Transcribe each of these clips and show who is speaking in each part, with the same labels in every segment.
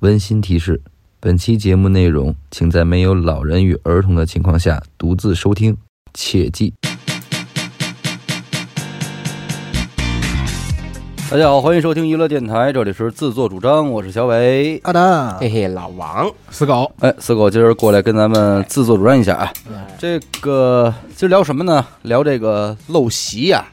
Speaker 1: 温馨提示：本期节目内容，请在没有老人与儿童的情况下独自收听，切记。
Speaker 2: 大家好，欢迎收听娱乐电台，这里是自作主张，我是小伟。
Speaker 3: 阿达，
Speaker 4: 嘿嘿，老王，
Speaker 3: 死狗，
Speaker 2: 哎，死狗今儿过来跟咱们自作主张一下啊。这个今儿聊什么呢？聊这个陋习呀、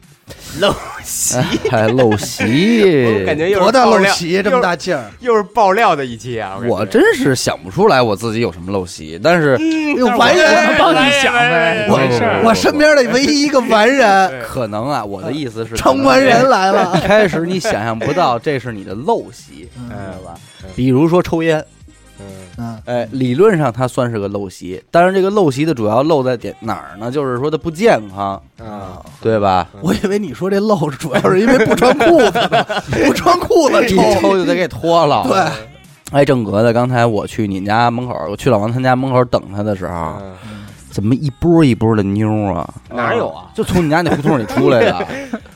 Speaker 4: 陋习，
Speaker 2: 哎，陋习。
Speaker 4: 我感觉又
Speaker 3: 多
Speaker 4: 是
Speaker 3: 大
Speaker 4: 爆
Speaker 3: 陋
Speaker 4: 料，
Speaker 3: 习，这么大劲儿，
Speaker 4: 又是爆料的一期啊！
Speaker 2: 我真是想不出来我自己有什么陋习，但是
Speaker 1: 嗯
Speaker 3: 有哎完人，
Speaker 4: 帮你想呗
Speaker 3: 我
Speaker 2: 没事儿
Speaker 3: 我身边的唯一一个完人，
Speaker 2: 可能啊，我的意思是，
Speaker 3: 嗯成完人 来
Speaker 2: 一
Speaker 3: 了，
Speaker 2: 开始你想象不到这是你的陋习，
Speaker 4: 嗯
Speaker 2: 知道吧？比如说抽烟，
Speaker 4: 嗯
Speaker 3: 嗯，
Speaker 2: 哎，理论上它算是个陋习，但是这个陋习的主要漏在点哪儿呢？就是说它不健
Speaker 3: 哦
Speaker 2: 康，
Speaker 4: 啊，
Speaker 2: 对吧？
Speaker 3: 我以为你说这漏主要是因为不穿裤子呢，不穿裤子
Speaker 2: 一
Speaker 3: 抽，
Speaker 2: 抽就得给脱了。
Speaker 3: 对，
Speaker 2: 哎，正格的，刚才我去你家门口，我去老王他家门口等他的时候，
Speaker 4: 嗯
Speaker 2: 怎么一波一波的妞啊？
Speaker 4: 哪有啊？
Speaker 2: 就从你家那胡同里出来的，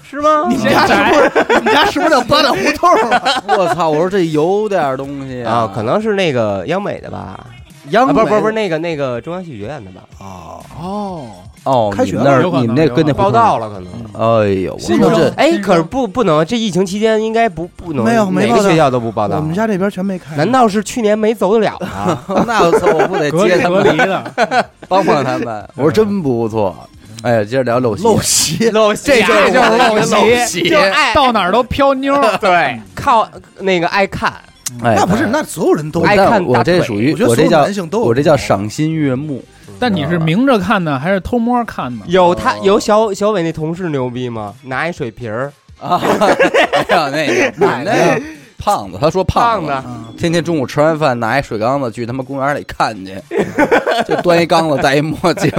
Speaker 4: 是吗？
Speaker 3: 你们家是不是 你们家是不是叫八大胡同啊？
Speaker 2: 我操！我说这有点东西
Speaker 4: 啊，可能是那个央美的吧？
Speaker 2: 央
Speaker 4: 啊，不是不是不是
Speaker 2: 美
Speaker 4: 那个那个中央戏剧学院的吧？
Speaker 3: 哦，
Speaker 2: 哦，
Speaker 3: 开
Speaker 2: 你
Speaker 3: 学
Speaker 2: 们
Speaker 3: 了
Speaker 2: 那
Speaker 5: 有可
Speaker 2: 儿
Speaker 5: 能
Speaker 2: 你们那跟那
Speaker 4: 报
Speaker 2: 胡同，
Speaker 4: 道了可能。
Speaker 2: 哎呦，我
Speaker 5: 新
Speaker 2: 说
Speaker 5: 生
Speaker 2: 这
Speaker 4: 哎，可是不不能，这疫情期间应该不不能，
Speaker 3: 没有没
Speaker 4: 哪个
Speaker 3: 报道
Speaker 4: 学校都不报道。
Speaker 3: 我们家这边全没开，
Speaker 4: 难道是去年没走得了 啊？
Speaker 2: 那我操，我不得
Speaker 5: 隔
Speaker 2: 接
Speaker 5: 离
Speaker 2: 他
Speaker 5: 隔
Speaker 2: 们，
Speaker 5: 离的，
Speaker 2: 帮帮他 们。我说真不错。哎，接着聊陋习。
Speaker 3: 陋习？
Speaker 4: 陋习，这
Speaker 2: 就是
Speaker 4: 就是
Speaker 2: 我的
Speaker 4: 陋
Speaker 2: 陋习
Speaker 4: 就爱
Speaker 5: 到哪儿都飘妞儿，
Speaker 4: 对靠那个爱看，
Speaker 2: 哎，
Speaker 3: 那不是，那所有人都
Speaker 2: 我
Speaker 4: 爱
Speaker 2: 但
Speaker 4: 看
Speaker 2: 我
Speaker 4: 大
Speaker 2: 这
Speaker 4: 腿
Speaker 2: 属于
Speaker 3: 我觉得
Speaker 2: 我
Speaker 3: 所
Speaker 2: 这
Speaker 3: 有
Speaker 2: 叫
Speaker 3: 男性都有
Speaker 2: 我这叫赏心悦目。
Speaker 5: 但你是明着看呢，还是偷摸看呢？
Speaker 4: 有他有小小伟那同事牛逼吗？拿一水瓶儿，
Speaker 2: 啊， 哎呀，那 个我们
Speaker 3: 哎
Speaker 2: 那个胖子，他说
Speaker 4: 胖
Speaker 2: 胖
Speaker 4: 子
Speaker 2: 子，嗯天天中午吃完饭拿一水缸子去他妈公园里看去， 就端一缸子戴一墨 镜，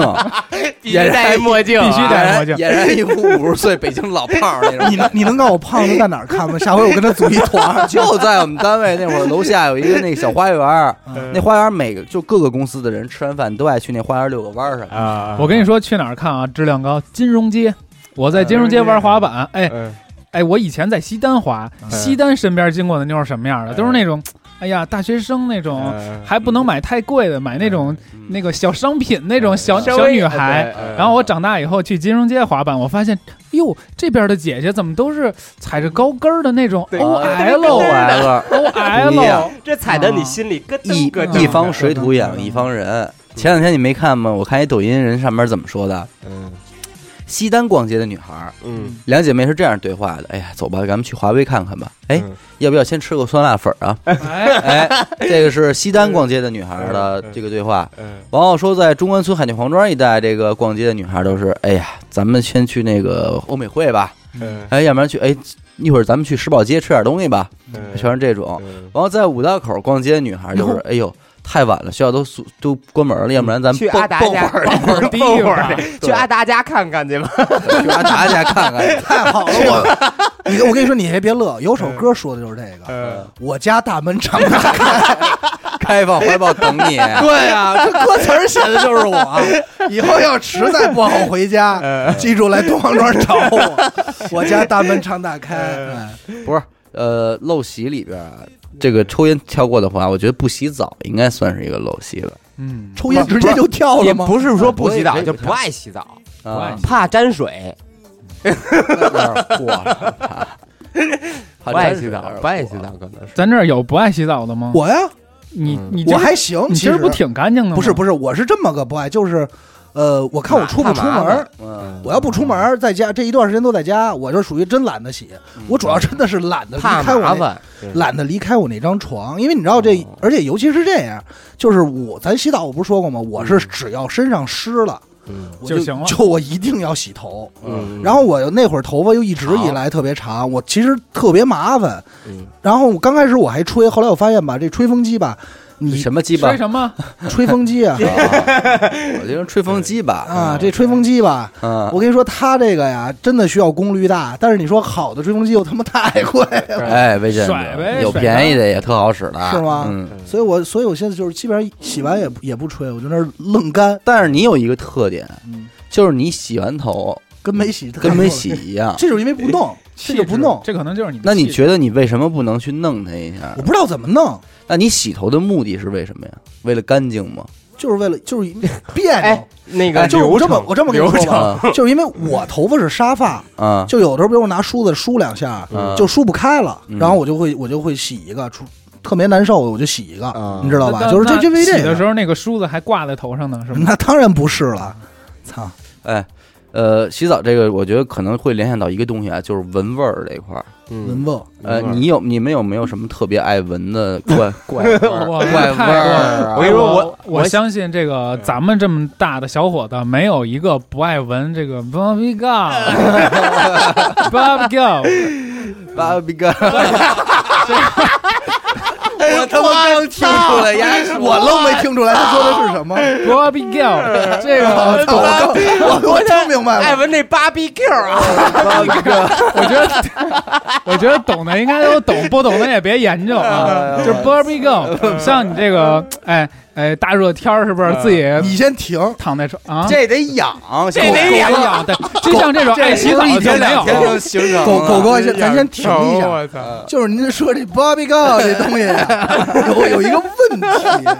Speaker 4: 必须戴一墨镜啊，
Speaker 5: 必须戴一墨镜
Speaker 2: 俨然一副五十岁北京老炮儿那
Speaker 3: 你
Speaker 2: 种。
Speaker 3: 能你能告诉我胖子在哪儿看吗？下回我跟他组一团，
Speaker 2: 就在我们单位那会儿，楼下有一个那个小花园儿，
Speaker 4: 嗯
Speaker 2: 那花园每个就各个公司的人吃完饭都爱去那花园遛个弯儿什么的。
Speaker 4: 啊
Speaker 5: 我跟你说去哪儿看啊？质量高，金融街。我在金融街玩滑板，哎
Speaker 4: 嗯
Speaker 5: 哎，我以前在西单滑，西单身边经过的妞儿什么样的？都是那种，哎呀，大学生那种，
Speaker 4: 嗯
Speaker 5: 还不能买太贵的，买那种
Speaker 2: 嗯
Speaker 5: 那个小商品那种小
Speaker 4: 嗯稍
Speaker 5: 小
Speaker 4: 微
Speaker 5: 女孩，
Speaker 4: 对嗯
Speaker 5: 然后我长大以后去金融街滑板，我发现，哟，这边的姐姐怎么都是踩着高跟儿的那种
Speaker 4: 对
Speaker 5: O
Speaker 2: 逗
Speaker 5: L
Speaker 2: 完哦哎了，
Speaker 5: O
Speaker 2: 不一样
Speaker 5: L，
Speaker 4: 哎这踩在你心里咯
Speaker 2: 一
Speaker 4: 噔咯
Speaker 5: 嗯
Speaker 2: 一
Speaker 4: 噔的，
Speaker 2: 方水土养一方人。前两天你没看吗？我看一抖音人上面怎么说的？
Speaker 4: 嗯
Speaker 2: 西单逛街的女孩儿，
Speaker 4: 嗯
Speaker 2: 两姐妹是这样对话的：哎呀，走吧，咱们去华为看看吧。哎
Speaker 4: 嗯，
Speaker 2: 要不要先吃个酸辣粉儿 啊？
Speaker 5: 哎，
Speaker 2: 哎，这个是西单逛街的女孩儿的这个对话。
Speaker 4: 嗯
Speaker 2: 王浩说，在中关村、海淀黄庄一带，这个逛街的女孩都是，哎呀，咱们先去那个欧美汇吧，
Speaker 4: 嗯
Speaker 2: 哎，要不然去，哎，一会儿咱们去石宝街吃点东西吧，
Speaker 3: 哎
Speaker 4: 嗯，
Speaker 2: 全是这种。
Speaker 4: 嗯
Speaker 2: 然后在五道口逛街的女孩 就是，哎呦，太晚了，学校都宿都关门
Speaker 3: 嗯
Speaker 2: 了，要不然咱
Speaker 4: 去
Speaker 2: 们蹦
Speaker 4: 阿达
Speaker 2: 蹦
Speaker 4: 家
Speaker 2: 会儿，
Speaker 5: 会儿
Speaker 4: 蹦
Speaker 5: 低
Speaker 4: 会
Speaker 5: 会
Speaker 4: 儿
Speaker 5: 儿，
Speaker 4: 去阿达家看看 去吧。
Speaker 2: 去阿达家看 看。
Speaker 3: 太好了，我你我跟你说，你还别乐，有首歌说的就是这个，
Speaker 4: 嗯
Speaker 3: 我家大门常打开。
Speaker 2: 开放怀抱等你。
Speaker 3: 对
Speaker 4: 啊
Speaker 3: 呀、啊这歌词儿写的就是我。啊以后要实在不好回家，记住来东王庄找我，我家大门常打开。哎
Speaker 2: 不是，呃，陋习里边啊，这个抽烟跳过的话，我觉得不洗澡应该算是一个陋习了。
Speaker 5: 嗯，
Speaker 3: 抽烟直接就跳
Speaker 4: 也
Speaker 3: 了吗？
Speaker 4: 不是说不洗
Speaker 2: 不
Speaker 4: 澡，
Speaker 2: 会
Speaker 4: 就不爱洗澡，
Speaker 2: 啊，
Speaker 4: 怕沾水，
Speaker 2: 我
Speaker 4: 不爱洗澡，不爱洗澡，可能是。
Speaker 5: 咱这儿有不爱洗澡的吗？
Speaker 3: 我呀，
Speaker 5: 你
Speaker 4: 嗯
Speaker 5: 你今
Speaker 3: 我
Speaker 5: 儿
Speaker 3: 还行，
Speaker 5: 你
Speaker 3: 其
Speaker 5: 今
Speaker 3: 实
Speaker 5: 儿不挺干净的吗？
Speaker 3: 不是不
Speaker 5: 是，
Speaker 3: 是，我是这么个不爱，就是呃，我看我出不出
Speaker 4: 怕麻
Speaker 3: 门
Speaker 4: 烦
Speaker 3: 儿。我要不出门儿，在家这一段时间都在家，我就属于真懒得洗。我主要真的是懒得离
Speaker 4: 怕
Speaker 3: 开我
Speaker 4: 麻
Speaker 3: 那
Speaker 4: 烦，
Speaker 3: 懒得离开我那张床，因为你知道这
Speaker 4: 哦，
Speaker 3: 而且尤其是这样，就是我咱洗澡，我不是说过吗？我是只要身上湿了，
Speaker 4: 嗯
Speaker 3: 我
Speaker 5: 就
Speaker 3: 就
Speaker 5: 行了
Speaker 3: 就我一定要洗头。
Speaker 4: 嗯，
Speaker 3: 然后我那会儿头发又一直以来特别长，我其实特别麻烦。
Speaker 4: 嗯
Speaker 3: 然后我刚开始我还吹，后来我发现吧，这吹风机吧，你
Speaker 2: 什么鸡巴啊
Speaker 5: 吹？什么？
Speaker 3: 吹风 机啊
Speaker 2: 我觉得吹风机吧，
Speaker 3: 啊，这吹风机吧，
Speaker 2: 嗯，
Speaker 3: 我跟你说，它这个呀，真的需要功率大。但是你说好的吹风机又他妈太贵了，
Speaker 4: 嗯
Speaker 2: 哎，魏震
Speaker 5: 甩呗
Speaker 2: 有
Speaker 5: 甩
Speaker 2: 便宜的也特好使的，
Speaker 3: 是吗
Speaker 2: 嗯。
Speaker 3: 所以我所以我现在就是基本上洗完也不也不吹，我就那儿愣干，
Speaker 2: 但是你有一个特点
Speaker 3: 嗯，
Speaker 2: 就是你洗完头
Speaker 3: 跟没洗
Speaker 2: 跟没洗一样，
Speaker 3: 这种因为不动，
Speaker 5: 气
Speaker 3: 这就不弄
Speaker 5: 质这可能就是你的
Speaker 2: 那你
Speaker 5: 气质
Speaker 2: 觉得你为什么不能去弄它一下
Speaker 3: 我？不知道怎么弄，
Speaker 2: 那你洗头的目的是为什么呀？为了干净吗？
Speaker 3: 就是为了就是因为别
Speaker 4: 哎
Speaker 3: 扭。，
Speaker 4: 那
Speaker 3: 哎
Speaker 4: 个
Speaker 3: 就是我这
Speaker 4: 流程，
Speaker 3: 么我这么跟你说吧
Speaker 2: 流，
Speaker 3: 就是因为我头发是沙发，
Speaker 2: 啊，
Speaker 3: 就有的时候比如我拿梳子梳两下
Speaker 2: 嗯，
Speaker 3: 就梳不开了，
Speaker 2: 嗯
Speaker 3: 然后我就会我就会洗一个，出特别难受的我就洗一个
Speaker 4: 啊，
Speaker 2: 嗯
Speaker 3: 你知道吧？
Speaker 5: 那那
Speaker 3: 就是这
Speaker 5: 那
Speaker 3: 就因为这
Speaker 5: 洗的时
Speaker 3: 个，
Speaker 5: 候那个梳子还挂在头上呢，是吗？
Speaker 3: 那当然不是了，操，
Speaker 2: 哎，呃，洗澡这个我觉得可能会联想到一个东西啊，就是闻味儿这一块儿。
Speaker 3: 闻
Speaker 4: 嗯，
Speaker 3: 不？
Speaker 2: 呃，
Speaker 4: 闻味儿
Speaker 2: 你有你们有没有什么特别爱闻的 怪怪味
Speaker 3: 嗯
Speaker 2: 儿
Speaker 5: 哇
Speaker 2: 怪味
Speaker 5: 太多
Speaker 2: 儿
Speaker 5: 了
Speaker 2: 啊？
Speaker 4: 我跟你说
Speaker 5: 哎我
Speaker 4: 我我
Speaker 5: 相信这个
Speaker 3: 嗯
Speaker 5: 咱们这么大的小伙子，没有一个不爱闻这个 Bobby g o b o b b y
Speaker 2: 芭比哥， 哎我他妈刚听出来呀！
Speaker 3: 我愣没听出来他说的是什么，
Speaker 5: g o b o b y Go，这个
Speaker 3: 我操！我刚我我听明白
Speaker 4: 爱
Speaker 3: 了，
Speaker 4: 闻那芭比 Q 啊，
Speaker 5: 哎我觉得，我觉得懂的应该都懂，不懂的也别研究啊。就是 Bobby Go，像 你这个，哎哎，大热天儿是不是自己
Speaker 3: 你先停，
Speaker 5: 躺在床啊？
Speaker 2: 这得痒，
Speaker 4: 这得
Speaker 5: 狗
Speaker 4: 养
Speaker 5: 狗养的，就像这种爱洗澡的就没有。啊
Speaker 2: 就形成
Speaker 3: 狗狗狗先
Speaker 4: 先
Speaker 3: 咱先停一下，
Speaker 4: 我操，
Speaker 3: 就是您说这 Bobby Go 这 东西啊有有一个问题，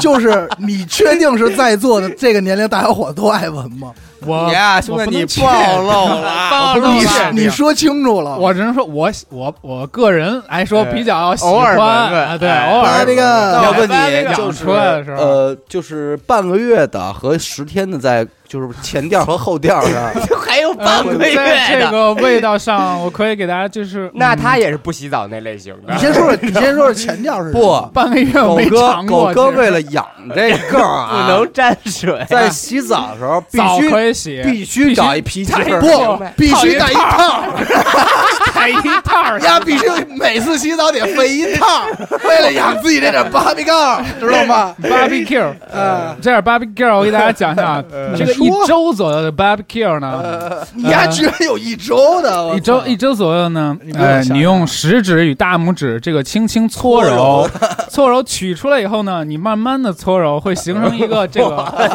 Speaker 3: 就是你确定是在座的这个年龄大小伙都爱闻 吗？
Speaker 5: 我
Speaker 2: 你啊，兄
Speaker 5: 我
Speaker 2: 弟，
Speaker 5: 不
Speaker 2: 你
Speaker 5: 能
Speaker 2: 暴露 了，
Speaker 4: 暴
Speaker 5: 不
Speaker 4: 露
Speaker 5: 是
Speaker 3: 你
Speaker 5: 确
Speaker 4: 了，
Speaker 5: 定
Speaker 3: 你说清楚了。
Speaker 5: 我只能说我喜，我我个人来说
Speaker 4: 对
Speaker 5: 比较喜欢
Speaker 4: 偶尔闻闻
Speaker 5: 啊，对，
Speaker 4: 哎
Speaker 5: 偶尔
Speaker 3: Bobby
Speaker 5: 闻
Speaker 3: Go，
Speaker 2: 要不你
Speaker 4: 那
Speaker 5: 养
Speaker 2: 就是
Speaker 5: 出来的时候，
Speaker 2: 呃，就是半个月的和十天的在，就是前调和后调 的，
Speaker 4: 还有
Speaker 5: 呃
Speaker 4: 半个
Speaker 5: 在
Speaker 4: 月
Speaker 5: 这
Speaker 4: 的，
Speaker 5: 个味道上，我可以给大家就是，
Speaker 4: 那他
Speaker 5: 嗯
Speaker 4: 也是不洗澡那类型的
Speaker 5: 啊
Speaker 3: 你。先说说，你先说说前调是什
Speaker 2: 不
Speaker 3: 么？
Speaker 5: 半个月我
Speaker 2: 狗
Speaker 5: 没
Speaker 2: 哥
Speaker 5: 尝过，
Speaker 2: 狗哥
Speaker 5: 其实
Speaker 2: 为了养这个
Speaker 4: 不
Speaker 2: 啊，
Speaker 4: 能沾水，
Speaker 2: 在洗澡的时候必
Speaker 5: 哎澡
Speaker 2: 须
Speaker 5: 可以洗，
Speaker 2: 必须找一皮筋儿，
Speaker 5: 必须
Speaker 3: 不必须带一套 儿，
Speaker 5: 踩一套儿
Speaker 3: 呀，必须每次洗澡得费一套儿，为了养自己这点 Bobby Go，知道 吗？
Speaker 5: barbecue。呃
Speaker 3: 嗯，
Speaker 5: 这点 barbecue 我给大家讲一讲，
Speaker 3: 哎
Speaker 5: 这个一周左右的 barbecue 呢，
Speaker 3: 你还居然有一周的，呃我操
Speaker 5: 一周一周左右呢
Speaker 3: 你，给我
Speaker 5: 呃，
Speaker 3: 想
Speaker 5: 你用食指与大拇指这个轻轻搓揉，搓揉取出来以后呢，你慢慢的搓揉会形成一个这 个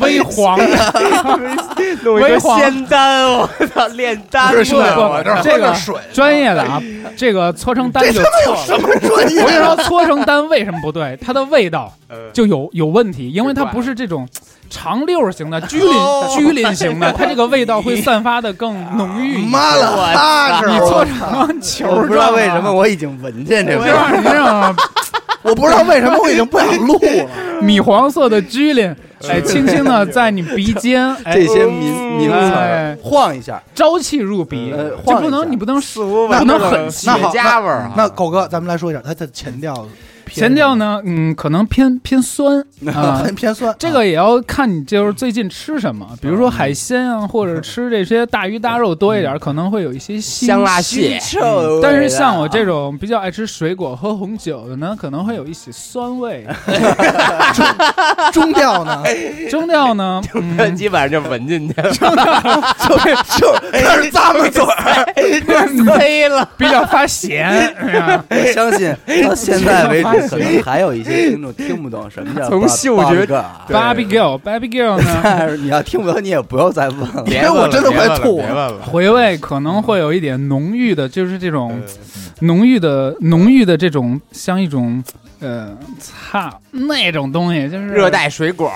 Speaker 5: 微黄的，
Speaker 4: 弄一
Speaker 5: 微
Speaker 4: 个
Speaker 5: 黄
Speaker 4: 仙丹，我操，炼丹
Speaker 3: 不是兄弟，
Speaker 5: 不
Speaker 3: 我这儿喝
Speaker 5: 这个
Speaker 3: 着水呢，
Speaker 5: 专业的啊，这个搓成单
Speaker 3: 这
Speaker 5: 就
Speaker 3: 他妈有
Speaker 5: 错
Speaker 3: 什
Speaker 5: 了。
Speaker 3: 么专业
Speaker 5: 我
Speaker 3: 的？
Speaker 5: 跟你说，搓成单为什么不对？它的味道
Speaker 3: 呃
Speaker 5: 就有有问题，因为它不是这种长溜儿型 的、居
Speaker 3: 哦
Speaker 5: 林居林型的，它这个味道会散发的更浓郁一些。
Speaker 3: 妈了，哈是
Speaker 5: 你
Speaker 3: 我
Speaker 5: 搓成球
Speaker 2: 我
Speaker 5: 状的，
Speaker 2: 不知道为什么我已经闻见这
Speaker 5: 就
Speaker 2: 味儿，
Speaker 5: 让让
Speaker 3: 我不知道为什么我已经不想录了。
Speaker 5: 米黄色的居 林，哎，轻轻的在你鼻尖，哎
Speaker 2: 这。些名名词儿
Speaker 5: 哎
Speaker 2: 晃一下，
Speaker 5: 朝气入鼻
Speaker 2: 呃，
Speaker 5: 这
Speaker 2: 晃一
Speaker 5: 不能
Speaker 2: 下
Speaker 5: 你不能
Speaker 4: 俗
Speaker 5: 不能很
Speaker 4: 雪
Speaker 3: 那好
Speaker 4: 茄味儿啊，
Speaker 3: 那狗哥，咱们来说一下它的前调，
Speaker 5: 前调？呢，嗯，可能偏偏 酸啊，
Speaker 3: 偏偏酸。
Speaker 5: 这个也要看你就是最近吃什么，比如
Speaker 4: 嗯
Speaker 5: 说海鲜啊，或者吃这些大鱼大肉多一点，可能会有一些腥
Speaker 4: 香辣。蟹，
Speaker 3: 啊
Speaker 2: 臭
Speaker 5: 但是像我这种比较爱吃水果、喝红酒的呢，可能会有一些酸味。
Speaker 3: 啊中调 呢？
Speaker 5: 哎中调 呢，嗯，
Speaker 4: 基本上就闻进去了，
Speaker 3: 就是咂巴嘴儿，
Speaker 4: 飞了。
Speaker 5: 比较发咸。 是吧
Speaker 2: 我相信到现在 为止，可能还有一些听众听不懂什么叫
Speaker 4: 从
Speaker 2: 八
Speaker 4: 嗅
Speaker 2: 八
Speaker 4: 觉
Speaker 2: 个啊
Speaker 5: Barbecue，Barbecue 呢，
Speaker 2: 但是你要听不懂，你也不要再问了。
Speaker 3: 别问了我真的快吐了别
Speaker 4: 了。
Speaker 5: 回味可能会有一点浓郁的，就是这种浓郁的、浓郁的这种像一种。呃，操，那种东西就是
Speaker 4: 热带水果，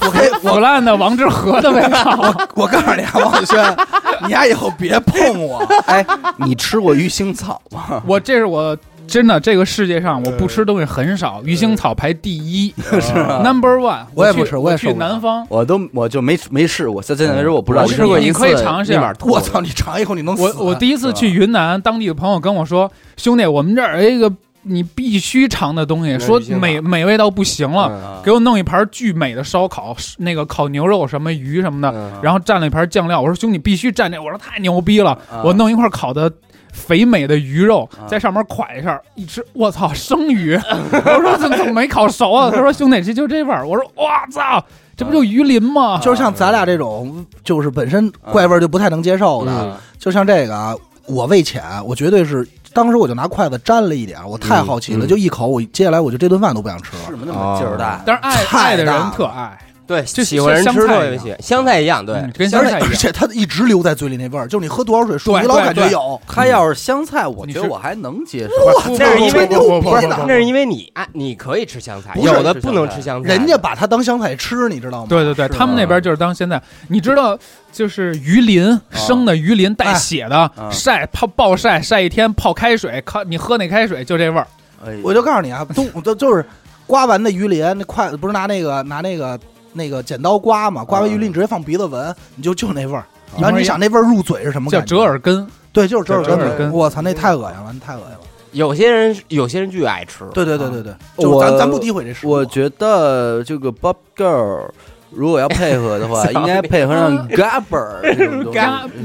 Speaker 3: 我跟
Speaker 5: 腐烂的王致和的味道。
Speaker 3: 我告诉你啊，王浩轩，你丫以后别碰我。
Speaker 2: 哎，你吃过鱼腥草吗？
Speaker 5: 我这是我真的这个世界上我不吃东西很少，鱼腥草排 第一
Speaker 2: 是吗？
Speaker 5: ，Number One。
Speaker 3: 我也
Speaker 5: 去
Speaker 3: 不吃我也受
Speaker 5: 去
Speaker 3: 不了
Speaker 5: 南方，
Speaker 2: 我都我就没没试过，现在为止我不知道哦
Speaker 4: 我
Speaker 2: 鱼腥
Speaker 4: 吃
Speaker 2: 草。
Speaker 4: 过
Speaker 5: 你
Speaker 4: 一
Speaker 5: 可
Speaker 4: 次，
Speaker 5: 以尝试
Speaker 4: 立马吐
Speaker 3: 我
Speaker 4: 了
Speaker 3: 操，你尝一口你 能死？
Speaker 5: 我我第一次去云南，当地的朋友跟我说：“兄弟，我们这儿有一个你必须尝的东西，
Speaker 4: 那
Speaker 5: 说
Speaker 4: 鱼腥草
Speaker 5: 美美味到不行了，
Speaker 4: 嗯
Speaker 5: 给我弄一盘巨美的烧烤，是那个烤牛肉什么鱼什么的，
Speaker 4: 嗯
Speaker 5: 然后蘸了一盘酱料。我说兄弟必须蘸这，我说太牛逼了，
Speaker 2: 啊
Speaker 5: 我弄一块烤的。”肥美的鱼肉
Speaker 2: 啊
Speaker 5: 在上面蒯一下，一吃，我操，生鱼！ 我说怎么怎么没烤熟啊？他说兄弟，这就这味儿。我说我操，这不就鱼鳞吗？
Speaker 3: 就是像咱俩这种，就是本
Speaker 5: 嗯
Speaker 3: 身怪味儿就不太能接受的，
Speaker 4: 嗯
Speaker 3: 就像这个啊，我胃浅，我绝对是。当时我就拿筷子沾了一点儿，我太好奇了，
Speaker 4: 嗯嗯
Speaker 3: 就一口，我接下来我就这顿饭都不想吃了。
Speaker 2: 是吗？那么劲儿大，
Speaker 5: 但是爱
Speaker 3: 太
Speaker 5: 爱的人
Speaker 3: 大了
Speaker 5: 特爱，
Speaker 4: 对，
Speaker 5: 就
Speaker 4: 喜欢人
Speaker 5: 像
Speaker 4: 吃
Speaker 5: 香菜
Speaker 4: 特
Speaker 5: 一
Speaker 4: 别
Speaker 5: 样
Speaker 4: 喜欢，香菜一样，对，
Speaker 5: 嗯跟香
Speaker 3: 而且
Speaker 5: 菜一
Speaker 3: 而
Speaker 5: 样。
Speaker 3: 且它一直留在嘴里那味儿，就是你喝多少水，水
Speaker 5: 对
Speaker 3: 老
Speaker 5: 对
Speaker 3: 感觉
Speaker 5: 对
Speaker 3: 有。
Speaker 2: 他要是香菜，我
Speaker 5: 你
Speaker 2: 觉得
Speaker 5: 是
Speaker 2: 我还能接受。
Speaker 5: 不
Speaker 4: 那是因为
Speaker 5: 不不不
Speaker 3: 不
Speaker 5: 不
Speaker 4: 不是，
Speaker 3: 不
Speaker 4: 那是因为你啊，你可以吃香菜，
Speaker 3: 不是
Speaker 4: 有的不能吃香菜。
Speaker 3: 人家把它当香菜吃，你知道吗？
Speaker 5: 对对对，他们那边就是当现在，你知道，就是鱼
Speaker 3: 啊
Speaker 5: 鳞生的鱼鳞
Speaker 3: 哎
Speaker 5: 带血的
Speaker 2: 嗯，
Speaker 5: 晒泡暴晒晒一天泡开水，靠你喝那开水就这味儿，
Speaker 2: 哎
Speaker 3: 我就告诉你啊，都都就是刮完的鱼鳞，那筷子不是拿那个拿那个那个剪刀刮嘛，刮完鱼鳞你直接放鼻子闻，你就就那味儿。
Speaker 5: 一模一样
Speaker 3: 然后你想那味儿入嘴是什么
Speaker 5: 叫
Speaker 3: 感觉？
Speaker 5: 折，耳根。
Speaker 3: 对，就是折耳
Speaker 5: 折耳
Speaker 3: 根。
Speaker 5: 根
Speaker 3: 我操，那太恶心了，那太恶心了。
Speaker 4: 有些人有些人巨爱吃，
Speaker 3: 对对对对对，就
Speaker 2: 我
Speaker 3: 咱咱不诋毁这食物。
Speaker 2: 我觉得这个 Bob Girl 如果要配合的话，
Speaker 4: Sorry
Speaker 2: 应该配合上 Gabber 这种东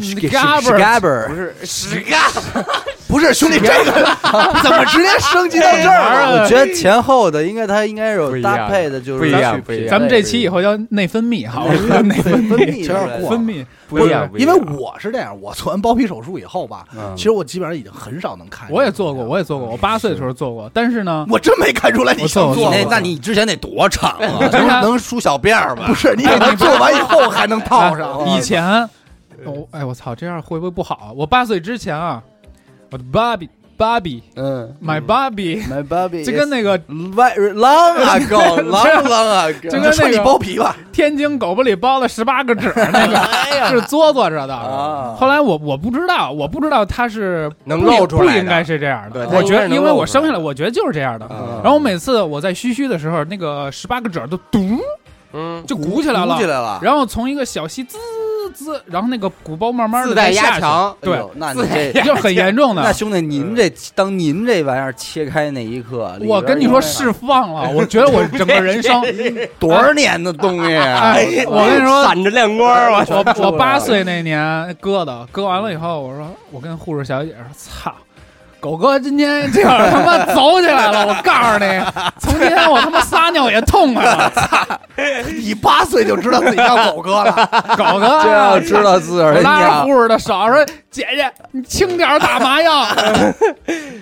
Speaker 2: 西
Speaker 5: Gab-
Speaker 2: 是是是
Speaker 5: Gabber
Speaker 4: 不
Speaker 2: Gabber。
Speaker 4: 是屎干。
Speaker 3: 不是兄弟，这个 怎么直接升级到这
Speaker 5: 玩
Speaker 3: 儿
Speaker 5: 意
Speaker 3: 了？
Speaker 5: 儿
Speaker 2: 我觉得前后的应该他应该
Speaker 4: 不
Speaker 2: 有
Speaker 4: 一样
Speaker 2: 搭配的，就是
Speaker 4: 不一样
Speaker 2: 曲
Speaker 4: 不一样
Speaker 5: 咱们这期以后叫内分 泌，好吧，内
Speaker 2: 分泌出
Speaker 3: 有
Speaker 2: 来
Speaker 3: 点
Speaker 2: 的
Speaker 3: 过
Speaker 5: 分泌
Speaker 4: 不一样
Speaker 5: 对
Speaker 3: 因为我是这样，我做完包皮手术以后吧，
Speaker 2: 嗯
Speaker 3: 其实我基本上已经很少能看。
Speaker 5: 我也做过，我也
Speaker 3: 嗯
Speaker 5: 做过，我八岁的时候做过，但 是呢，
Speaker 3: 我真没看出来你
Speaker 5: 我
Speaker 3: 想
Speaker 5: 做
Speaker 3: 做
Speaker 5: 过
Speaker 3: 过。
Speaker 5: 那
Speaker 2: 你之前得多长啊？
Speaker 5: 你看
Speaker 2: 梳小辫儿吧
Speaker 3: 不？是你给他做完以后还能套上？
Speaker 5: 以前，我哎我操，这样会不会不好啊？我八岁之前啊，我的 Bobby Bobby
Speaker 2: 嗯
Speaker 5: my Bobby，
Speaker 2: ，My Bobby，
Speaker 5: 就跟那个
Speaker 2: very long ago, long long ago，
Speaker 5: 就跟那个
Speaker 3: 皮 吧，
Speaker 5: 天津狗不理包了十八个褶 儿那
Speaker 4: 哎
Speaker 5: 个是嘬嘬着的。
Speaker 2: 啊，
Speaker 5: 后来我我不知道，我不知道它是
Speaker 4: 能
Speaker 5: 不
Speaker 4: 露出来
Speaker 5: 不
Speaker 4: 的
Speaker 5: 应该是这样的。
Speaker 4: 对它
Speaker 5: 我觉得
Speaker 4: 应该是能
Speaker 5: 因为
Speaker 4: 露
Speaker 5: 我
Speaker 4: 出来啊
Speaker 5: 生下来，我觉得就是这样的。
Speaker 2: 嗯
Speaker 5: 然后每次我在嘘嘘的时候，那个十八个褶儿都嘟
Speaker 4: 嗯，
Speaker 5: 就鼓起来了
Speaker 2: 鼓，起来了，
Speaker 5: 然后从一个小溪滋滋，然后那个鼓包慢慢
Speaker 4: 自
Speaker 5: 的
Speaker 4: 带压
Speaker 5: 下 去，
Speaker 4: 强，
Speaker 2: 哎
Speaker 5: 对
Speaker 2: 呦，那你这
Speaker 5: 就很严 重的
Speaker 2: 那。兄弟，您这当您这玩意儿切开那一刻，里边
Speaker 5: 我跟你说释放了，我觉得我整个人生，
Speaker 2: 多少年的东西啊？
Speaker 5: 哎，我跟你说，
Speaker 4: 闪着亮光儿，我
Speaker 5: 我
Speaker 2: 受
Speaker 5: 我
Speaker 2: 不了
Speaker 5: 八岁那年割的，割完了以后，我说我跟护士小姐说，操。狗哥今天这样他妈走起来了，我告诉你，从今天我他妈撒尿也痛快了。
Speaker 3: 你八岁就知道自己当狗哥 了，
Speaker 5: 狗 哥
Speaker 2: 这要知道自个儿
Speaker 5: 我
Speaker 2: 的
Speaker 5: 哎拉着
Speaker 2: 娘
Speaker 5: 护士的手说：“姐姐，你轻点儿打麻药。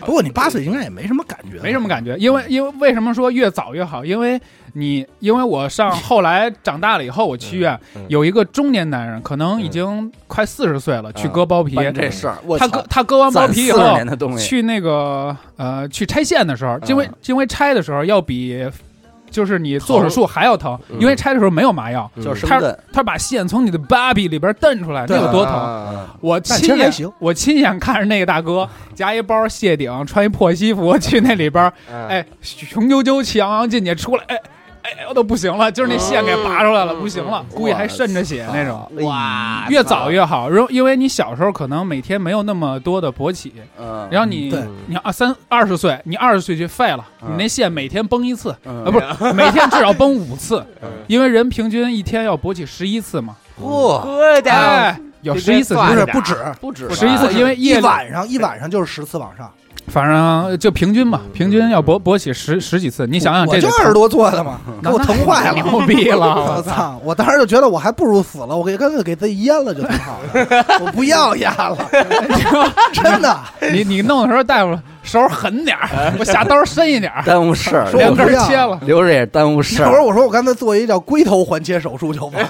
Speaker 3: 不过你八岁应该也没什么感觉，”
Speaker 5: 没什么感觉，因为因为为什么说越早越好？因为你因为我上后来长大了以后，我去医院
Speaker 4: 嗯嗯
Speaker 5: 有一个中年男人，可能已经快四十岁了，去割包皮。
Speaker 2: 办嗯这事儿，我
Speaker 5: 他
Speaker 2: 操
Speaker 5: 割他割完包
Speaker 2: 攒
Speaker 5: 皮以
Speaker 2: 40
Speaker 5: 后
Speaker 2: 年，的东西，
Speaker 5: 去那个呃去拆线的时候，因为、因为拆的时候要比就是你做手术还要疼，
Speaker 4: 嗯
Speaker 5: 因为拆的时候没有麻药，
Speaker 2: 就是嗯生
Speaker 5: 嗯他
Speaker 2: 根，
Speaker 5: 他把线从你的 baby 里边蹬出来，那
Speaker 3: 对
Speaker 5: 有多疼？
Speaker 4: 疼？
Speaker 5: 我
Speaker 3: 那其实
Speaker 5: 亲
Speaker 3: 还
Speaker 5: 眼
Speaker 3: 行
Speaker 5: 我亲眼看着那个大哥夹一包谢顶，穿一破西服去那里边，
Speaker 4: 哎，
Speaker 5: 哎，雄赳赳气昂昂进去，出来，哎哎，我都不行了，就是那线给拔出来了，
Speaker 4: 嗯
Speaker 5: 不行了，估计还渗着血那种。
Speaker 2: 哎
Speaker 4: 哇，
Speaker 5: 越早越好，因为因为你小时候可能每天没有那么多的勃起，
Speaker 2: 嗯，
Speaker 5: 然后你、
Speaker 3: 对
Speaker 5: 你二三二十岁，你二十岁就废了，
Speaker 2: 嗯
Speaker 5: 你那线每天崩一次，
Speaker 2: 嗯
Speaker 5: 啊，不 是每天至少崩五次
Speaker 4: 嗯，
Speaker 5: 因为人平均一天要勃起十一次嘛，
Speaker 2: 嚯，
Speaker 4: 喝的，
Speaker 5: 哎，有
Speaker 4: 这
Speaker 5: 十一次
Speaker 4: 算
Speaker 3: 不
Speaker 5: 是
Speaker 3: 是
Speaker 4: 点
Speaker 3: 不止，
Speaker 2: 不止啊
Speaker 5: 十一次，因为
Speaker 3: 一
Speaker 5: 夜里
Speaker 3: 晚上一晚上就是十次往上。
Speaker 5: 反正就平均吧，平均要勃勃起十十几次，你想想
Speaker 3: 我
Speaker 5: 这
Speaker 3: 就
Speaker 5: 得
Speaker 3: 二十多做的 嘛，给
Speaker 5: 那
Speaker 3: 我疼坏了。
Speaker 5: 牛逼 了，
Speaker 3: 我！操！我当时就觉得我还不如死了，我给干脆给自己阉了就挺好的。 我不要阉了，真的。
Speaker 5: 你你弄的时候，大夫手狠 点儿，我下刀深一点儿，
Speaker 2: 耽误事儿，
Speaker 3: 说
Speaker 5: 两
Speaker 3: 我
Speaker 5: 根
Speaker 3: 不
Speaker 5: 儿
Speaker 3: 要
Speaker 5: 切了。
Speaker 2: 留着也耽误事
Speaker 3: 那会儿
Speaker 2: 儿。
Speaker 3: 我说我刚才做一个叫龟头环切手术就完了，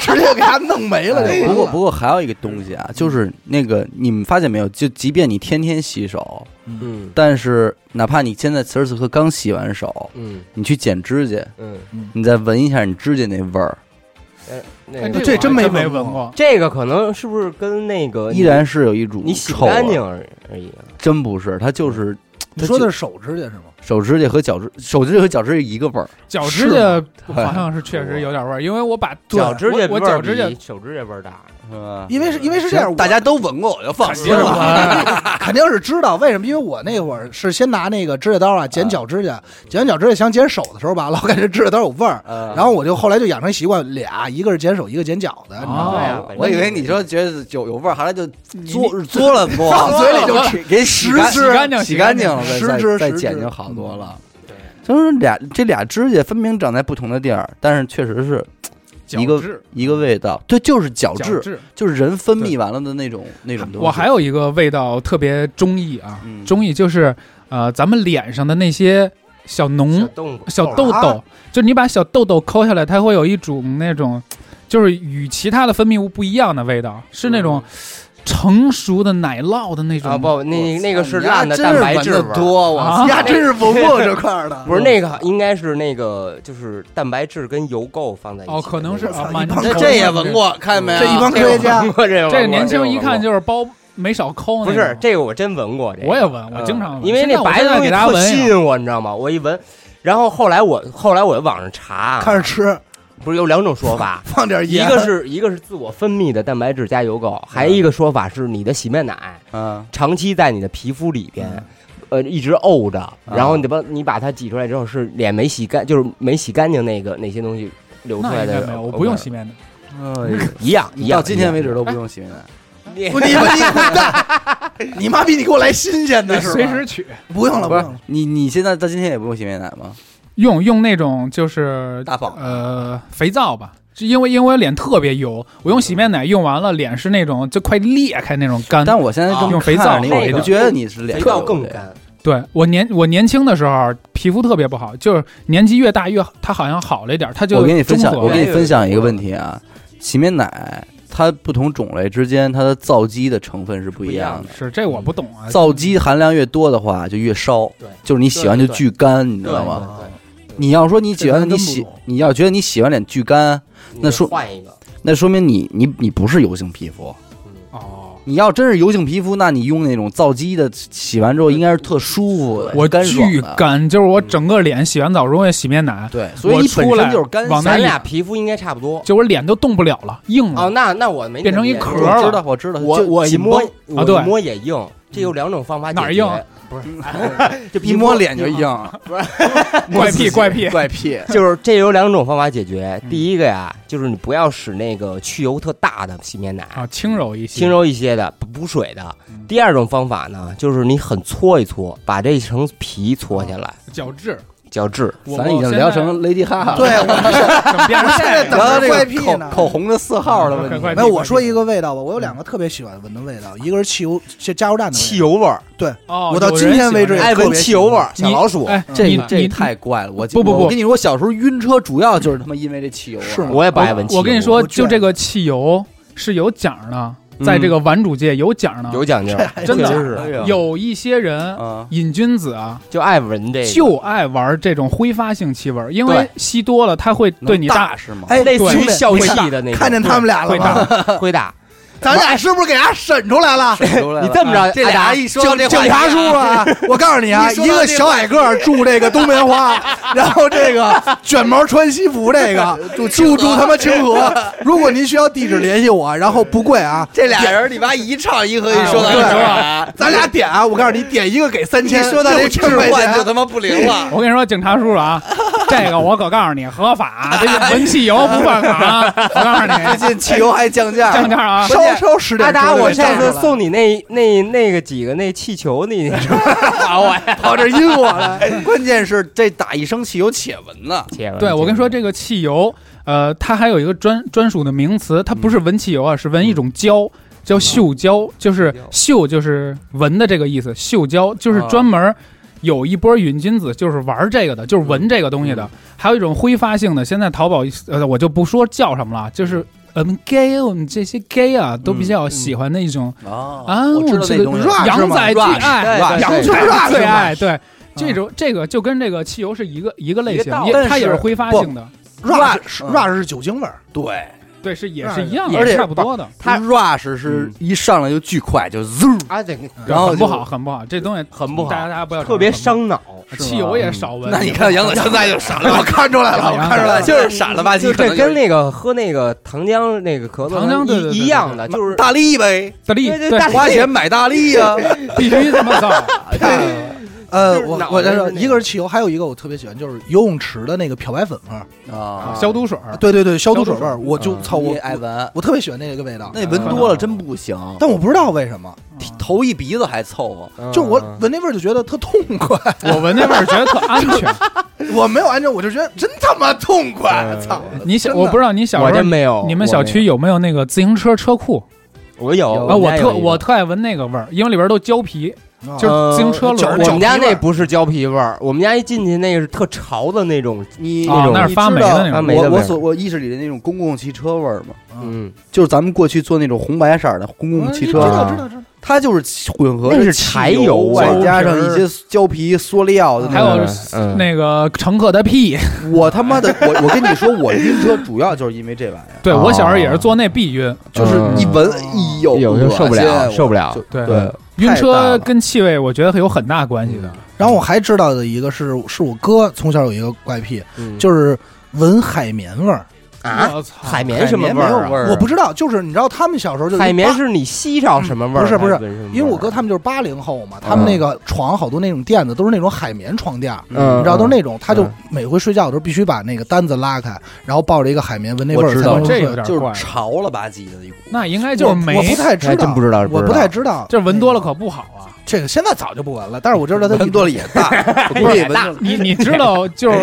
Speaker 3: 直接给他弄没了
Speaker 2: 哎
Speaker 3: 就完了。
Speaker 2: 不过不过还有一个东西啊，就是那个你们发现没有，就即便你天天洗手，
Speaker 4: 嗯
Speaker 2: 但是哪怕你现在此时此刻刚洗完手，
Speaker 4: 嗯
Speaker 2: 你去剪指甲，
Speaker 4: 嗯，
Speaker 2: 你再闻一下你指甲那味儿，
Speaker 4: 哎那
Speaker 5: 哎
Speaker 4: 个
Speaker 3: 这真没
Speaker 5: 我还
Speaker 3: 闻
Speaker 5: 没
Speaker 3: 过
Speaker 5: 闻过，
Speaker 4: 这个可能是不是跟那个
Speaker 2: 依然啊是有一种
Speaker 4: 呃你洗
Speaker 2: 臭味儿
Speaker 4: 干净而而已？啊
Speaker 2: 真不是，它就是
Speaker 3: 你说的是手指甲是吗？
Speaker 2: 手指甲和脚趾，手指甲和脚趾甲一个味儿。
Speaker 5: 脚指甲好像是确实有点味儿，因为我把
Speaker 3: 对
Speaker 4: 脚指甲
Speaker 5: 我我
Speaker 4: 味儿
Speaker 5: 脚指甲
Speaker 4: 比手指甲味儿大，
Speaker 2: 因
Speaker 3: 因为是因为是这样，我
Speaker 2: 大家都闻过，我就放心
Speaker 5: 肯定
Speaker 2: 了。
Speaker 3: 我肯定是知道为什么，因为我那会儿是先拿那个指甲刀啊剪脚指甲，剪完脚指甲想剪手的时候吧，老 感觉指甲刀有味儿，
Speaker 2: 然
Speaker 3: 然后我就后来就养成习惯，俩一个是剪手，一个剪脚的，你知道吗？
Speaker 5: 哦
Speaker 4: 对啊
Speaker 2: 我以为你说觉得有有味儿，后来就嘬嘬了嘬，
Speaker 3: 放嘴里就
Speaker 2: 吃，给洗干
Speaker 5: 十只洗干净
Speaker 2: 洗干净了，
Speaker 3: 十
Speaker 2: 再
Speaker 3: 只
Speaker 2: 再
Speaker 3: 十
Speaker 2: 剪
Speaker 3: 只
Speaker 2: 就好多了。
Speaker 4: 对，
Speaker 2: 就是俩这俩指甲分明长在不同的地儿，但是确实是
Speaker 5: 脚
Speaker 2: 一个
Speaker 5: 趾
Speaker 2: 一个味道。对，就是角
Speaker 5: 脚
Speaker 2: 质，
Speaker 5: 趾。
Speaker 2: 就是人分泌完了的那种那种东西。
Speaker 5: 我还有一个味道特别中意啊
Speaker 2: 嗯，
Speaker 5: 中意就是呃，咱们脸上的那些小脓
Speaker 4: 小、动物，
Speaker 5: 小痘
Speaker 3: 啊
Speaker 5: 痘，就你把小痘痘抠下来，它会有一种那种，就是与其他的分泌物不一样的味道，
Speaker 4: 嗯
Speaker 5: 是那种成熟的奶酪的那
Speaker 4: 啊
Speaker 5: 种。
Speaker 4: 不，那那个是
Speaker 2: 你丫
Speaker 4: 烂的
Speaker 2: 真
Speaker 4: 蛋白质
Speaker 2: 闻得
Speaker 4: 味
Speaker 3: 嗯
Speaker 4: 儿，
Speaker 2: 多，我
Speaker 5: 啊
Speaker 3: 呀，真是不过这块儿的，
Speaker 4: 不是 那个，应该是那个就是蛋白质跟油垢放在一起的那个。
Speaker 5: 哦，可能是
Speaker 3: 我操
Speaker 5: 啊，妈
Speaker 3: 一
Speaker 5: 你
Speaker 3: 帮
Speaker 2: 这这也闻过，看见没有？啊
Speaker 3: 这一帮科学家
Speaker 4: 这个我闻过这个
Speaker 5: 这
Speaker 4: 闻过
Speaker 5: 年轻一看
Speaker 4: 这
Speaker 5: 就是包没少抠。
Speaker 4: 个闻过不是，这个，我真闻过这个。
Speaker 5: 我也闻，我
Speaker 4: 嗯
Speaker 5: 经常闻，
Speaker 4: 因为
Speaker 5: 现在
Speaker 4: 那
Speaker 5: 我
Speaker 4: 白
Speaker 5: 现在
Speaker 4: 的
Speaker 5: 给大家
Speaker 4: 东西特吸
Speaker 5: 闻一下。
Speaker 4: 引我，你知道吗？我一闻，然后后来我后来我就网上查，啊
Speaker 3: 开始吃，，
Speaker 4: 不是有两种说法
Speaker 3: 放点
Speaker 4: 一
Speaker 3: 盐，
Speaker 4: 个是一个是自我分泌的蛋白质加油垢，还
Speaker 5: 嗯
Speaker 4: 有一个说法是你的洗面奶
Speaker 2: 嗯，
Speaker 4: 长期在你的皮肤里边。呃，一直沤
Speaker 2: 啊
Speaker 4: 着，然后你把你把它挤出来之后，是脸没洗干，就是没洗干净那个那些东西流出
Speaker 5: 那
Speaker 4: 来
Speaker 5: 应该
Speaker 4: 的。
Speaker 5: 没有，我不用洗面奶。
Speaker 4: 一样，一
Speaker 2: 你
Speaker 4: 样。
Speaker 2: 到今天为止都不
Speaker 5: 哎
Speaker 2: 用洗面奶。
Speaker 4: 一 样，
Speaker 3: 不你妈你滚蛋，你妈逼你给我来 新鲜的是吧？
Speaker 5: 随时取，
Speaker 3: 不用了，
Speaker 2: 不
Speaker 3: 不
Speaker 2: 是
Speaker 3: 用了，
Speaker 2: 你，你现在到今天也不用洗面奶吗？
Speaker 5: 用用那种就是
Speaker 2: 大宝
Speaker 5: 呃肥皂吧，是因为因为我脸特别油，我用洗面奶用完了，脸是那种就快裂开那种干。
Speaker 2: 但我现在
Speaker 4: 啊
Speaker 2: 这么
Speaker 5: 用肥
Speaker 2: 看着
Speaker 5: 皂
Speaker 2: 你，
Speaker 4: 那
Speaker 2: 我
Speaker 4: 个
Speaker 2: 不觉得你是脸
Speaker 4: 肥皂更干。
Speaker 5: 对我年我年轻的时候皮肤特别不好，就是年纪越大越它好像好了一点，它就
Speaker 2: 我给你分享，
Speaker 5: 中和
Speaker 2: 我
Speaker 5: 了
Speaker 2: 给你分享一个问题啊，洗面奶它不同种类之间它的皂基的成分是不一样的。
Speaker 5: 是这我不懂啊，
Speaker 2: 皂基含量越多的话，就越烧，
Speaker 4: 对
Speaker 2: 就是你洗完就
Speaker 4: 对
Speaker 2: 巨干，你知道
Speaker 4: 对
Speaker 2: 吗？
Speaker 4: 对对
Speaker 2: 你要说你洗
Speaker 3: 这
Speaker 2: 完
Speaker 3: 咱真
Speaker 2: 你
Speaker 3: 不
Speaker 2: 洗
Speaker 3: 懂，
Speaker 2: 你要觉得你洗完脸巨干，
Speaker 4: 你
Speaker 2: 那说
Speaker 4: 换一个，
Speaker 2: 那说明你你你不是油性皮肤。
Speaker 4: 嗯，
Speaker 5: 哦，
Speaker 2: 你要真是油性皮肤，那你用那种皂基的洗完之后，应该是特舒服的，
Speaker 5: 我
Speaker 2: 干爽
Speaker 5: 巨
Speaker 2: 的。
Speaker 5: 干，就是我整个脸洗完澡容易洗面奶，
Speaker 2: 对，所以你本
Speaker 5: 出来
Speaker 2: 身就是干
Speaker 5: 往
Speaker 2: 爽。
Speaker 5: 那
Speaker 4: 咱
Speaker 5: 一
Speaker 4: 俩皮肤应该差不多。
Speaker 5: 就我脸都动不了了，硬
Speaker 2: 啊
Speaker 4: 哦，
Speaker 5: 了。
Speaker 4: 那那我没
Speaker 5: 变成一壳
Speaker 4: 壳
Speaker 5: 儿了
Speaker 2: 我知道，我知道，
Speaker 4: 我
Speaker 2: 就
Speaker 4: 我一
Speaker 2: 紧绷
Speaker 4: 摸，我
Speaker 5: 对嗯
Speaker 4: 一摸也硬。这有两种方法解决
Speaker 5: 哪儿硬？
Speaker 4: 不是，
Speaker 2: 就啊
Speaker 4: 就
Speaker 2: 一摸脸就硬，
Speaker 5: 怪 癖怪癖，
Speaker 2: 怪癖。
Speaker 4: 就是这有两种方法解决。
Speaker 5: 嗯
Speaker 4: 第一个呀，就是你不要使那个去油特大的洗面奶，
Speaker 5: 啊，轻柔一些，
Speaker 4: 轻柔一些的补补水的
Speaker 5: 嗯。
Speaker 4: 第二种方法呢，就是你很搓一搓，把这一层皮搓下来，
Speaker 5: 角质。
Speaker 4: 角质。
Speaker 5: 我
Speaker 2: 咱已经聊成 Lady 哈哈了，
Speaker 3: 对，我
Speaker 5: 怎么 变成这样
Speaker 3: 现在
Speaker 5: 了
Speaker 3: 等
Speaker 2: 聊到这
Speaker 3: 怪癖
Speaker 2: 个口
Speaker 3: 呢
Speaker 2: 口红的色号的 问
Speaker 5: 快
Speaker 2: 题。
Speaker 5: 快
Speaker 3: 没有，我说一个味道吧，我有两个特别喜欢闻的味道，一个是汽油，这加油站的味道
Speaker 4: 汽，油味儿，
Speaker 5: 哦，
Speaker 3: 我到
Speaker 5: 有人
Speaker 3: 今天为止
Speaker 5: 喜
Speaker 3: 也
Speaker 5: 欢
Speaker 4: 爱闻汽油味儿，
Speaker 5: 这个
Speaker 4: 小老鼠。
Speaker 5: 哎，
Speaker 2: 这
Speaker 5: 你
Speaker 2: 个这
Speaker 5: 你
Speaker 2: 个太怪了，我
Speaker 5: 不不不
Speaker 2: 我跟你说，我小时候晕车主要就是他妈因为这汽油味儿，
Speaker 3: 是吗
Speaker 4: 我也不爱闻汽油。
Speaker 5: 我跟你说，
Speaker 3: 我
Speaker 5: 就这个汽油是有讲的，在这个玩主界有讲的，
Speaker 4: 有讲究，
Speaker 5: 真的
Speaker 4: 确实是
Speaker 2: 哎呀
Speaker 5: 有一些人
Speaker 3: 嗯
Speaker 2: 啊，
Speaker 5: 瘾君子啊，
Speaker 4: 就爱闻这个，
Speaker 5: 就爱玩这种挥发性气味儿，因为
Speaker 4: 对
Speaker 5: 吸多了它会对你
Speaker 2: 能
Speaker 5: 大
Speaker 2: 大是吗？
Speaker 3: 哎，
Speaker 4: 类似
Speaker 5: 对
Speaker 4: 于笑
Speaker 3: 会大
Speaker 4: 气的那种。
Speaker 3: 看见他们俩了
Speaker 5: 会
Speaker 3: 吗？
Speaker 5: 大。
Speaker 4: 会大，
Speaker 3: 咱俩是不是给他审出来了？
Speaker 2: 你
Speaker 4: 你这么着，
Speaker 2: 啊这
Speaker 4: 阿达
Speaker 2: 俩一说到
Speaker 3: 警
Speaker 2: 这
Speaker 3: 哎警
Speaker 2: 话
Speaker 3: 察
Speaker 2: 题
Speaker 3: 叔啊，我告诉你啊，
Speaker 2: 你说
Speaker 3: 一
Speaker 2: 到
Speaker 3: 个
Speaker 2: 这啊
Speaker 3: 小矮个儿住这个东棉花， 然后这个卷毛穿西服，这个 住住住他妈清河。如果您需要地址联系我，然后不贵啊，
Speaker 2: 这俩人你妈一唱一和，一说到
Speaker 5: 哎我跟
Speaker 2: 这
Speaker 5: 你
Speaker 2: 儿
Speaker 5: 说
Speaker 2: 啊，
Speaker 3: 咱俩点啊，我告诉你，点一个给三
Speaker 2: 一
Speaker 3: 千，
Speaker 2: 说到这置
Speaker 3: 六千块
Speaker 2: 换就
Speaker 3: 钱。
Speaker 2: 他妈不灵 了。
Speaker 5: 我跟你说，警察叔叔啊，这个我可告诉你，合法，这个闻汽油不犯法啊。我告诉你，
Speaker 2: 最近汽油还降价，
Speaker 5: 降 价啊，
Speaker 3: 稍
Speaker 2: 关键
Speaker 3: 稍十点
Speaker 4: 阿
Speaker 3: 钟就
Speaker 4: 达，
Speaker 3: 给
Speaker 4: 我上
Speaker 3: 炸
Speaker 4: 次
Speaker 3: 了
Speaker 4: 送你那那那个几个那气球，你你打啊我呀？
Speaker 3: 跑这儿阴我 了，
Speaker 2: 哎关键是这打一声汽油且闻呢，
Speaker 5: 对，我跟你说，这个汽油，呃，它还有一个专专属的名词，它不是闻汽油啊，是闻一种胶，叫嗅嗯胶，啊就是嗅就是闻的这个意思，嗅胶就是专门有一波瘾君子就是玩这个的，就是闻这个东西的。还有一种挥发性的，现在淘宝呃，我就不说叫什么了，就是。我们 gay，我们这些 gay 啊，都比较喜欢那种、
Speaker 2: 哦
Speaker 5: 啊，
Speaker 2: 我知道
Speaker 5: 这
Speaker 2: 那东西
Speaker 5: 个
Speaker 2: 了。
Speaker 5: 羊仔哎最
Speaker 2: Rush，
Speaker 5: 爱，
Speaker 2: 对对
Speaker 5: 羊
Speaker 3: 对对
Speaker 5: 仔
Speaker 3: Rush
Speaker 5: 最
Speaker 3: 嘛
Speaker 5: 爱，对，这种这个就跟这个汽油是一个一个类
Speaker 4: 一个
Speaker 5: 型
Speaker 4: 道，
Speaker 5: 也
Speaker 2: 理
Speaker 5: 它也是
Speaker 2: 但是
Speaker 5: 挥发
Speaker 2: 不
Speaker 5: 性的，
Speaker 3: rush
Speaker 2: Rush，嗯
Speaker 3: rush 是酒精味儿，
Speaker 2: 对，
Speaker 5: 对，是也
Speaker 3: 那
Speaker 5: 是一样
Speaker 2: 而
Speaker 5: 的，
Speaker 2: 且
Speaker 5: 差不多的，
Speaker 2: 它 rush 是一上来就巨快，就 zoo，
Speaker 4: 啊，这个
Speaker 2: 然后
Speaker 5: 很
Speaker 2: 就
Speaker 5: 不好，。很不好，这东西
Speaker 4: 很不好
Speaker 5: 大家大家不要
Speaker 4: 特别
Speaker 5: 尝试很
Speaker 4: 伤嗯脑，
Speaker 5: 不好，汽油也少闻。
Speaker 2: 那你看杨子现在就傻了
Speaker 3: 我
Speaker 2: 吧
Speaker 3: 看出来了，我看出来了，
Speaker 2: 就是傻了吧唧，
Speaker 4: 就
Speaker 2: 可
Speaker 4: 这
Speaker 2: 能
Speaker 4: 跟那个喝那个糖浆那个可乐
Speaker 5: 糖浆对对对对
Speaker 4: 一一样的，就是
Speaker 2: 大力呗，
Speaker 5: 大力
Speaker 4: 对对
Speaker 5: 对
Speaker 4: 大力
Speaker 2: 花钱买大力 呀。
Speaker 5: 必须这么造，
Speaker 3: 呃，
Speaker 4: 就是
Speaker 3: 我
Speaker 4: 脑
Speaker 3: 我
Speaker 4: 袋
Speaker 3: 再说，
Speaker 4: 是那
Speaker 3: 一个是汽油，还有一个我特别喜欢，就是游泳池的那个漂白粉味儿。
Speaker 2: 啊
Speaker 5: 消毒水儿。
Speaker 3: 对对对，消毒
Speaker 5: 消
Speaker 3: 水
Speaker 5: 毒
Speaker 3: 味儿，我就操
Speaker 2: 你
Speaker 3: 我
Speaker 2: 也爱闻，
Speaker 3: 我特别喜欢那个味道。
Speaker 2: 那闻多了真不 行，
Speaker 3: 但我不知道为什么，
Speaker 2: 头一鼻子还凑合。
Speaker 4: 嗯
Speaker 3: 就我闻那味儿就觉得特痛快，
Speaker 5: 我闻那味儿觉得特安全。
Speaker 3: 我没有按照，我就觉得真他妈痛快，
Speaker 4: 嗯
Speaker 3: 操！
Speaker 5: 你小
Speaker 3: 真的
Speaker 5: 我不知道你小
Speaker 4: 我
Speaker 5: 时候
Speaker 4: 真没有。
Speaker 5: 你们小区有没有那个自行车车库
Speaker 4: 我有
Speaker 5: 啊？我特我
Speaker 4: 特
Speaker 5: 特爱闻那个味儿，因为里边都胶皮，就是自行车轮
Speaker 3: 呃脚
Speaker 5: 儿那
Speaker 4: 我
Speaker 5: 种。
Speaker 4: 们家那不是胶皮味儿，我们家一进去那个是特潮的那种，
Speaker 3: 你
Speaker 5: 啊那是发霉的那
Speaker 2: 我
Speaker 4: 种发霉的味
Speaker 2: 我
Speaker 4: 儿
Speaker 2: 所我意识里的那种公共汽车味儿嘛，
Speaker 4: 嗯，
Speaker 2: 就是咱们过去坐那种红白色儿的公共汽车，
Speaker 4: 嗯知道
Speaker 2: 啊
Speaker 4: 知
Speaker 3: 道知道，
Speaker 2: 它就是混合着
Speaker 4: 那是
Speaker 2: 汽
Speaker 4: 柴油
Speaker 2: 外
Speaker 4: 胶
Speaker 2: 加
Speaker 3: 皮
Speaker 2: 上
Speaker 3: 儿
Speaker 2: 一些胶皮、塑料的
Speaker 5: 还
Speaker 2: 那种。
Speaker 5: 有
Speaker 4: 嗯
Speaker 5: 那个乘客的屁，
Speaker 2: 我他妈的，我我跟你说，我晕车主要就是因为这玩意儿，
Speaker 5: 对
Speaker 4: 哦
Speaker 5: 我小时候也是坐那避晕，
Speaker 2: 就是一闻，哎呦，
Speaker 4: 有时候受不
Speaker 2: 恶
Speaker 4: 了，
Speaker 2: 心
Speaker 4: 受不了嗯
Speaker 2: 就，
Speaker 5: 对
Speaker 2: 对，
Speaker 5: 晕
Speaker 2: 太大
Speaker 5: 车
Speaker 2: 了
Speaker 5: 跟气味我觉得有很大关系
Speaker 4: 嗯
Speaker 5: 的。
Speaker 3: 然后我还知道的一个是，是我哥从小有一个怪癖，就是闻海绵味儿。
Speaker 4: 嗯
Speaker 2: 嗯
Speaker 4: 啊，
Speaker 5: 我操
Speaker 4: 海绵什么味儿
Speaker 2: 海绵没有味
Speaker 4: 啊？
Speaker 2: 儿
Speaker 3: 我不知道，就是你知道他们小时候就
Speaker 4: 海绵
Speaker 3: 八，
Speaker 4: 是你吸着什么味儿？啊
Speaker 3: 不是不是
Speaker 4: 还闻什么味儿，
Speaker 3: 因为我哥他们就是八零后嘛，他们那个床好多那种垫子都是那种海绵床垫儿。
Speaker 4: 嗯，
Speaker 3: 你知道都是那种，他就
Speaker 4: 嗯
Speaker 3: 每回睡觉的时候必须把那个单子拉开，然后抱着一个海绵闻那味
Speaker 2: 我
Speaker 3: 儿
Speaker 2: 知
Speaker 3: 才
Speaker 2: 道
Speaker 3: 能
Speaker 5: 这
Speaker 3: 睡
Speaker 5: 有。点
Speaker 2: 就
Speaker 5: 怪
Speaker 2: 是，潮了吧唧的一股。
Speaker 5: 那应该就是
Speaker 3: 我我不
Speaker 5: 霉，
Speaker 3: 太知
Speaker 4: 还真
Speaker 3: 道
Speaker 4: 不，知道，
Speaker 3: 我不太知道，
Speaker 5: 这闻多了可不好啊。
Speaker 3: 这个现在早就不闻了，但是我知道他
Speaker 2: 闻多了也大，
Speaker 4: 哎
Speaker 2: 我估计闻多了
Speaker 5: 你你知道就是，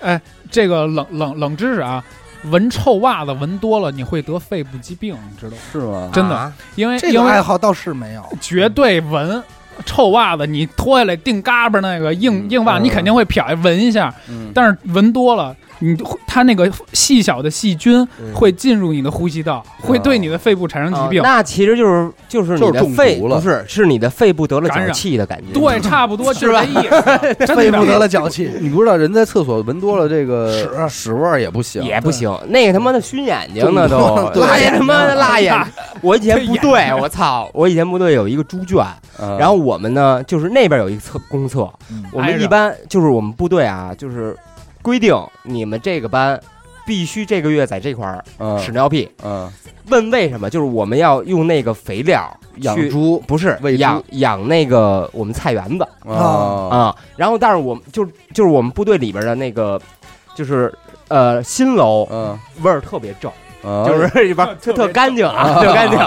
Speaker 5: 哎，这个冷冷冷知识啊，闻臭袜子闻多了你会得肺部疾病，你知道吗？
Speaker 2: 是 吗？
Speaker 5: 真的，
Speaker 4: 啊
Speaker 5: 因为
Speaker 3: 这
Speaker 5: 因
Speaker 3: 个爱
Speaker 5: 为
Speaker 3: 好倒是没有，
Speaker 5: 绝对闻臭袜子，你脱下来定嘎巴那个硬硬袜，
Speaker 4: 嗯
Speaker 5: 你肯定会瞟一闻一下，
Speaker 2: 嗯，
Speaker 5: 但是闻多了，你它那个细小的细菌会进入你的呼吸道，会对你的肺部产生疾病。
Speaker 4: 嗯哦那其实就是就是
Speaker 2: 就
Speaker 4: 你
Speaker 2: 是
Speaker 4: 的
Speaker 2: 中
Speaker 4: 肺
Speaker 2: 毒了
Speaker 4: 不是是你的肺部得了
Speaker 5: 感
Speaker 4: 脚
Speaker 5: 染
Speaker 4: 气的感觉，
Speaker 5: 对，差不多就是这意思， 真
Speaker 3: 肺
Speaker 5: 的
Speaker 3: 部得了脚气，
Speaker 2: 你不知道人在厕所闻多了这个
Speaker 3: 屎
Speaker 2: 屎味儿也不行，
Speaker 4: 也不行，那个他妈的熏眼睛呢都
Speaker 2: 中毒了， 对
Speaker 4: 辣眼他妈的 辣眼
Speaker 5: 辣。
Speaker 4: 我以前部
Speaker 5: 这
Speaker 4: 队，我操，我以前部队有一个猪圈，
Speaker 2: 嗯
Speaker 4: 然后我们呢就是那边有一个厕公厕
Speaker 3: 嗯，
Speaker 4: 我
Speaker 5: 挨
Speaker 4: 们
Speaker 5: 着
Speaker 4: 一般就是我们部队啊，就是规定你们这个班必须这个月在这块儿
Speaker 2: 嗯
Speaker 4: 屎尿屁。
Speaker 2: 嗯
Speaker 4: 问为什么？就是我们要用那个肥料
Speaker 2: 养
Speaker 4: 去，
Speaker 2: 猪
Speaker 4: 不是
Speaker 2: 喂猪
Speaker 4: 养养那个我们菜园子。
Speaker 2: 啊
Speaker 4: 啊、然后但是我们就就是我们部队里边的那个，就是呃新楼
Speaker 2: 嗯
Speaker 4: 味儿特别正，
Speaker 2: 啊
Speaker 4: 就是这边特特干净啊，特啊干净。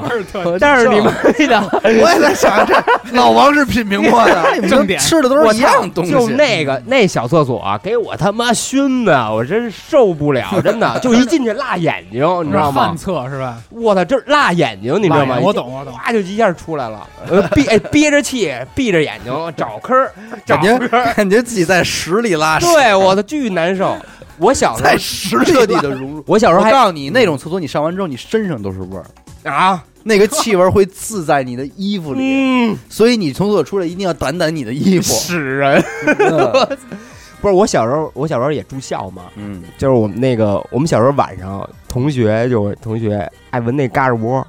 Speaker 5: 净
Speaker 4: 但是你们的
Speaker 3: 我也在想这 老王是品评过的，你们
Speaker 5: 正点
Speaker 3: 吃的都
Speaker 4: 我
Speaker 3: 是一样东西，
Speaker 4: 就那个那小厕所啊、给我他妈熏的，我真受不了，真 的，就一进去辣眼睛，你知道吗
Speaker 5: 旱？厕是吧？哎
Speaker 4: 我操，这辣眼睛，你知道吗？
Speaker 5: 我懂，我懂。
Speaker 4: 哗就一下出来了，呃，憋哎憋着气，闭着眼睛找坑儿，找
Speaker 2: 感
Speaker 4: 坑
Speaker 2: 觉
Speaker 4: 儿，
Speaker 2: 感觉自己在屎里 拉屎，
Speaker 4: 对，我的巨难受。我小时候
Speaker 3: 在，实
Speaker 2: 彻
Speaker 3: 力
Speaker 2: 底
Speaker 3: 的。
Speaker 2: 的融入。
Speaker 4: 我小时
Speaker 2: 我
Speaker 4: 候还
Speaker 2: 告诉你，那种厕所你上完之后，你身上都是味儿，
Speaker 4: 啊，
Speaker 2: 那个气味会刺在你的衣服里，
Speaker 4: 嗯，
Speaker 2: 所以你从厕所出来一定要掸掸你的衣服。
Speaker 4: 使人。嗯 不是我小时候，我小时候也住校嘛，
Speaker 2: 嗯，
Speaker 4: 就是我们那个，我们小时候晚上同学就同学爱闻那嘎吱窝，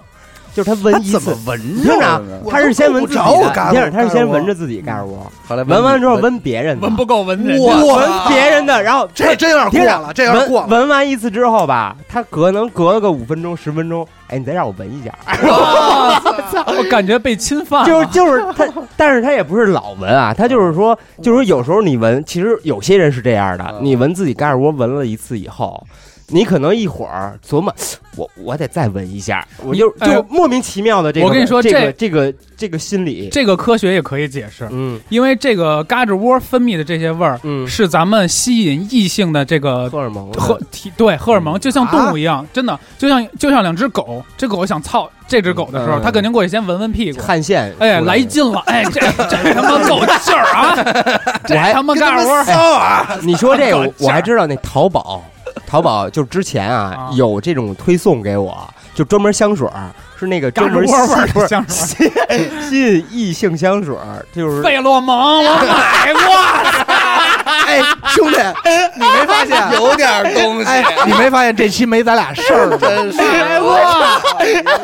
Speaker 4: 就是他闻一
Speaker 2: 怎么
Speaker 4: 次，
Speaker 2: 闻
Speaker 4: 你听
Speaker 2: 着
Speaker 4: 着啊
Speaker 2: 呢？
Speaker 3: 我
Speaker 4: 他是先闻自己
Speaker 3: 我够不着
Speaker 4: 的，
Speaker 3: 嘎吱窝
Speaker 4: 你听着，他是
Speaker 3: 嘎
Speaker 4: 先
Speaker 3: 吱窝
Speaker 4: 闻着自己嘎吱窝，
Speaker 2: 后来
Speaker 4: 闻完之后闻别人的，
Speaker 5: 闻不够闻人
Speaker 3: 哇
Speaker 5: 家，
Speaker 4: 闻别人的，然后
Speaker 3: 这真有点
Speaker 4: 听
Speaker 3: 过了，
Speaker 4: 着
Speaker 3: 这有点过
Speaker 4: 闻
Speaker 3: 了。
Speaker 4: 闻完一次之后吧，他隔能隔了个五分钟十分钟，哎，你再让我闻一下，
Speaker 5: 我感觉被侵 犯了。
Speaker 4: 就是就是他，但是他也不是老闻啊，他就是说，就是说有时候你闻，其实有些人是这样的，
Speaker 2: 嗯
Speaker 4: 你闻自己盖窝闻了一次以后。你可能一会儿琢磨， 我我得再闻一下，我就
Speaker 5: 哎
Speaker 4: 就莫名其妙的这个，
Speaker 5: 我跟你说
Speaker 4: 这
Speaker 5: 这
Speaker 4: 个这个这个心理，
Speaker 5: 这个科学也可以解释，
Speaker 4: 嗯
Speaker 5: 因为这个嘎吱窝分泌的这些味儿
Speaker 4: 嗯，
Speaker 5: 是咱们吸引异性的这个
Speaker 4: 荷尔蒙嗯啊的
Speaker 5: 荷体对荷尔蒙，就像动物一样，真的就像就像两只狗，这狗想操这只狗的时候，
Speaker 4: 嗯
Speaker 5: 它肯定过去先闻闻屁股。
Speaker 4: 汗腺出
Speaker 5: 哎，
Speaker 4: 的，
Speaker 5: 来劲了！哎，这这他妈够劲儿 啊！这
Speaker 4: 我还
Speaker 5: 他妈嘎窝
Speaker 4: 骚啊！你说 这个，我我还知道那淘宝，淘宝就之前啊
Speaker 5: 啊
Speaker 4: 有这种推送给我，就专门香水儿是那个
Speaker 5: 嘎
Speaker 4: 专
Speaker 5: 吱
Speaker 4: 门
Speaker 5: 窝味儿
Speaker 4: 吸不
Speaker 5: 的
Speaker 4: 是
Speaker 5: 香水，
Speaker 4: 吸引异性香水儿，就是
Speaker 5: 费洛蒙我买过。
Speaker 3: 哎，兄弟， 你没发现？
Speaker 2: 有点东西，
Speaker 3: 哎，你没发现这期没咱俩事儿吗？
Speaker 2: 真是。
Speaker 4: 哎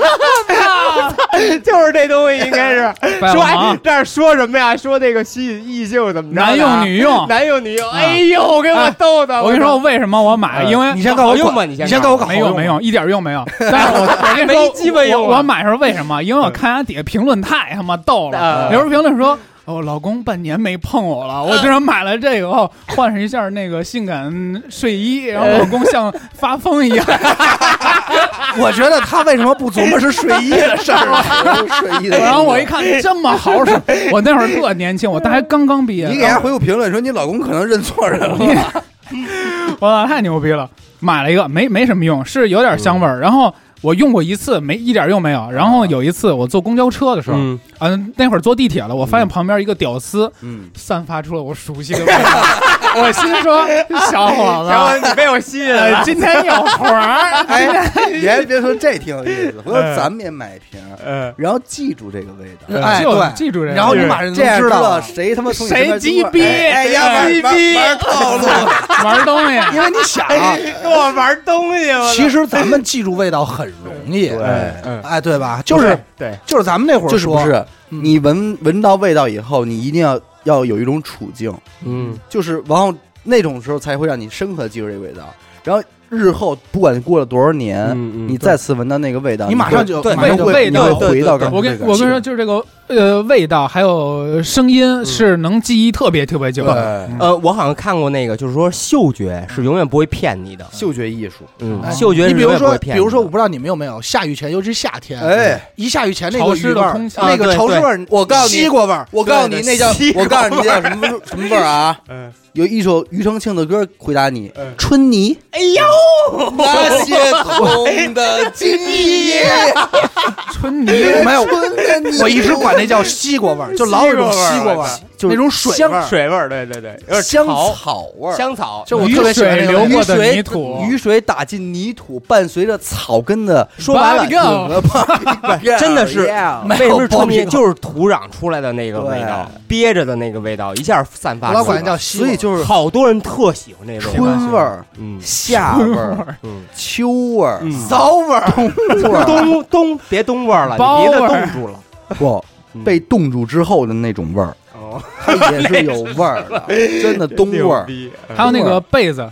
Speaker 4: 就是这东西应该是
Speaker 5: 费
Speaker 4: 说
Speaker 5: 洛
Speaker 4: 哎
Speaker 5: 蒙，
Speaker 4: 这儿说什么呀？说这个吸引异性怎么着的啊？
Speaker 5: 男用女 用。
Speaker 4: 男用女用，哎呦，给我
Speaker 5: 哎
Speaker 4: 逗的！
Speaker 5: 我跟你说，为什么为什么我买？
Speaker 4: 嗯
Speaker 5: 因为
Speaker 3: 你先告诉
Speaker 4: 好
Speaker 3: 我
Speaker 4: 用
Speaker 3: 管
Speaker 4: 吗？你先
Speaker 3: 你先告诉我搞
Speaker 5: 没用没用，一点用没有。但是我我跟你
Speaker 4: 没
Speaker 5: 说，
Speaker 4: 鸡巴
Speaker 5: 我
Speaker 4: 用啊
Speaker 5: 我买的时候为什么？因为我看人家底下评论太他妈逗了
Speaker 4: 嗯，
Speaker 5: 有人评论说。我、老公半年没碰我了，我居然买了这个后换上一下那个性感睡衣，然后老公像发疯一样，
Speaker 3: 我觉得他为什么不琢磨是睡衣的事儿 啊？
Speaker 2: 睡衣的。
Speaker 5: 然后我一看这么豪爽，我那会儿特年轻，我大学刚刚毕业，
Speaker 2: 你给人家回复评论说你老公可能认错人了，
Speaker 3: 嗯
Speaker 5: 我操，太牛逼了！买了一个，没没什么用，是有点香味儿。然后我用过一次，没一点用没有。然
Speaker 3: 啊
Speaker 5: 后有一次我坐公交车的时候，
Speaker 4: 嗯
Speaker 5: 啊，那会儿坐地铁了，我
Speaker 3: 嗯
Speaker 5: 发现旁边一个屌丝
Speaker 2: 嗯，
Speaker 5: 散发出了我熟悉的 味道，我心说小伙
Speaker 4: 然后
Speaker 5: 子。
Speaker 4: 你被我吸引了
Speaker 5: 呃，，今天有活儿，
Speaker 2: 哎，你还别说这挺有意
Speaker 3: 哎
Speaker 2: 思，回头咱们也买一瓶，
Speaker 5: 呃，
Speaker 2: 然后记住这个味道。
Speaker 3: 哎
Speaker 5: 就
Speaker 3: 对
Speaker 5: 记住这个，
Speaker 3: 然后你把人
Speaker 2: 这
Speaker 3: 都
Speaker 2: 样
Speaker 3: 知道
Speaker 2: 道
Speaker 3: 了，
Speaker 2: 谁他妈从你身
Speaker 5: 谁
Speaker 2: 边
Speaker 5: 鸡
Speaker 2: 经过
Speaker 5: 逼，
Speaker 2: 哎呀，玩
Speaker 5: 鸡
Speaker 2: 玩
Speaker 5: 逼，
Speaker 2: 玩套路，哎
Speaker 5: 玩东西，
Speaker 3: 因为你想啊，
Speaker 4: 哎我玩东西 了
Speaker 3: 其 实咱们记住味道很容易，
Speaker 4: 嗯
Speaker 3: 哎，对吧？就是
Speaker 4: 对，
Speaker 3: 就是咱们那会儿
Speaker 2: 就是
Speaker 3: 说
Speaker 2: 不是
Speaker 3: 嗯
Speaker 2: 你闻闻到味道以后，你一定要要有一种处境，
Speaker 4: 嗯，
Speaker 2: 就是然后那种时候才会让你深刻地记住这个味道，然后日后不管过了多少年，
Speaker 4: 嗯
Speaker 2: 你再次闻到那个味道，
Speaker 3: 你马上
Speaker 2: 就
Speaker 3: 就
Speaker 5: 对
Speaker 3: 马上
Speaker 5: 对
Speaker 3: 会
Speaker 5: 味
Speaker 2: 你
Speaker 5: 道
Speaker 2: 会
Speaker 5: 对
Speaker 2: 回到刚才
Speaker 5: 我
Speaker 2: 那
Speaker 5: 跟
Speaker 2: 个
Speaker 5: 我跟你说，就是这个呃味道还有声
Speaker 3: 嗯
Speaker 5: 音是能记忆特别特别久的。嗯
Speaker 4: 呃，我好像看过那个，就是说嗅觉是永远不会骗你的，
Speaker 2: 嗅觉艺术，
Speaker 4: 嗯
Speaker 3: 哎，
Speaker 4: 嗅觉
Speaker 3: 你
Speaker 4: 是
Speaker 3: 比如
Speaker 4: 永远不
Speaker 3: 说，
Speaker 4: 会
Speaker 3: 比
Speaker 4: 骗你的。
Speaker 3: 如说，我不知道你们有没有，下雨前，尤其是夏天，
Speaker 2: 哎，
Speaker 3: 一下雨前那
Speaker 5: 潮
Speaker 3: 个
Speaker 5: 湿
Speaker 3: 雨
Speaker 5: 的
Speaker 3: 味儿
Speaker 5: 空气，
Speaker 3: 那
Speaker 4: 啊
Speaker 3: 个
Speaker 4: 对
Speaker 3: 潮湿
Speaker 4: 对
Speaker 3: 味儿，
Speaker 2: 我告诉你
Speaker 3: 西瓜味儿，
Speaker 2: 我告诉你那叫我告诉你 叫什么什么味儿 啊？有一首庾澄庆的歌回答你，春泥，
Speaker 4: 哎呦，
Speaker 2: 那 些痛的记忆，
Speaker 5: 春泥
Speaker 3: 没有，
Speaker 2: 春的你
Speaker 3: 我一直管那叫西瓜味儿，就老有种西瓜味儿，
Speaker 2: 就是
Speaker 3: 那种水味
Speaker 4: 香
Speaker 3: 儿，
Speaker 4: 水味儿，对对对，有点
Speaker 2: 香
Speaker 4: 潮
Speaker 2: 草味儿。
Speaker 4: 香草，
Speaker 3: 就我
Speaker 5: 雨
Speaker 3: 特别喜欢那
Speaker 5: 水
Speaker 3: 个
Speaker 5: 流
Speaker 3: 味
Speaker 5: 过
Speaker 3: 儿
Speaker 5: 的泥土，
Speaker 2: 雨水打进泥土，伴随着草根的，
Speaker 5: 说白了
Speaker 2: 了
Speaker 4: 真的是
Speaker 3: 没有
Speaker 4: 为什么是春
Speaker 3: 爆
Speaker 4: 泥？
Speaker 3: 米
Speaker 4: 就是土壤出来的那个味道，憋着的那个味道，一下散发
Speaker 3: 我
Speaker 4: 出来。
Speaker 3: 老管它叫西
Speaker 2: 所
Speaker 3: 瓜味儿。
Speaker 2: 以就是
Speaker 4: 好多人特喜欢那个味道。
Speaker 2: 春味儿、
Speaker 4: 嗯
Speaker 2: 夏味儿、
Speaker 4: 嗯，
Speaker 2: 秋味儿、
Speaker 4: 嗯
Speaker 2: 骚味儿、冬味儿，
Speaker 4: 冬冬别冬味儿了，
Speaker 5: 包
Speaker 4: 你别
Speaker 5: 味
Speaker 4: 再
Speaker 5: 儿
Speaker 4: 冻住了。
Speaker 2: 不
Speaker 4: 嗯
Speaker 2: 被冻住之后的那种味儿，
Speaker 4: 哦，
Speaker 2: 它也是有味儿的，真的冬味 儿。
Speaker 5: 还有那个被子，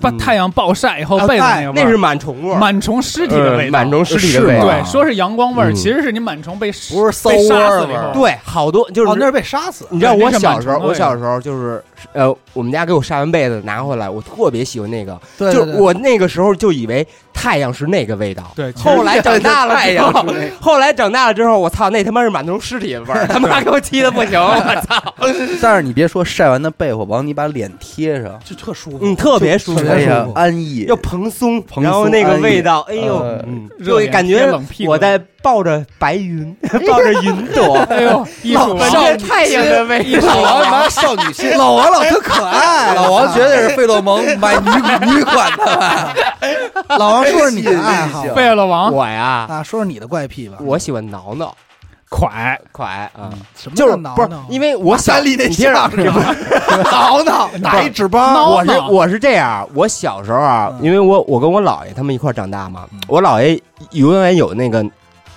Speaker 5: 把
Speaker 4: 嗯
Speaker 5: 太阳暴晒以后被子哦那
Speaker 4: 哎
Speaker 5: 个味
Speaker 4: 那
Speaker 5: 儿
Speaker 4: 是，螨虫味儿，
Speaker 5: 螨虫尸体的味
Speaker 4: 呃
Speaker 5: 道。
Speaker 4: 螨虫尸体
Speaker 2: 是
Speaker 4: 的味
Speaker 2: 吗
Speaker 4: 道。
Speaker 5: 对，说是阳光味儿，
Speaker 4: 嗯
Speaker 5: 其实是你螨虫被
Speaker 2: 不是骚
Speaker 5: 被杀
Speaker 2: 窝
Speaker 5: 死
Speaker 2: 儿
Speaker 5: 了以后
Speaker 2: 味儿
Speaker 4: 对，好多就是
Speaker 3: 哦，那是被杀死。
Speaker 4: 你知道
Speaker 5: 对
Speaker 4: 我
Speaker 5: 那是
Speaker 4: 小
Speaker 5: 螨
Speaker 4: 时候，
Speaker 5: 虫的
Speaker 4: 我
Speaker 5: 味道
Speaker 4: 小时候就是呃，我们家给我晒完被子拿回来，我特别喜欢那个，
Speaker 3: 对
Speaker 4: 就是我那个时候就以为太阳是那个味 道。
Speaker 5: 对，其实
Speaker 4: 后来长大了
Speaker 2: 太
Speaker 4: 之
Speaker 2: 阳
Speaker 4: 后
Speaker 2: 是那，
Speaker 4: 后来长大了之后，我操，那他妈是螨虫尸体的味儿，他妈给我气的不行，我操，
Speaker 2: 但是你别说晒完的被窝，往你把脸贴上，
Speaker 3: 就特舒服。
Speaker 4: 嗯，特别舒服，
Speaker 3: 是
Speaker 2: 哎
Speaker 3: 是
Speaker 2: 呀
Speaker 3: 舒，服
Speaker 2: 安逸。
Speaker 4: 又蓬松，
Speaker 2: 蓬松
Speaker 4: 然后那个味道，哎呦
Speaker 2: 呃，
Speaker 4: 嗯，
Speaker 5: 热
Speaker 4: 就
Speaker 5: 脸
Speaker 4: 感
Speaker 5: 贴
Speaker 4: 觉
Speaker 5: 冷屁股
Speaker 4: 我在抱着白云， 抱着云朵，
Speaker 5: 哎呦，艺术
Speaker 4: 闻着太阳的味
Speaker 2: 老王
Speaker 4: 道，
Speaker 2: 拿少女心，
Speaker 3: 老王老特可爱，
Speaker 2: 老王绝对是费洛蒙买女女款的，
Speaker 3: 老王说说你的爱好
Speaker 2: 吸引力
Speaker 5: 贝勒王
Speaker 4: 我呀，
Speaker 3: 啊，说说你的怪癖吧。
Speaker 4: 我喜欢挠挠，
Speaker 5: 快
Speaker 4: 快啊，
Speaker 3: 什么
Speaker 4: 就是
Speaker 3: 嗯挠
Speaker 4: 不是
Speaker 3: 挠？啊
Speaker 4: 因为我小
Speaker 3: 三立那
Speaker 4: 你听着
Speaker 3: 相声， 挠挠打一纸包，
Speaker 5: 挠
Speaker 4: 我
Speaker 5: 挠
Speaker 4: 是我是这样，我小时候啊，
Speaker 3: 嗯
Speaker 4: 因为我我跟我姥爷他们一块儿长大嘛，我姥爷永远有那个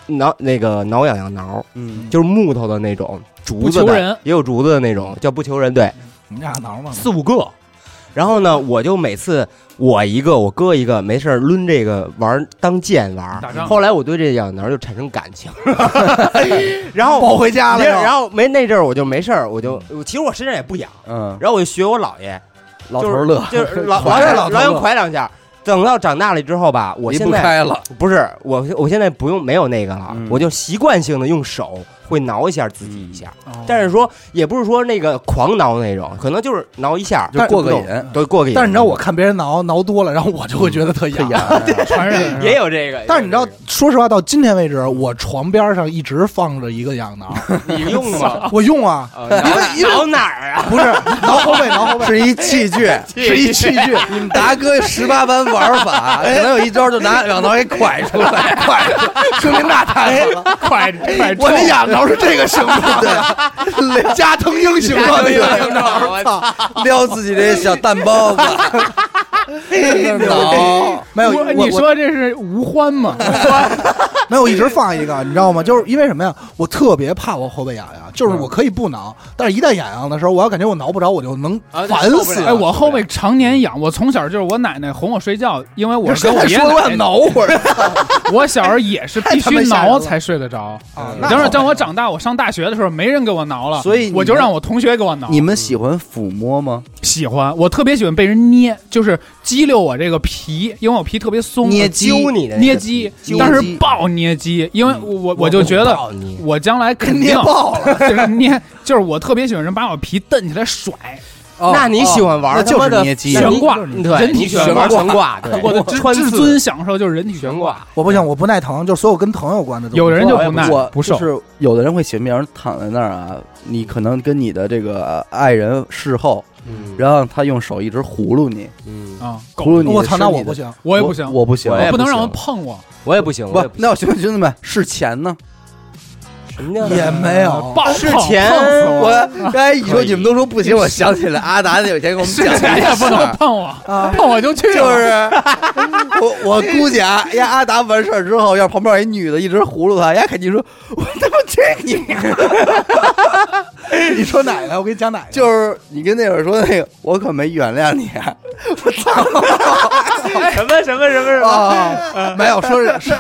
Speaker 4: 挠那个挠痒痒挠，
Speaker 2: 嗯，
Speaker 4: 就是木头的那种，竹子
Speaker 5: 不求人
Speaker 4: 的，也有竹子的那种，叫不求人，对，
Speaker 3: 你们俩挠吗？
Speaker 4: 四五个。然后呢，我就每次我一个，我哥一个，没事儿抡这个玩儿当剑玩
Speaker 5: 打
Speaker 4: 儿。
Speaker 5: 仗
Speaker 4: 后来我对这痒挠就产生感情，然后
Speaker 3: 抱回家了又。
Speaker 4: 然后没那阵儿我就没事儿，我就我其实我身上也不痒，
Speaker 2: 嗯，
Speaker 4: 然后我就学我姥爷，
Speaker 2: 老头儿乐，
Speaker 4: 就是 老
Speaker 3: 还是老
Speaker 4: 老
Speaker 3: 头乐
Speaker 4: 老想蒯两下。等到长大了之后吧，我
Speaker 2: 离
Speaker 4: 现
Speaker 2: 不
Speaker 4: 在
Speaker 2: 开了，
Speaker 4: 不是我，我现在不用没有那个了
Speaker 2: 嗯，
Speaker 4: 我就习惯性的用手会挠一下自己一下，
Speaker 5: 哦
Speaker 4: 但是说也不是说那个狂挠那种，可能就是挠一下，
Speaker 2: 就过个瘾。
Speaker 4: 都过个瘾。
Speaker 3: 但是你知道，我看别人挠挠多了，然后我就会觉得特
Speaker 2: 特
Speaker 3: 痒。
Speaker 2: 痒，
Speaker 5: 传染
Speaker 4: 也有这个，
Speaker 3: 但是你知道
Speaker 4: 也，
Speaker 3: 说实话，到今天为止，我床边上一直放着一个痒挠，
Speaker 4: 有这个你用 吗？
Speaker 3: 我用啊，
Speaker 4: 啊挠挠哪儿 啊？
Speaker 3: 不是挠后背，挠后背，
Speaker 2: 是一器具，
Speaker 3: 是一器具。
Speaker 2: 你 们达哥十八般玩法，
Speaker 4: 哎
Speaker 2: 可能有一招就拿两刀给拐出 来，拐
Speaker 3: 说明那太狠了，
Speaker 5: 快 快
Speaker 3: 哎我
Speaker 5: 冲！
Speaker 3: 的痒挠是这个 形状的， 加藤鹰
Speaker 4: 哎
Speaker 3: 形状的痒挠，
Speaker 4: 我操！哎
Speaker 2: 撩自己这小蛋包子，挠，
Speaker 3: 没有，
Speaker 5: 我
Speaker 3: 我
Speaker 5: 你
Speaker 3: 我
Speaker 5: 说这是无欢吗？
Speaker 3: 没有，我一直放一个，你知道吗？就是因为什么呀？我特别怕我后背痒痒，就是我可以不挠，但是一旦痒痒的时候，我要感觉我挠不着，我就能
Speaker 4: 啊
Speaker 3: 烦
Speaker 4: 受不
Speaker 3: 死。
Speaker 4: 了
Speaker 5: 哎，我后背常年痒，我从小就是我奶奶哄我睡觉，因为我
Speaker 3: 这
Speaker 5: 是跟
Speaker 2: 哎
Speaker 3: 谁
Speaker 5: 我
Speaker 3: 还说
Speaker 5: 爷
Speaker 3: 我
Speaker 5: 爷
Speaker 3: 要
Speaker 5: 奶奶，
Speaker 3: 挠会
Speaker 2: 啊
Speaker 3: 儿
Speaker 5: 我小时候也是必须
Speaker 3: 太他妈吓人
Speaker 5: 挠
Speaker 3: 了
Speaker 5: 才睡得着。
Speaker 4: 哦
Speaker 3: 啊？那
Speaker 5: 等会儿
Speaker 3: 好
Speaker 5: 等我长大，我上大学的时候，没人给我挠了，
Speaker 2: 所以你
Speaker 5: 我就让我同学给我挠。
Speaker 2: 你们喜欢抚摸吗？
Speaker 5: 喜欢，我特别喜欢被人捏，就是激溜我这个皮，因为我皮特别松，
Speaker 2: 捏鸡
Speaker 4: 揪你的
Speaker 5: 捏鸡
Speaker 2: 揪，
Speaker 5: 但是
Speaker 2: 鸡
Speaker 5: 爆捏鸡，因为
Speaker 2: 嗯
Speaker 5: 我我我就觉得
Speaker 4: 我你
Speaker 5: 我将来肯定
Speaker 3: 捏爆了，
Speaker 5: 就是捏，就是我特别喜欢人把我皮蹬起来甩，
Speaker 2: 哦
Speaker 4: 那你喜欢玩
Speaker 2: 那
Speaker 4: 儿他
Speaker 2: 就
Speaker 4: 妈
Speaker 2: 是
Speaker 4: 的
Speaker 2: 捏鸡
Speaker 5: 那，悬挂
Speaker 4: 啊对，
Speaker 5: 人体
Speaker 4: 你喜欢玩
Speaker 5: 悬
Speaker 4: 悬挂，对，
Speaker 5: 我的至
Speaker 4: 穿
Speaker 5: 至
Speaker 4: 刺
Speaker 5: 尊享受就是人体悬
Speaker 4: 悬
Speaker 5: 挂。
Speaker 4: 挂，
Speaker 3: 我不行，我不耐疼，就所有跟疼有关的东西。
Speaker 5: 有的人就不耐
Speaker 2: 我
Speaker 5: 不受
Speaker 2: 就是有的人会写名儿躺在那儿啊，你可能跟你的这个爱人事后，
Speaker 4: 嗯
Speaker 2: 然后他用手一直葫芦你，
Speaker 4: 嗯，
Speaker 5: 啊，
Speaker 2: 葫芦你的身体的。
Speaker 3: 我操，那我不行，
Speaker 5: 我也不行，
Speaker 2: 我不行，
Speaker 4: 我也
Speaker 5: 不能让人
Speaker 2: 我
Speaker 5: 碰我，
Speaker 4: 我也不行，我
Speaker 2: 不
Speaker 4: 也不行
Speaker 2: 那我询问兄弟们，是钱呢？
Speaker 4: 什么叫
Speaker 3: 也没有。
Speaker 5: 暴
Speaker 4: 是
Speaker 5: 碰
Speaker 4: 钱
Speaker 5: 碰哦死
Speaker 2: 我
Speaker 5: 我，
Speaker 2: 刚才一说你们都说不行，我想起来阿达那有一天跟我们
Speaker 5: 是
Speaker 2: 讲
Speaker 5: 钱
Speaker 2: 的
Speaker 5: 也不
Speaker 2: 事
Speaker 5: 能
Speaker 2: 儿，
Speaker 5: 碰我，碰我就去了，
Speaker 2: 就是我我估计啊，呀阿达完事儿之后，要是旁边有一女的一直葫芦他，呀肯定说，我他妈去你！
Speaker 3: 你说哪个？我给你讲哪个。
Speaker 2: 就是你跟那会儿说那个，我可没原谅你，啊 我操！
Speaker 4: 什么什么什么什么，
Speaker 3: 啊，没有说是，是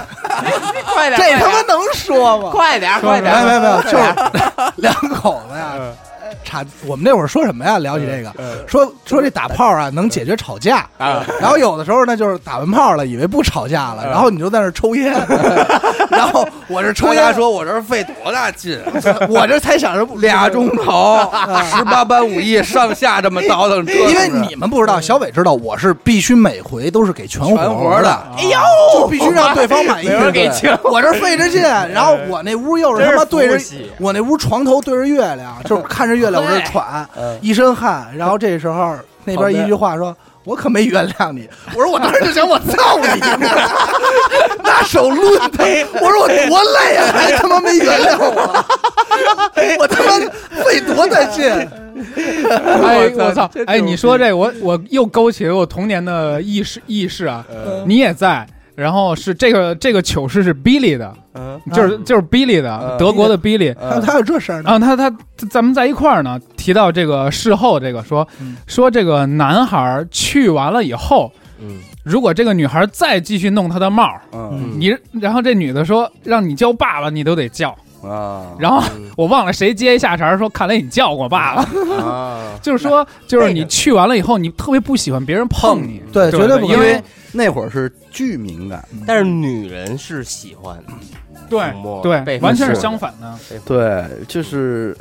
Speaker 4: 快点，
Speaker 2: 这他妈能说吗？
Speaker 4: 快点，快
Speaker 3: 没
Speaker 4: 点，嗯
Speaker 3: 有没有没有，就是 两口子呀，吵。我们那会儿说什么呀？聊起这个，说说这打炮啊，能解决吵架。
Speaker 4: 啊，
Speaker 3: 然后有的时候呢，就是打完炮了，以为不吵架
Speaker 4: 嗯
Speaker 3: 了，然后你就在那儿抽烟，然后我这抽
Speaker 2: 抽
Speaker 3: 烟
Speaker 2: 烟，说：“我这儿费多大劲，
Speaker 3: 我这才想着不
Speaker 2: 俩钟 头，十八般武艺上下这么倒腾折腾着，
Speaker 3: 因为你们不知道，小伟知道我是必须每回都是给全活
Speaker 2: 全活
Speaker 3: 的
Speaker 2: 的，
Speaker 3: 哎呦，就必须让对方满意。
Speaker 4: 没人给
Speaker 3: 对
Speaker 4: 钱
Speaker 3: 我这费着劲，然后我那屋又是他妈对
Speaker 4: 真
Speaker 3: 着
Speaker 4: 是服气
Speaker 3: 我那屋床头对着月亮，就是看着月亮我这喘，一身汗。然后这时候那边一句话说。我可没原谅你！我说我当时就想我操你， 拿手抡他！我说我多累啊，还他妈没原谅我，我他妈费多大劲！
Speaker 5: 哎，我操！哎，你说这我我又勾起了我童年的意识意识啊！
Speaker 2: 嗯
Speaker 5: 你也在，然后是这个这个糗事是 Billy 的，
Speaker 2: 嗯
Speaker 5: 就是就是 Billy 的，德国的 Billy。
Speaker 3: 还有还有这事儿呢？
Speaker 5: 然后他他咱们在一块儿呢，提到这个事后这个说
Speaker 3: 嗯
Speaker 5: 说这个男孩儿去完了以后，
Speaker 4: 嗯，
Speaker 5: 如果这个女孩儿再继续弄他的帽儿，
Speaker 2: 嗯
Speaker 5: 你然后这女的说让你叫爸爸，你都得叫。
Speaker 2: 啊
Speaker 5: 然后
Speaker 4: 嗯
Speaker 5: 我忘了谁接一下茬儿说，看来你叫过爸爸。
Speaker 2: 啊！
Speaker 5: 就是说，就是你去完了以后，你特别不喜欢别人碰你，
Speaker 3: 对绝对不可能
Speaker 5: 因为
Speaker 2: 那会儿是巨敏感，
Speaker 4: 但是女人是喜欢，
Speaker 5: 对
Speaker 4: 默
Speaker 5: 对，
Speaker 4: 被
Speaker 5: 完全是
Speaker 4: 忽视
Speaker 5: 相反的。
Speaker 2: 对，就是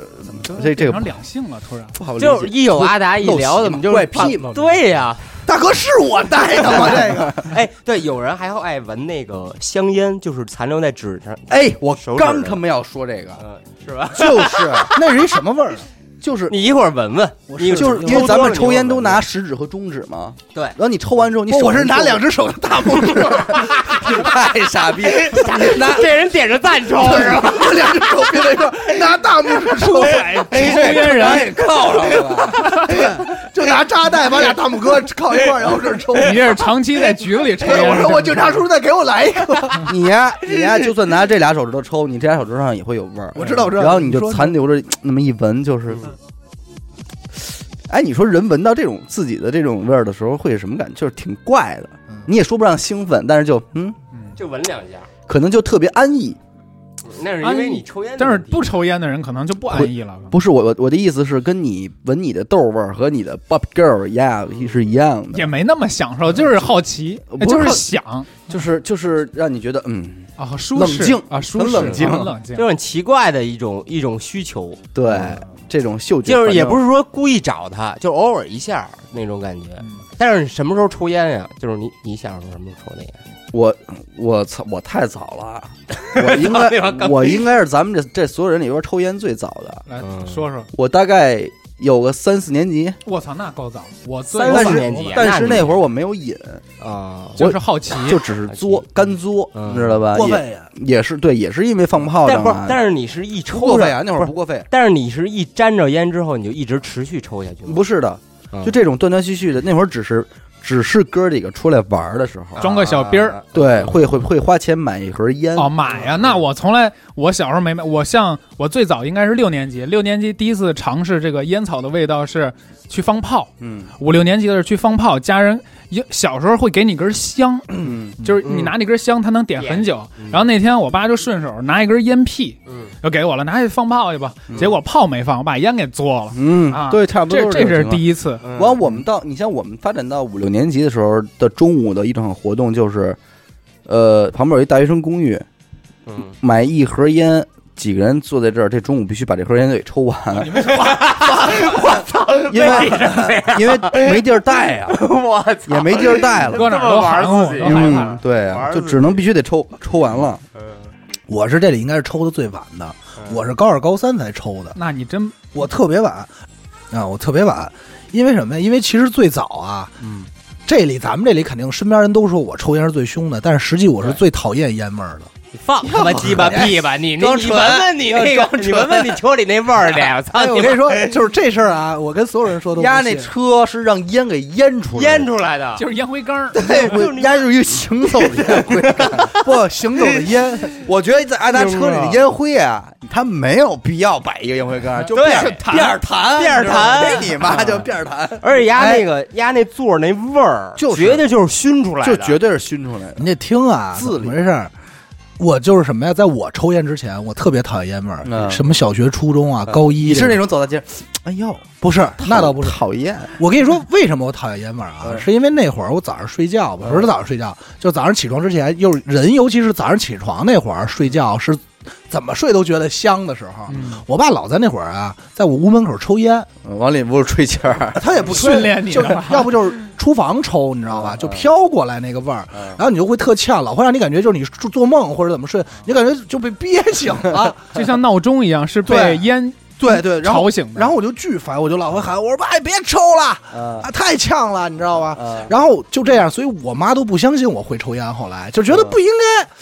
Speaker 2: 这这
Speaker 5: 变
Speaker 2: 个
Speaker 5: 成两性了，突然
Speaker 2: 不好理
Speaker 4: 就是
Speaker 2: 解。
Speaker 4: 一有阿达一聊，怎么就
Speaker 2: 怪癖嘛
Speaker 4: 对呀、
Speaker 3: 大哥是我带的 吗？这个
Speaker 4: 哎，对，有人还爱闻那个香烟，就是残留在纸上，
Speaker 2: 哎，我
Speaker 4: 手指
Speaker 2: 刚
Speaker 4: 的
Speaker 2: 他妈要说这个，
Speaker 4: 嗯，是吧？
Speaker 2: 就是
Speaker 3: 那是一什么味儿？
Speaker 2: 啊就是
Speaker 4: 你一会儿闻闻，你
Speaker 2: 就是因为咱们抽烟都拿食指和中指嘛，
Speaker 4: 对
Speaker 2: 然后你抽完之后，你手
Speaker 3: 我是拿两，只手的大拇指，
Speaker 2: 你 太傻 逼，拿
Speaker 4: 这人点着赞抽是吧？
Speaker 3: 我两只手并在一 块儿，拿大拇指抽，
Speaker 2: 哎，这
Speaker 5: 烟人
Speaker 2: 也靠上了，
Speaker 3: 就拿扎带把俩大拇哥靠一块儿，然后这儿抽。
Speaker 5: 你这是长期在局子里抽
Speaker 3: 哎
Speaker 5: 烟。
Speaker 3: 我说我警察叔叔再给我来一个，
Speaker 2: 你呀你呀，就算拿这俩手指头抽，你这俩手指头上也会有味儿，
Speaker 3: 我知道我知道
Speaker 2: 然后你就
Speaker 3: 你说嗯
Speaker 2: 残留着那么一闻，就是。哎，你说人闻到这种自己的这种味儿的时候，会是什么感觉？就是挺怪的
Speaker 3: 嗯，
Speaker 2: 你也说不上兴奋，但是就嗯，
Speaker 4: 就闻两下，
Speaker 2: 可能就特别安逸。
Speaker 4: 那是因为你抽烟，
Speaker 5: 但是不抽烟的人可能就不安逸了。
Speaker 2: 不是我我我的意思是，跟你闻你的豆味儿和你的 Bob Girl 一样是一样的，
Speaker 5: 也没那么享受，就是好奇，
Speaker 2: 不
Speaker 5: 哎
Speaker 2: 是
Speaker 5: 就是
Speaker 2: 好
Speaker 5: 想
Speaker 2: 就是就是让你觉得嗯，
Speaker 5: 啊，舒
Speaker 2: 冷
Speaker 5: 适
Speaker 2: 静
Speaker 5: 啊，舒
Speaker 2: 很
Speaker 5: 适，
Speaker 2: 冷静
Speaker 5: 很冷静
Speaker 4: 就。很奇怪的一种一种需求，嗯
Speaker 2: 对，这种嗅觉
Speaker 4: 哦就是也不
Speaker 2: 是
Speaker 4: 是说故意找他，就偶尔一下那种感觉。
Speaker 5: 嗯
Speaker 4: 但是你什么时候抽烟呀？就是你你想什么时候抽那烟？
Speaker 2: 我我操，我太早 了，啊我应该我应该是咱们这这所有人里边抽烟最早的，
Speaker 5: 来
Speaker 4: 嗯
Speaker 5: 说说，
Speaker 2: 我大概有个三四年级，
Speaker 5: 我操，那够早，我最
Speaker 4: 三
Speaker 2: 但
Speaker 4: 四
Speaker 2: 是
Speaker 4: 年级啊
Speaker 2: 但是
Speaker 4: 那你
Speaker 2: 那会儿我没有瘾，
Speaker 4: 啊、
Speaker 5: 就是好奇，
Speaker 2: 就只是作干作，
Speaker 4: 嗯
Speaker 2: 你知道吧？
Speaker 3: 过
Speaker 2: 也
Speaker 3: 分呀！
Speaker 2: 也是对，也是因为放炮
Speaker 4: 但
Speaker 2: 仗
Speaker 4: 不是
Speaker 2: 啊，，
Speaker 4: 但是你是一抽
Speaker 2: 不过
Speaker 4: 上
Speaker 2: 费啊，那会儿
Speaker 4: 不
Speaker 2: 不过费，
Speaker 4: 但是你是一沾着烟之后，你就一直持续抽下去吗，
Speaker 2: 不是的，
Speaker 4: 嗯
Speaker 2: 就这种断断续续的，那会儿只是只是哥儿几个出来玩儿的时
Speaker 4: 啊
Speaker 2: 候，
Speaker 5: 装个小兵儿
Speaker 2: 对，会会会花钱买一盒烟，
Speaker 5: 哦，买呀！那我从来，我小时候没买。我像我最早应该是六年级，六年级第一次尝试这个烟草的味道是去放炮。
Speaker 2: 嗯
Speaker 5: 五六年级的时候去放炮，家人有小时候会给你根香，
Speaker 2: 嗯，
Speaker 5: 就是你拿那根香，它能点很久。
Speaker 4: 嗯
Speaker 5: 然后那天我爸就顺手拿一根烟屁
Speaker 4: 嗯，
Speaker 5: 就给我了，拿去放炮去吧。
Speaker 2: 嗯
Speaker 5: 结果炮没放，我把烟给嘬了。
Speaker 2: 嗯
Speaker 5: 啊
Speaker 2: 对，差不多
Speaker 5: 这这是
Speaker 2: 一。
Speaker 5: 第一次，
Speaker 4: 嗯
Speaker 2: 完，我们到你像我们发展到五六年级的时候的中午的一场活动就是，呃，旁边有一大学生公寓，
Speaker 4: 嗯
Speaker 2: 买一盒
Speaker 5: 啊
Speaker 2: 烟，几个人坐在这儿，这中午必须把这盒烟给抽完。
Speaker 5: 你们说
Speaker 2: 我操！因为因为没地儿带呀，
Speaker 6: 我操，
Speaker 2: 也没地儿带了。
Speaker 5: 搁哪儿都含糊，
Speaker 6: 这
Speaker 5: 都
Speaker 6: 么
Speaker 5: 含
Speaker 6: 玩
Speaker 5: 糊
Speaker 2: 嗯，对
Speaker 6: 玩
Speaker 2: 啊，
Speaker 6: 儿
Speaker 2: 就
Speaker 6: 自
Speaker 2: 只能必须得抽，抽完了。
Speaker 3: 我是这里应该是抽的最晚的，我是高二高三才抽的，
Speaker 5: 那你真
Speaker 3: 我特别晚啊，我特别晚，因为什么呀？因为其实最早啊，
Speaker 2: 嗯，
Speaker 3: 这里咱们这里肯定身边人都说我抽烟是最凶的，但是实际我是最讨厌烟味儿的。
Speaker 4: 放他妈鸡巴屁吧你！你
Speaker 2: 装
Speaker 4: 你
Speaker 2: 纯
Speaker 4: 闻闻你那个，你闻闻你车里那味儿去！我操
Speaker 3: 哎，我
Speaker 4: 你
Speaker 3: 跟你
Speaker 4: 妈
Speaker 3: 说，就是这事儿啊，我跟所有人说都不
Speaker 2: 压那
Speaker 3: 信啊
Speaker 2: 车是让烟给淹出来，
Speaker 4: 腌出来的，
Speaker 5: 就是烟灰缸儿，
Speaker 2: 那会压住一个行走的烟 灰。
Speaker 3: 不行走的烟，
Speaker 2: 我觉得在阿达车里的烟灰啊，他没有必要摆一个烟灰缸，就
Speaker 4: 对
Speaker 2: 变
Speaker 5: 就弹
Speaker 2: 变儿弹，啊
Speaker 4: 变儿弹
Speaker 2: 你知道吗给你妈嗯就变儿弹，
Speaker 4: 而且压那个压那座儿那味儿，
Speaker 2: 就是
Speaker 4: 绝对就是熏出来
Speaker 2: 就
Speaker 4: 的，
Speaker 2: 绝对是熏出来的。
Speaker 3: 你得听啊，
Speaker 2: 自
Speaker 3: 怎
Speaker 2: 理
Speaker 3: 么回事儿？我就是什么呀，在我抽烟之前，我特别讨厌烟味儿。
Speaker 2: 嗯
Speaker 3: 什么小学、初中啊，高一
Speaker 2: 你是那
Speaker 3: 种
Speaker 2: 种走到街，哎呦，
Speaker 3: 不是？那倒不是。
Speaker 2: 讨厌，
Speaker 3: 我跟你说，为什么我讨厌烟味儿啊？
Speaker 2: 嗯
Speaker 3: 是因为那会儿我早上睡觉，不是早上睡觉，就早上起床之前，又是人，尤其是早上起床那会儿睡觉是怎么睡都觉得香的时候。
Speaker 5: 嗯
Speaker 3: 我爸老在那会儿啊，在我屋门口抽烟，
Speaker 2: 嗯往里屋吹气儿，
Speaker 3: 他也不吹
Speaker 5: 训练你
Speaker 3: 就
Speaker 5: 干嘛
Speaker 3: 要不就是厨房抽，你知道吧？
Speaker 2: 嗯
Speaker 3: 就飘过来那个味儿，
Speaker 2: 嗯
Speaker 3: 然后你就会特呛，老会让你感觉就是你做做梦或者怎么睡，你感觉就被憋醒 了。
Speaker 5: 就像闹钟一样，是
Speaker 3: 对
Speaker 5: 被烟
Speaker 3: 对对，然后
Speaker 5: 吵醒的。
Speaker 3: 然后我就巨烦，我就老会喊我说爸，你别抽 了，
Speaker 2: 嗯
Speaker 3: 啊，太呛了，你知道吧？
Speaker 2: 嗯
Speaker 3: 然后就这样，所以我妈都不相信我会抽烟，后来就觉得不应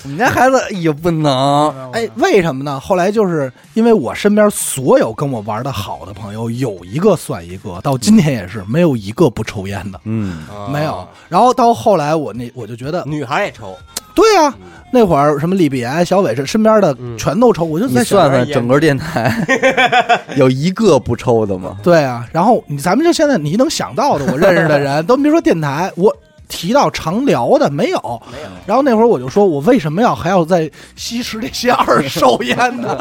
Speaker 2: 你们家孩子也不能，
Speaker 3: 该。哎，为什么呢？后来就是因为我身边所有跟我玩的好的朋友，有一个算一个，到今天也是没有一个不抽烟的，
Speaker 2: 嗯，
Speaker 4: 啊
Speaker 3: 没有。然后到后来我那我就觉得，
Speaker 4: 女孩也抽，
Speaker 3: 对啊，那会儿什么李别、小伟这身边的
Speaker 4: 嗯
Speaker 3: 全都抽，我就
Speaker 2: 你
Speaker 3: 在想，
Speaker 2: 算算整个电台 有一个不抽的吗？
Speaker 3: 对啊。然后你咱们就现在你能想到的，我认识的人都别说电台，我提到常聊的没有，
Speaker 4: 没有。
Speaker 3: 然后那会儿我就说，我为什么要还要再吸食这些二手烟呢？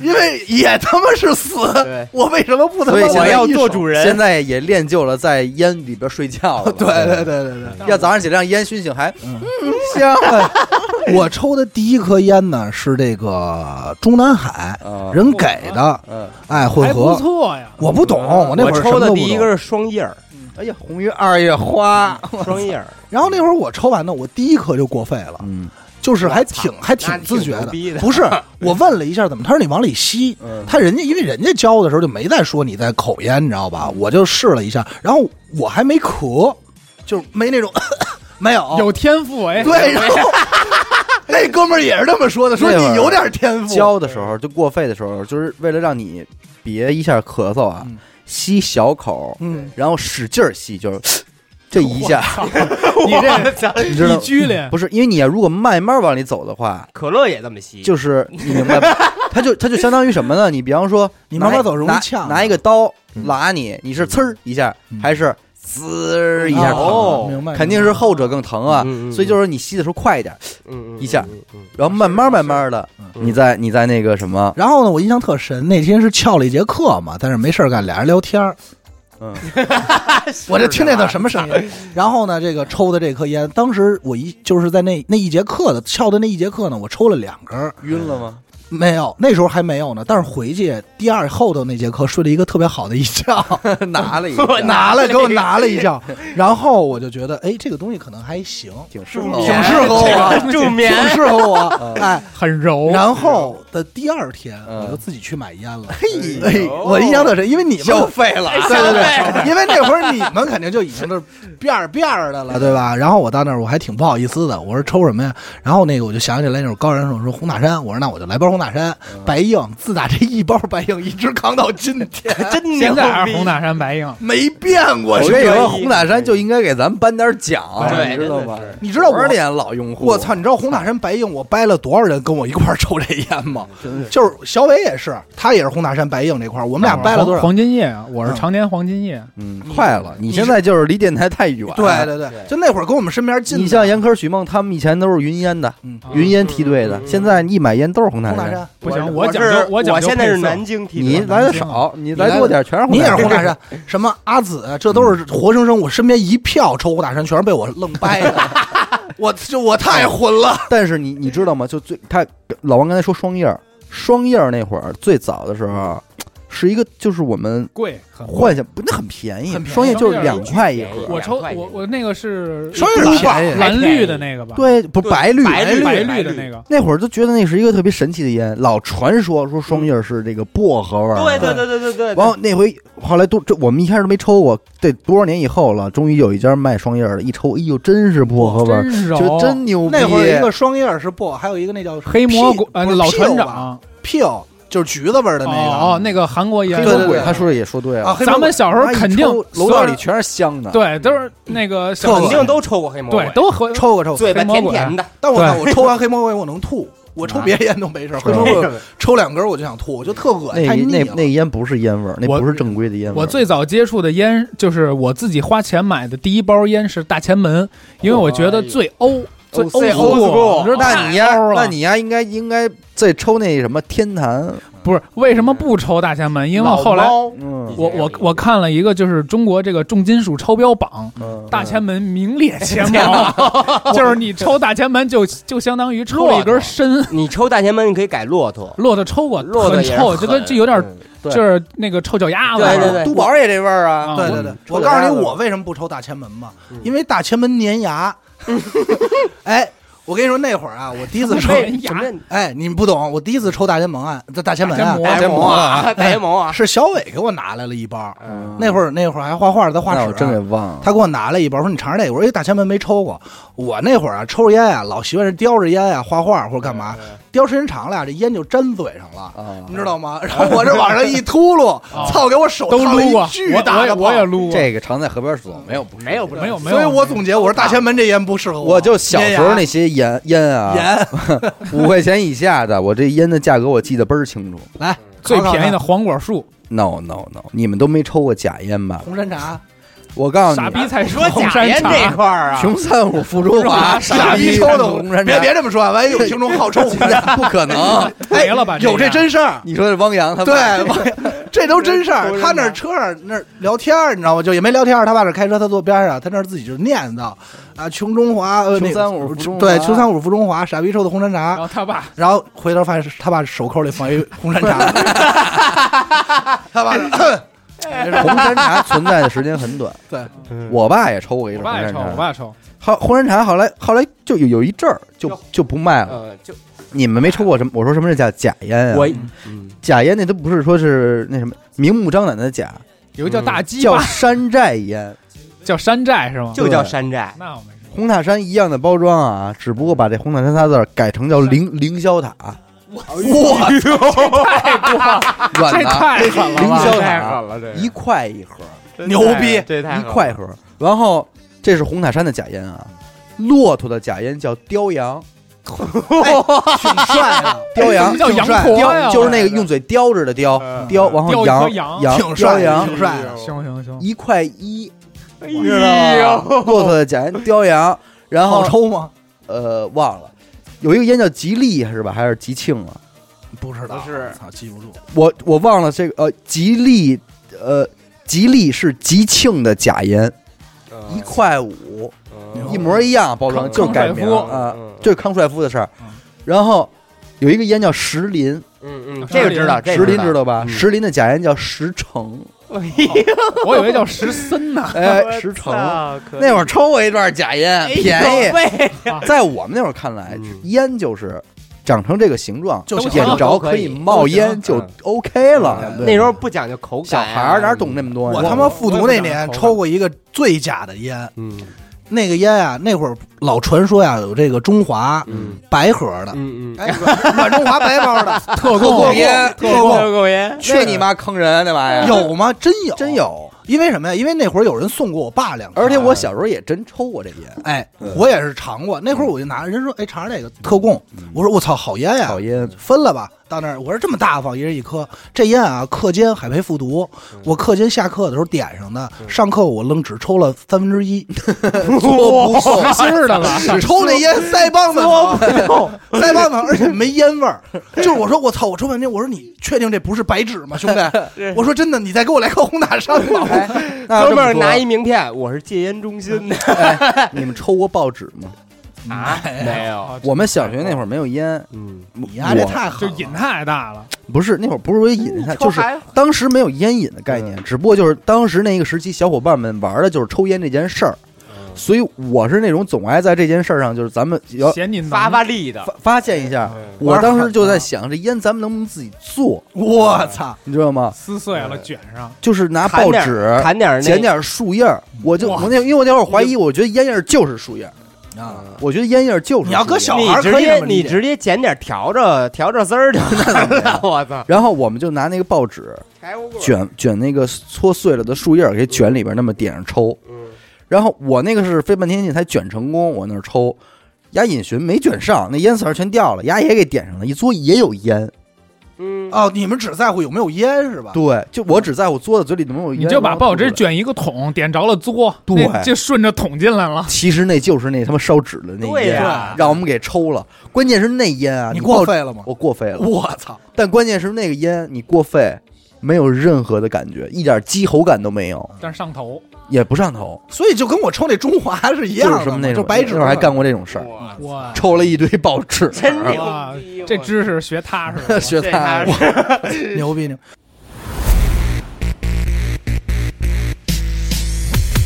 Speaker 3: 因为也他妈是死
Speaker 4: 对，
Speaker 3: 我为什么不他
Speaker 2: 所
Speaker 3: 妈
Speaker 2: 以现
Speaker 3: 我
Speaker 2: 在
Speaker 3: 要
Speaker 2: 一
Speaker 3: 做
Speaker 2: 手
Speaker 3: 主？
Speaker 2: 现在也练就了在烟里边睡觉了。
Speaker 3: 对对对对
Speaker 2: 要早上起来让烟熏醒还
Speaker 3: 对，对， 我抽的第一颗烟呢是这个中南海
Speaker 2: 啊
Speaker 3: 人给的，
Speaker 2: 嗯，
Speaker 3: 哎，混
Speaker 5: 还不
Speaker 3: 合，
Speaker 5: 错呀，
Speaker 3: 我不懂，我那
Speaker 4: 我
Speaker 3: 会儿什
Speaker 4: 抽
Speaker 3: 么
Speaker 4: 的
Speaker 3: 都不
Speaker 4: 第一
Speaker 3: 懂
Speaker 4: 个。是双叶儿，
Speaker 2: 哎呀，红于二月花，
Speaker 4: 双叶儿，
Speaker 3: 然后那会儿我抽完呢，我第一颗就过肺了，
Speaker 2: 嗯
Speaker 3: 就是还挺还
Speaker 4: 那
Speaker 3: 挺
Speaker 4: 你
Speaker 3: 自觉
Speaker 4: 牛
Speaker 3: 的。
Speaker 4: 逼的，
Speaker 3: 不 是，我问了一下怎么，他说你往里吸，
Speaker 2: 嗯，
Speaker 3: 他人家因为人家教的时候就没再说你在口烟，你知道吧？
Speaker 4: 嗯
Speaker 3: 我就试了一下，然后我还没咳， 就是没 那种没
Speaker 2: 哦
Speaker 3: 有
Speaker 5: 有天赋哎。
Speaker 3: 对，然后那哥们儿也是这么说的，说
Speaker 2: 那会儿
Speaker 3: 你有点天赋，
Speaker 2: 教的时候就过肺的时候，就是为了让你别一下咳嗽啊
Speaker 3: 嗯，
Speaker 2: 吸小口，
Speaker 3: 嗯，
Speaker 2: 然后使劲儿吸，就是这一下，
Speaker 5: 你这
Speaker 2: 你知道
Speaker 5: 你拘练，
Speaker 2: 不是？因为你如果慢慢往里走的话，
Speaker 4: 可乐也这么吸，
Speaker 2: 就是你明白 吧？它就它就相当于什么呢？你比方说，
Speaker 3: 你慢慢
Speaker 2: 拿
Speaker 3: 走容易
Speaker 2: 拿
Speaker 3: 呛啊嗯
Speaker 2: 拿一个刀剌你，你是呲儿一下，还是滋儿一下疼？
Speaker 4: 哦
Speaker 3: 啊明白，
Speaker 2: 肯定是后者更疼啊。
Speaker 4: 嗯嗯嗯
Speaker 2: 所以就是你吸的时候快一点，
Speaker 4: 嗯嗯
Speaker 2: 一下，
Speaker 4: 嗯嗯
Speaker 2: 然后慢慢慢慢的，
Speaker 4: 嗯
Speaker 2: 你再你再那个什么，
Speaker 3: 然后呢，我印象特深，那天是翘了一节课嘛，但是没事儿干，俩人聊天儿。
Speaker 2: 嗯，
Speaker 3: 我这听那叫什么
Speaker 4: 啊
Speaker 3: 声音？然后呢，这个抽的这颗烟，当时我一就是在那那一节课的翘的那一节课呢，我抽了两根儿，
Speaker 2: 晕了吗？
Speaker 3: 没有，那时候还没有呢。但是回去第二后头那节课睡了一个特别好的一觉，
Speaker 2: 拿了一下，
Speaker 3: 拿了给我拿了一觉，哦然后我就觉得，哎，这个东西可能还行，
Speaker 2: 挺适合
Speaker 4: 嗯嗯
Speaker 2: 我
Speaker 3: 挺适合 我
Speaker 4: 助
Speaker 3: 挺
Speaker 4: 眠，
Speaker 3: 适合我，哎。
Speaker 5: 很柔。
Speaker 3: 然后的第二天，
Speaker 2: 嗯
Speaker 3: 我就自己去买烟了。
Speaker 2: 嘿
Speaker 3: 哎我印象特深，因为你们
Speaker 2: 消费了。
Speaker 3: 对对对，因为那会儿你们肯定就已经都是变儿变儿 的了，对吧？然后我到那儿我还挺不好意思的，我说抽什么呀？然后那个我就想起来那首高人说说红塔山，我说那我就来包红塔山白硬，自打这一包白硬一直扛到今天，
Speaker 4: 真牛逼
Speaker 5: 现在还是红塔山白硬，
Speaker 3: 没变过
Speaker 2: 我。跟你
Speaker 4: 这
Speaker 2: 说，
Speaker 4: 个
Speaker 2: 红塔山就应该给咱们颁点奖，啊
Speaker 4: 对
Speaker 2: 你知道吗
Speaker 4: 真的？是
Speaker 3: 你知道
Speaker 2: 多少
Speaker 3: 我
Speaker 2: 点老用户？
Speaker 3: 我操！，你知道红塔山白硬我掰了多少人跟我一块儿抽这烟吗？
Speaker 2: 真是
Speaker 3: 就是小伟也是，他也是红塔山白硬这块儿，我们俩掰了多少？
Speaker 5: 啊黄金叶啊！我是
Speaker 3: 嗯
Speaker 5: 常年黄金叶，
Speaker 2: 嗯，快了！你现在就是离电台太远了。
Speaker 3: 对对对，就那会儿跟我们身边近的，
Speaker 2: 你像严科、许梦他们以前都是云烟的，
Speaker 3: 嗯
Speaker 2: 云烟梯队的，
Speaker 4: 嗯
Speaker 2: 现在一买烟都是红塔
Speaker 3: 红塔
Speaker 2: 山。
Speaker 3: 山，
Speaker 5: 不行，
Speaker 4: 我
Speaker 5: 讲究
Speaker 4: 是
Speaker 5: 我讲
Speaker 4: 我
Speaker 5: 究
Speaker 4: 现在是
Speaker 5: 配色
Speaker 4: 南京体
Speaker 2: 你
Speaker 4: 制，
Speaker 2: 来的少，你来多点，全是红
Speaker 3: 你
Speaker 2: 塔
Speaker 3: 也是
Speaker 2: 山。
Speaker 3: 红塔山，什么阿紫，这都是活生生。我身边一票抽红塔山，全是被我愣掰的。我就我太混了，
Speaker 2: 但是你你知道吗？就最他老王刚才说双叶儿，双叶儿那会儿最早的时候，是一个就是我们
Speaker 5: 贵，很贵。
Speaker 2: 幻想不那很便宜
Speaker 5: 很，便宜
Speaker 2: 双叶就是
Speaker 5: 双叶
Speaker 2: 两块一
Speaker 4: 便宜
Speaker 2: 盒，
Speaker 5: 我抽
Speaker 4: 两块钱
Speaker 5: 我我那个是
Speaker 3: 双
Speaker 2: 叶
Speaker 5: 蓝
Speaker 2: 不便宜
Speaker 5: 蓝绿的那个吧，，
Speaker 2: 对，不是白绿
Speaker 4: 白
Speaker 5: 白
Speaker 4: 绿
Speaker 5: 白
Speaker 4: 白
Speaker 5: 绿的
Speaker 4: 绿
Speaker 5: 那个，
Speaker 2: 那会儿就觉得那是一个特别神奇的烟，老传说说双叶是这个薄荷味儿。
Speaker 4: 对对对对对 对，
Speaker 2: 完后那回后来都这我们一开始都没抽过，得多少年以后了，终于有一家卖双叶儿的，一抽，哎呦，真是薄荷味儿，
Speaker 5: 真是
Speaker 2: 就
Speaker 5: 哦
Speaker 2: 真牛逼。
Speaker 3: 那会儿有一个双叶是薄，还有一个那叫
Speaker 5: 黑蘑菇
Speaker 3: 屁
Speaker 5: 呃
Speaker 3: 不是
Speaker 5: 老船
Speaker 3: 屁股吧
Speaker 5: 长
Speaker 3: peel 就是橘子味儿的那个。
Speaker 5: 哦哦那个韩国
Speaker 2: 黑
Speaker 5: 烟，
Speaker 2: 魔
Speaker 3: 对
Speaker 2: 鬼，
Speaker 3: 对
Speaker 2: 他说的也说对
Speaker 3: 啊，
Speaker 2: 了，哎
Speaker 3: 黑
Speaker 5: 咱们小时候肯定
Speaker 2: 妈一抽楼
Speaker 5: 所
Speaker 2: 道
Speaker 5: 有
Speaker 2: 里全是香的。
Speaker 5: 对都是那个小
Speaker 4: 肯定都抽过黑魔鬼
Speaker 5: 哦对，都喝
Speaker 3: 抽过抽过，
Speaker 4: 嘴巴甜甜的，
Speaker 3: 但我
Speaker 5: 对
Speaker 3: 看我抽完黑魔鬼我能 吐，我抽别的烟都没事儿，黑魔鬼抽两根我就想吐，我就特恶心，
Speaker 2: 那
Speaker 3: 太腻
Speaker 2: 那
Speaker 3: 了。
Speaker 2: 那烟不是烟味儿，那
Speaker 5: 我
Speaker 2: 不是正规的烟味儿。
Speaker 5: 我最早接触的烟就是我自己花钱买的第一包烟是大前门，因为我觉得最欧最欧
Speaker 4: old school
Speaker 5: 我觉得
Speaker 2: 那你
Speaker 5: 太
Speaker 2: 呀
Speaker 5: 欧，了
Speaker 2: 那你呀，应该应该再抽那什么天坛，
Speaker 5: 不是为什么不抽大前门？因为
Speaker 4: 老
Speaker 5: 后来
Speaker 4: 猫
Speaker 2: 嗯
Speaker 5: 我我我看了一个就是中国这个重金属超标榜，
Speaker 2: 嗯
Speaker 5: 大前门名列前茅， 就是你抽大前门就就相当于抽了一根参。
Speaker 4: 你抽大前门，你可以改骆驼，
Speaker 5: 骆驼抽过，
Speaker 4: 骆驼
Speaker 5: 很
Speaker 4: 也是
Speaker 5: 臭，就跟
Speaker 4: 狠
Speaker 5: 就有点
Speaker 4: 嗯
Speaker 2: 对
Speaker 5: 就是那个臭脚丫子味
Speaker 4: 对
Speaker 5: 儿。
Speaker 4: 对对，
Speaker 2: 都宝也这味儿啊
Speaker 5: 啊
Speaker 3: 对
Speaker 5: 我
Speaker 3: 对对，
Speaker 2: 抽
Speaker 3: 我
Speaker 2: 点
Speaker 3: 告诉
Speaker 2: 烟
Speaker 3: 你，
Speaker 2: 味儿
Speaker 3: 我为什么不抽大前门吧
Speaker 4: 嗯？
Speaker 3: 因为大前门 粘牙。哎，我跟你说那会儿啊，我第一 次抽，
Speaker 5: 为
Speaker 4: 什么
Speaker 3: 哎，你们不懂，我第一次抽大前门啊，这大前门
Speaker 5: 大
Speaker 3: 啊
Speaker 5: 前，
Speaker 4: 大
Speaker 5: 大
Speaker 4: 前
Speaker 5: 前
Speaker 4: 门啊，大前门啊，
Speaker 3: 是小伟给我拿来了一包。
Speaker 4: 嗯
Speaker 3: 那会儿那会儿还画画，在画
Speaker 2: 那
Speaker 3: 室
Speaker 2: 我真给
Speaker 3: 啊，
Speaker 2: 忘了。
Speaker 3: 他给我拿了一包，说你尝尝这个。我说哎，大前门没抽过。我那会儿啊，抽着烟啊，老习惯是叼着烟啊，画画或者干嘛，
Speaker 5: 哎
Speaker 3: 叼时间长了啊，这烟就粘嘴上了。
Speaker 2: 啊
Speaker 3: 你知道吗？然后我这往上一秃 噜，操，给我手
Speaker 5: 啊都
Speaker 3: 烫了
Speaker 5: 撸
Speaker 3: 一
Speaker 5: 过，
Speaker 3: 巨
Speaker 5: 我
Speaker 3: 大
Speaker 5: 我也
Speaker 3: 的
Speaker 5: 我也
Speaker 3: 泡
Speaker 5: 撸过。啊
Speaker 2: 这个常在河边走，没有不是
Speaker 4: 没有不
Speaker 5: 没有没有，
Speaker 3: 所以我总结，我说大前门这烟不适合
Speaker 2: 我就小时候那些烟烟啊，
Speaker 3: 盐
Speaker 2: 五块钱以下的，我这烟的价格我记得倍儿清楚。
Speaker 3: 来
Speaker 5: 最便宜
Speaker 3: 的
Speaker 5: 的黄果树，
Speaker 2: No no no，你们都没抽过假烟吧？
Speaker 3: 红山茶，
Speaker 2: 我告诉
Speaker 5: 傻
Speaker 2: 你，
Speaker 5: 逼才
Speaker 4: 说
Speaker 5: 红
Speaker 4: 假
Speaker 5: 山
Speaker 4: 烟
Speaker 5: 茶
Speaker 4: 这块儿啊，
Speaker 2: 穷三五腹中 华，
Speaker 3: 傻
Speaker 2: 逼
Speaker 3: 逼抽的
Speaker 2: 红山
Speaker 3: 别
Speaker 2: 茶，
Speaker 3: 别这么说啊，万一有听众好抽红山茶，
Speaker 2: 不可能。
Speaker 5: 没了吧？
Speaker 3: 哎有这
Speaker 5: 样
Speaker 3: 真事儿。
Speaker 2: 你说的汪洋他
Speaker 3: 对
Speaker 2: 爸，
Speaker 3: 这都真事
Speaker 4: 红
Speaker 3: 儿。
Speaker 4: 山茶
Speaker 3: 他那儿车上那儿聊天儿，你知道吗？就也没聊天儿，他爸那儿开车，他坐边上，他那儿自己就念叨啊，穷中华，呃，
Speaker 2: 穷
Speaker 3: 那
Speaker 2: 三五腹中华
Speaker 3: 对，穷三五福中华，傻逼抽的红山茶。
Speaker 5: 然后他爸
Speaker 3: 然后回头发现是他爸手扣里放一红山茶，他爸说
Speaker 2: 红山茶存在的时间很短。
Speaker 3: 对，
Speaker 2: 我爸也抽过一
Speaker 5: 我
Speaker 2: 阵
Speaker 5: 爸
Speaker 2: 红
Speaker 5: 也
Speaker 2: 山
Speaker 5: 抽，我
Speaker 2: 茶。
Speaker 5: 爸抽，
Speaker 2: 后红山茶后来后来就有有一阵儿就就不卖了。
Speaker 4: 呃，就
Speaker 2: 你们没抽过什么？我说什么是叫假烟啊？
Speaker 4: 我嗯
Speaker 2: 假烟那都不是说是那什么明目张胆的假，
Speaker 5: 有一个叫大啊鸡
Speaker 2: 叫
Speaker 5: 巴，
Speaker 2: 山寨烟，
Speaker 5: 叫山寨是吗？
Speaker 4: 就叫山寨，
Speaker 5: 那我没事。
Speaker 2: 红塔山一样的包装啊，只不过把这红塔山仨字儿改成叫凌凌霄塔，软
Speaker 5: 哎这
Speaker 2: 的
Speaker 5: 太
Speaker 2: 凌
Speaker 5: 狠了吧！
Speaker 2: 霄
Speaker 4: 太
Speaker 2: 塔啊
Speaker 4: 狠了，这
Speaker 2: 一块一盒，
Speaker 3: 牛逼
Speaker 4: 这太
Speaker 2: 一块一盒。然后这是红塔山的假烟啊，骆驼的假烟叫雕 羊，哎
Speaker 3: 挺帅的，
Speaker 2: 啊雕
Speaker 5: 什
Speaker 2: 羊
Speaker 5: 么叫羊驼呀？
Speaker 2: 雕就是那个用嘴叼着的雕
Speaker 4: 嗯
Speaker 2: 雕，然后
Speaker 5: 雕一
Speaker 2: 羊
Speaker 5: 颗羊
Speaker 2: 羊
Speaker 3: 挺
Speaker 2: 雕
Speaker 3: 帅的
Speaker 2: 羊
Speaker 3: 挺帅的。
Speaker 5: 行行行，
Speaker 2: 一块一，
Speaker 5: 哎
Speaker 4: 知道吗？
Speaker 2: 骆驼的假烟雕羊，然后
Speaker 3: 好抽吗？
Speaker 2: 呃忘了，有一个烟叫吉利是吧？还是吉庆啊？
Speaker 3: 不知道，
Speaker 4: 不是
Speaker 3: 操，记不住。
Speaker 2: 我我忘了这个呃吉利呃吉利是吉庆的假烟，
Speaker 4: 啊哎
Speaker 2: 一块五，呃一模一样包装
Speaker 5: 康
Speaker 2: 就改名
Speaker 5: 康帅夫
Speaker 2: 啊
Speaker 4: 嗯，
Speaker 2: 就是康帅夫的事儿
Speaker 5: 嗯。
Speaker 2: 然后有一个烟叫石林，
Speaker 4: 嗯嗯，这个
Speaker 5: 这个知
Speaker 4: 知
Speaker 5: 道
Speaker 4: 道，
Speaker 2: 哎石林知道吧？
Speaker 4: 嗯
Speaker 2: 石林的假烟叫石城，。
Speaker 5: 我以为叫石森呢
Speaker 2: 哎，石城。那会儿抽过一段假烟，便宜。
Speaker 4: 宜，
Speaker 2: 在我们那会儿看来
Speaker 4: 哎嗯，
Speaker 2: 烟就是长成这个形状，
Speaker 3: 就
Speaker 5: 行
Speaker 2: 眼着可以冒烟
Speaker 4: 都行
Speaker 2: 就
Speaker 4: 嗯
Speaker 2: OK 了。
Speaker 4: 那时候不讲究口感，啊
Speaker 2: 小孩儿哪懂那么多呀？
Speaker 3: 我他妈复读那
Speaker 5: 我也
Speaker 3: 年
Speaker 5: 不想抽
Speaker 3: 抽过一个最假的烟，
Speaker 4: 嗯
Speaker 3: 那个烟啊，那会儿老传说呀有这个中华
Speaker 4: 嗯
Speaker 3: 白盒的，
Speaker 4: 嗯 嗯，
Speaker 3: 哎，软软中华白包的 特
Speaker 2: 供
Speaker 3: 供
Speaker 2: 烟
Speaker 3: 特供
Speaker 4: 口烟
Speaker 2: 去你妈坑人啊那玩意儿！
Speaker 3: 有吗？真有，
Speaker 2: 真。有，
Speaker 3: 因为什么呀？因为那会儿有人送过我爸两条，
Speaker 2: 而且我小时候也真抽过这烟，
Speaker 3: 哎，我也是尝过。那会儿我就拿人说，哎，尝尝这个特供。我说我操，嗯好烟呀！
Speaker 2: 讨烟。
Speaker 3: 分了吧。到那儿，我说这么大方，一人一颗。这烟啊，课间海培复读，我课间下课的时候点上的，上课我愣只抽了三分之 一，
Speaker 2: 我不送
Speaker 5: 实心儿的吧？
Speaker 3: 抽那烟腮帮子疼， 腮帮子疼，而且没烟味儿。就是我说我操，我抽半天，我说你确定这不是白纸吗，兄弟？我说真的，你再给我来个红塔山吧。
Speaker 2: 那
Speaker 4: 哥
Speaker 2: 这
Speaker 4: 们
Speaker 2: 么
Speaker 4: 儿
Speaker 2: 说
Speaker 4: 拿一名片，我是戒烟中心的，
Speaker 2: 你们抽过报纸吗？
Speaker 4: 啊，没有，
Speaker 2: 我们小学那会儿没有烟，
Speaker 4: 嗯，
Speaker 3: 你呀这
Speaker 2: 我
Speaker 3: 太
Speaker 5: 就
Speaker 3: 狠了
Speaker 5: 瘾太大了，
Speaker 2: 不是那会儿不是为瘾，它嗯就是嗯当时没有烟瘾的概念，只不过就是当时那个时期小伙伴们玩的就是抽烟这件事儿，所以我是那种总爱在这件事儿上，就是咱们要
Speaker 5: 嫌你
Speaker 4: 发
Speaker 5: 难
Speaker 4: 发力的，
Speaker 2: 发嗯发现一下。我当时就在想，这烟咱们能不能自己做，
Speaker 3: 我操！
Speaker 2: 你知道吗？
Speaker 5: 撕碎了卷上，
Speaker 2: 就是拿
Speaker 4: 砍
Speaker 2: 报
Speaker 4: 点
Speaker 2: 纸
Speaker 4: 砍点儿那
Speaker 2: 剪点树叶儿，我就
Speaker 5: 哇
Speaker 2: 我那因为我那会儿怀疑，我觉得烟叶儿就是树叶儿，
Speaker 3: 啊，
Speaker 2: 我觉得烟叶儿就是
Speaker 3: 你要搁
Speaker 2: 树叶儿
Speaker 3: 小孩儿
Speaker 4: 你直
Speaker 3: 可以
Speaker 4: 接
Speaker 3: 这么理
Speaker 4: 你
Speaker 3: 解
Speaker 4: 直接捡点调着调着丝儿就能了，我操！
Speaker 2: 然后我们就拿那个报纸卷卷那个搓碎了的树叶儿给卷里边，那么点上抽。
Speaker 4: 嗯
Speaker 2: 然后我那个是费半天劲才卷成功，我那儿抽，压隐寻没卷上，那烟丝儿全掉了，压也给点上了，一嘬也有烟。
Speaker 4: 嗯，
Speaker 3: 哦，你们只在乎有没有烟是吧？
Speaker 2: 对，就我只在乎嘬到嘴里能有烟。
Speaker 5: 你就把
Speaker 2: 然后
Speaker 5: 报
Speaker 2: 吐出
Speaker 5: 纸
Speaker 2: 来。
Speaker 5: 卷一个桶，点着了嘬，
Speaker 2: 对
Speaker 5: 那就顺着桶进来了。
Speaker 2: 其实那就是那他妈烧纸的那
Speaker 4: 对
Speaker 2: 烟，
Speaker 4: 呀
Speaker 2: 让我们给抽了。关键是那烟啊，
Speaker 3: 你
Speaker 2: 你
Speaker 3: 过
Speaker 2: 报
Speaker 3: 分了吗？
Speaker 2: 我过肺了。
Speaker 3: 我操！
Speaker 2: 但关键是那个烟你过肺，没有任何的感觉，一点激喉感都没有，
Speaker 5: 但是上头，
Speaker 2: 也不上头，
Speaker 3: 所以就跟我抽那中华是一
Speaker 2: 就
Speaker 3: 样的嘛，
Speaker 2: 是什么那
Speaker 3: 就
Speaker 2: 种。
Speaker 3: 白纸
Speaker 2: 那会儿还干过这种事儿，
Speaker 5: 哇，
Speaker 2: 抽了一堆报纸，
Speaker 4: 真牛
Speaker 5: 哇
Speaker 4: 逼！我
Speaker 5: 这知识学踏实 了。
Speaker 2: 学
Speaker 4: 这
Speaker 2: 他
Speaker 4: 还是
Speaker 3: 牛逼牛！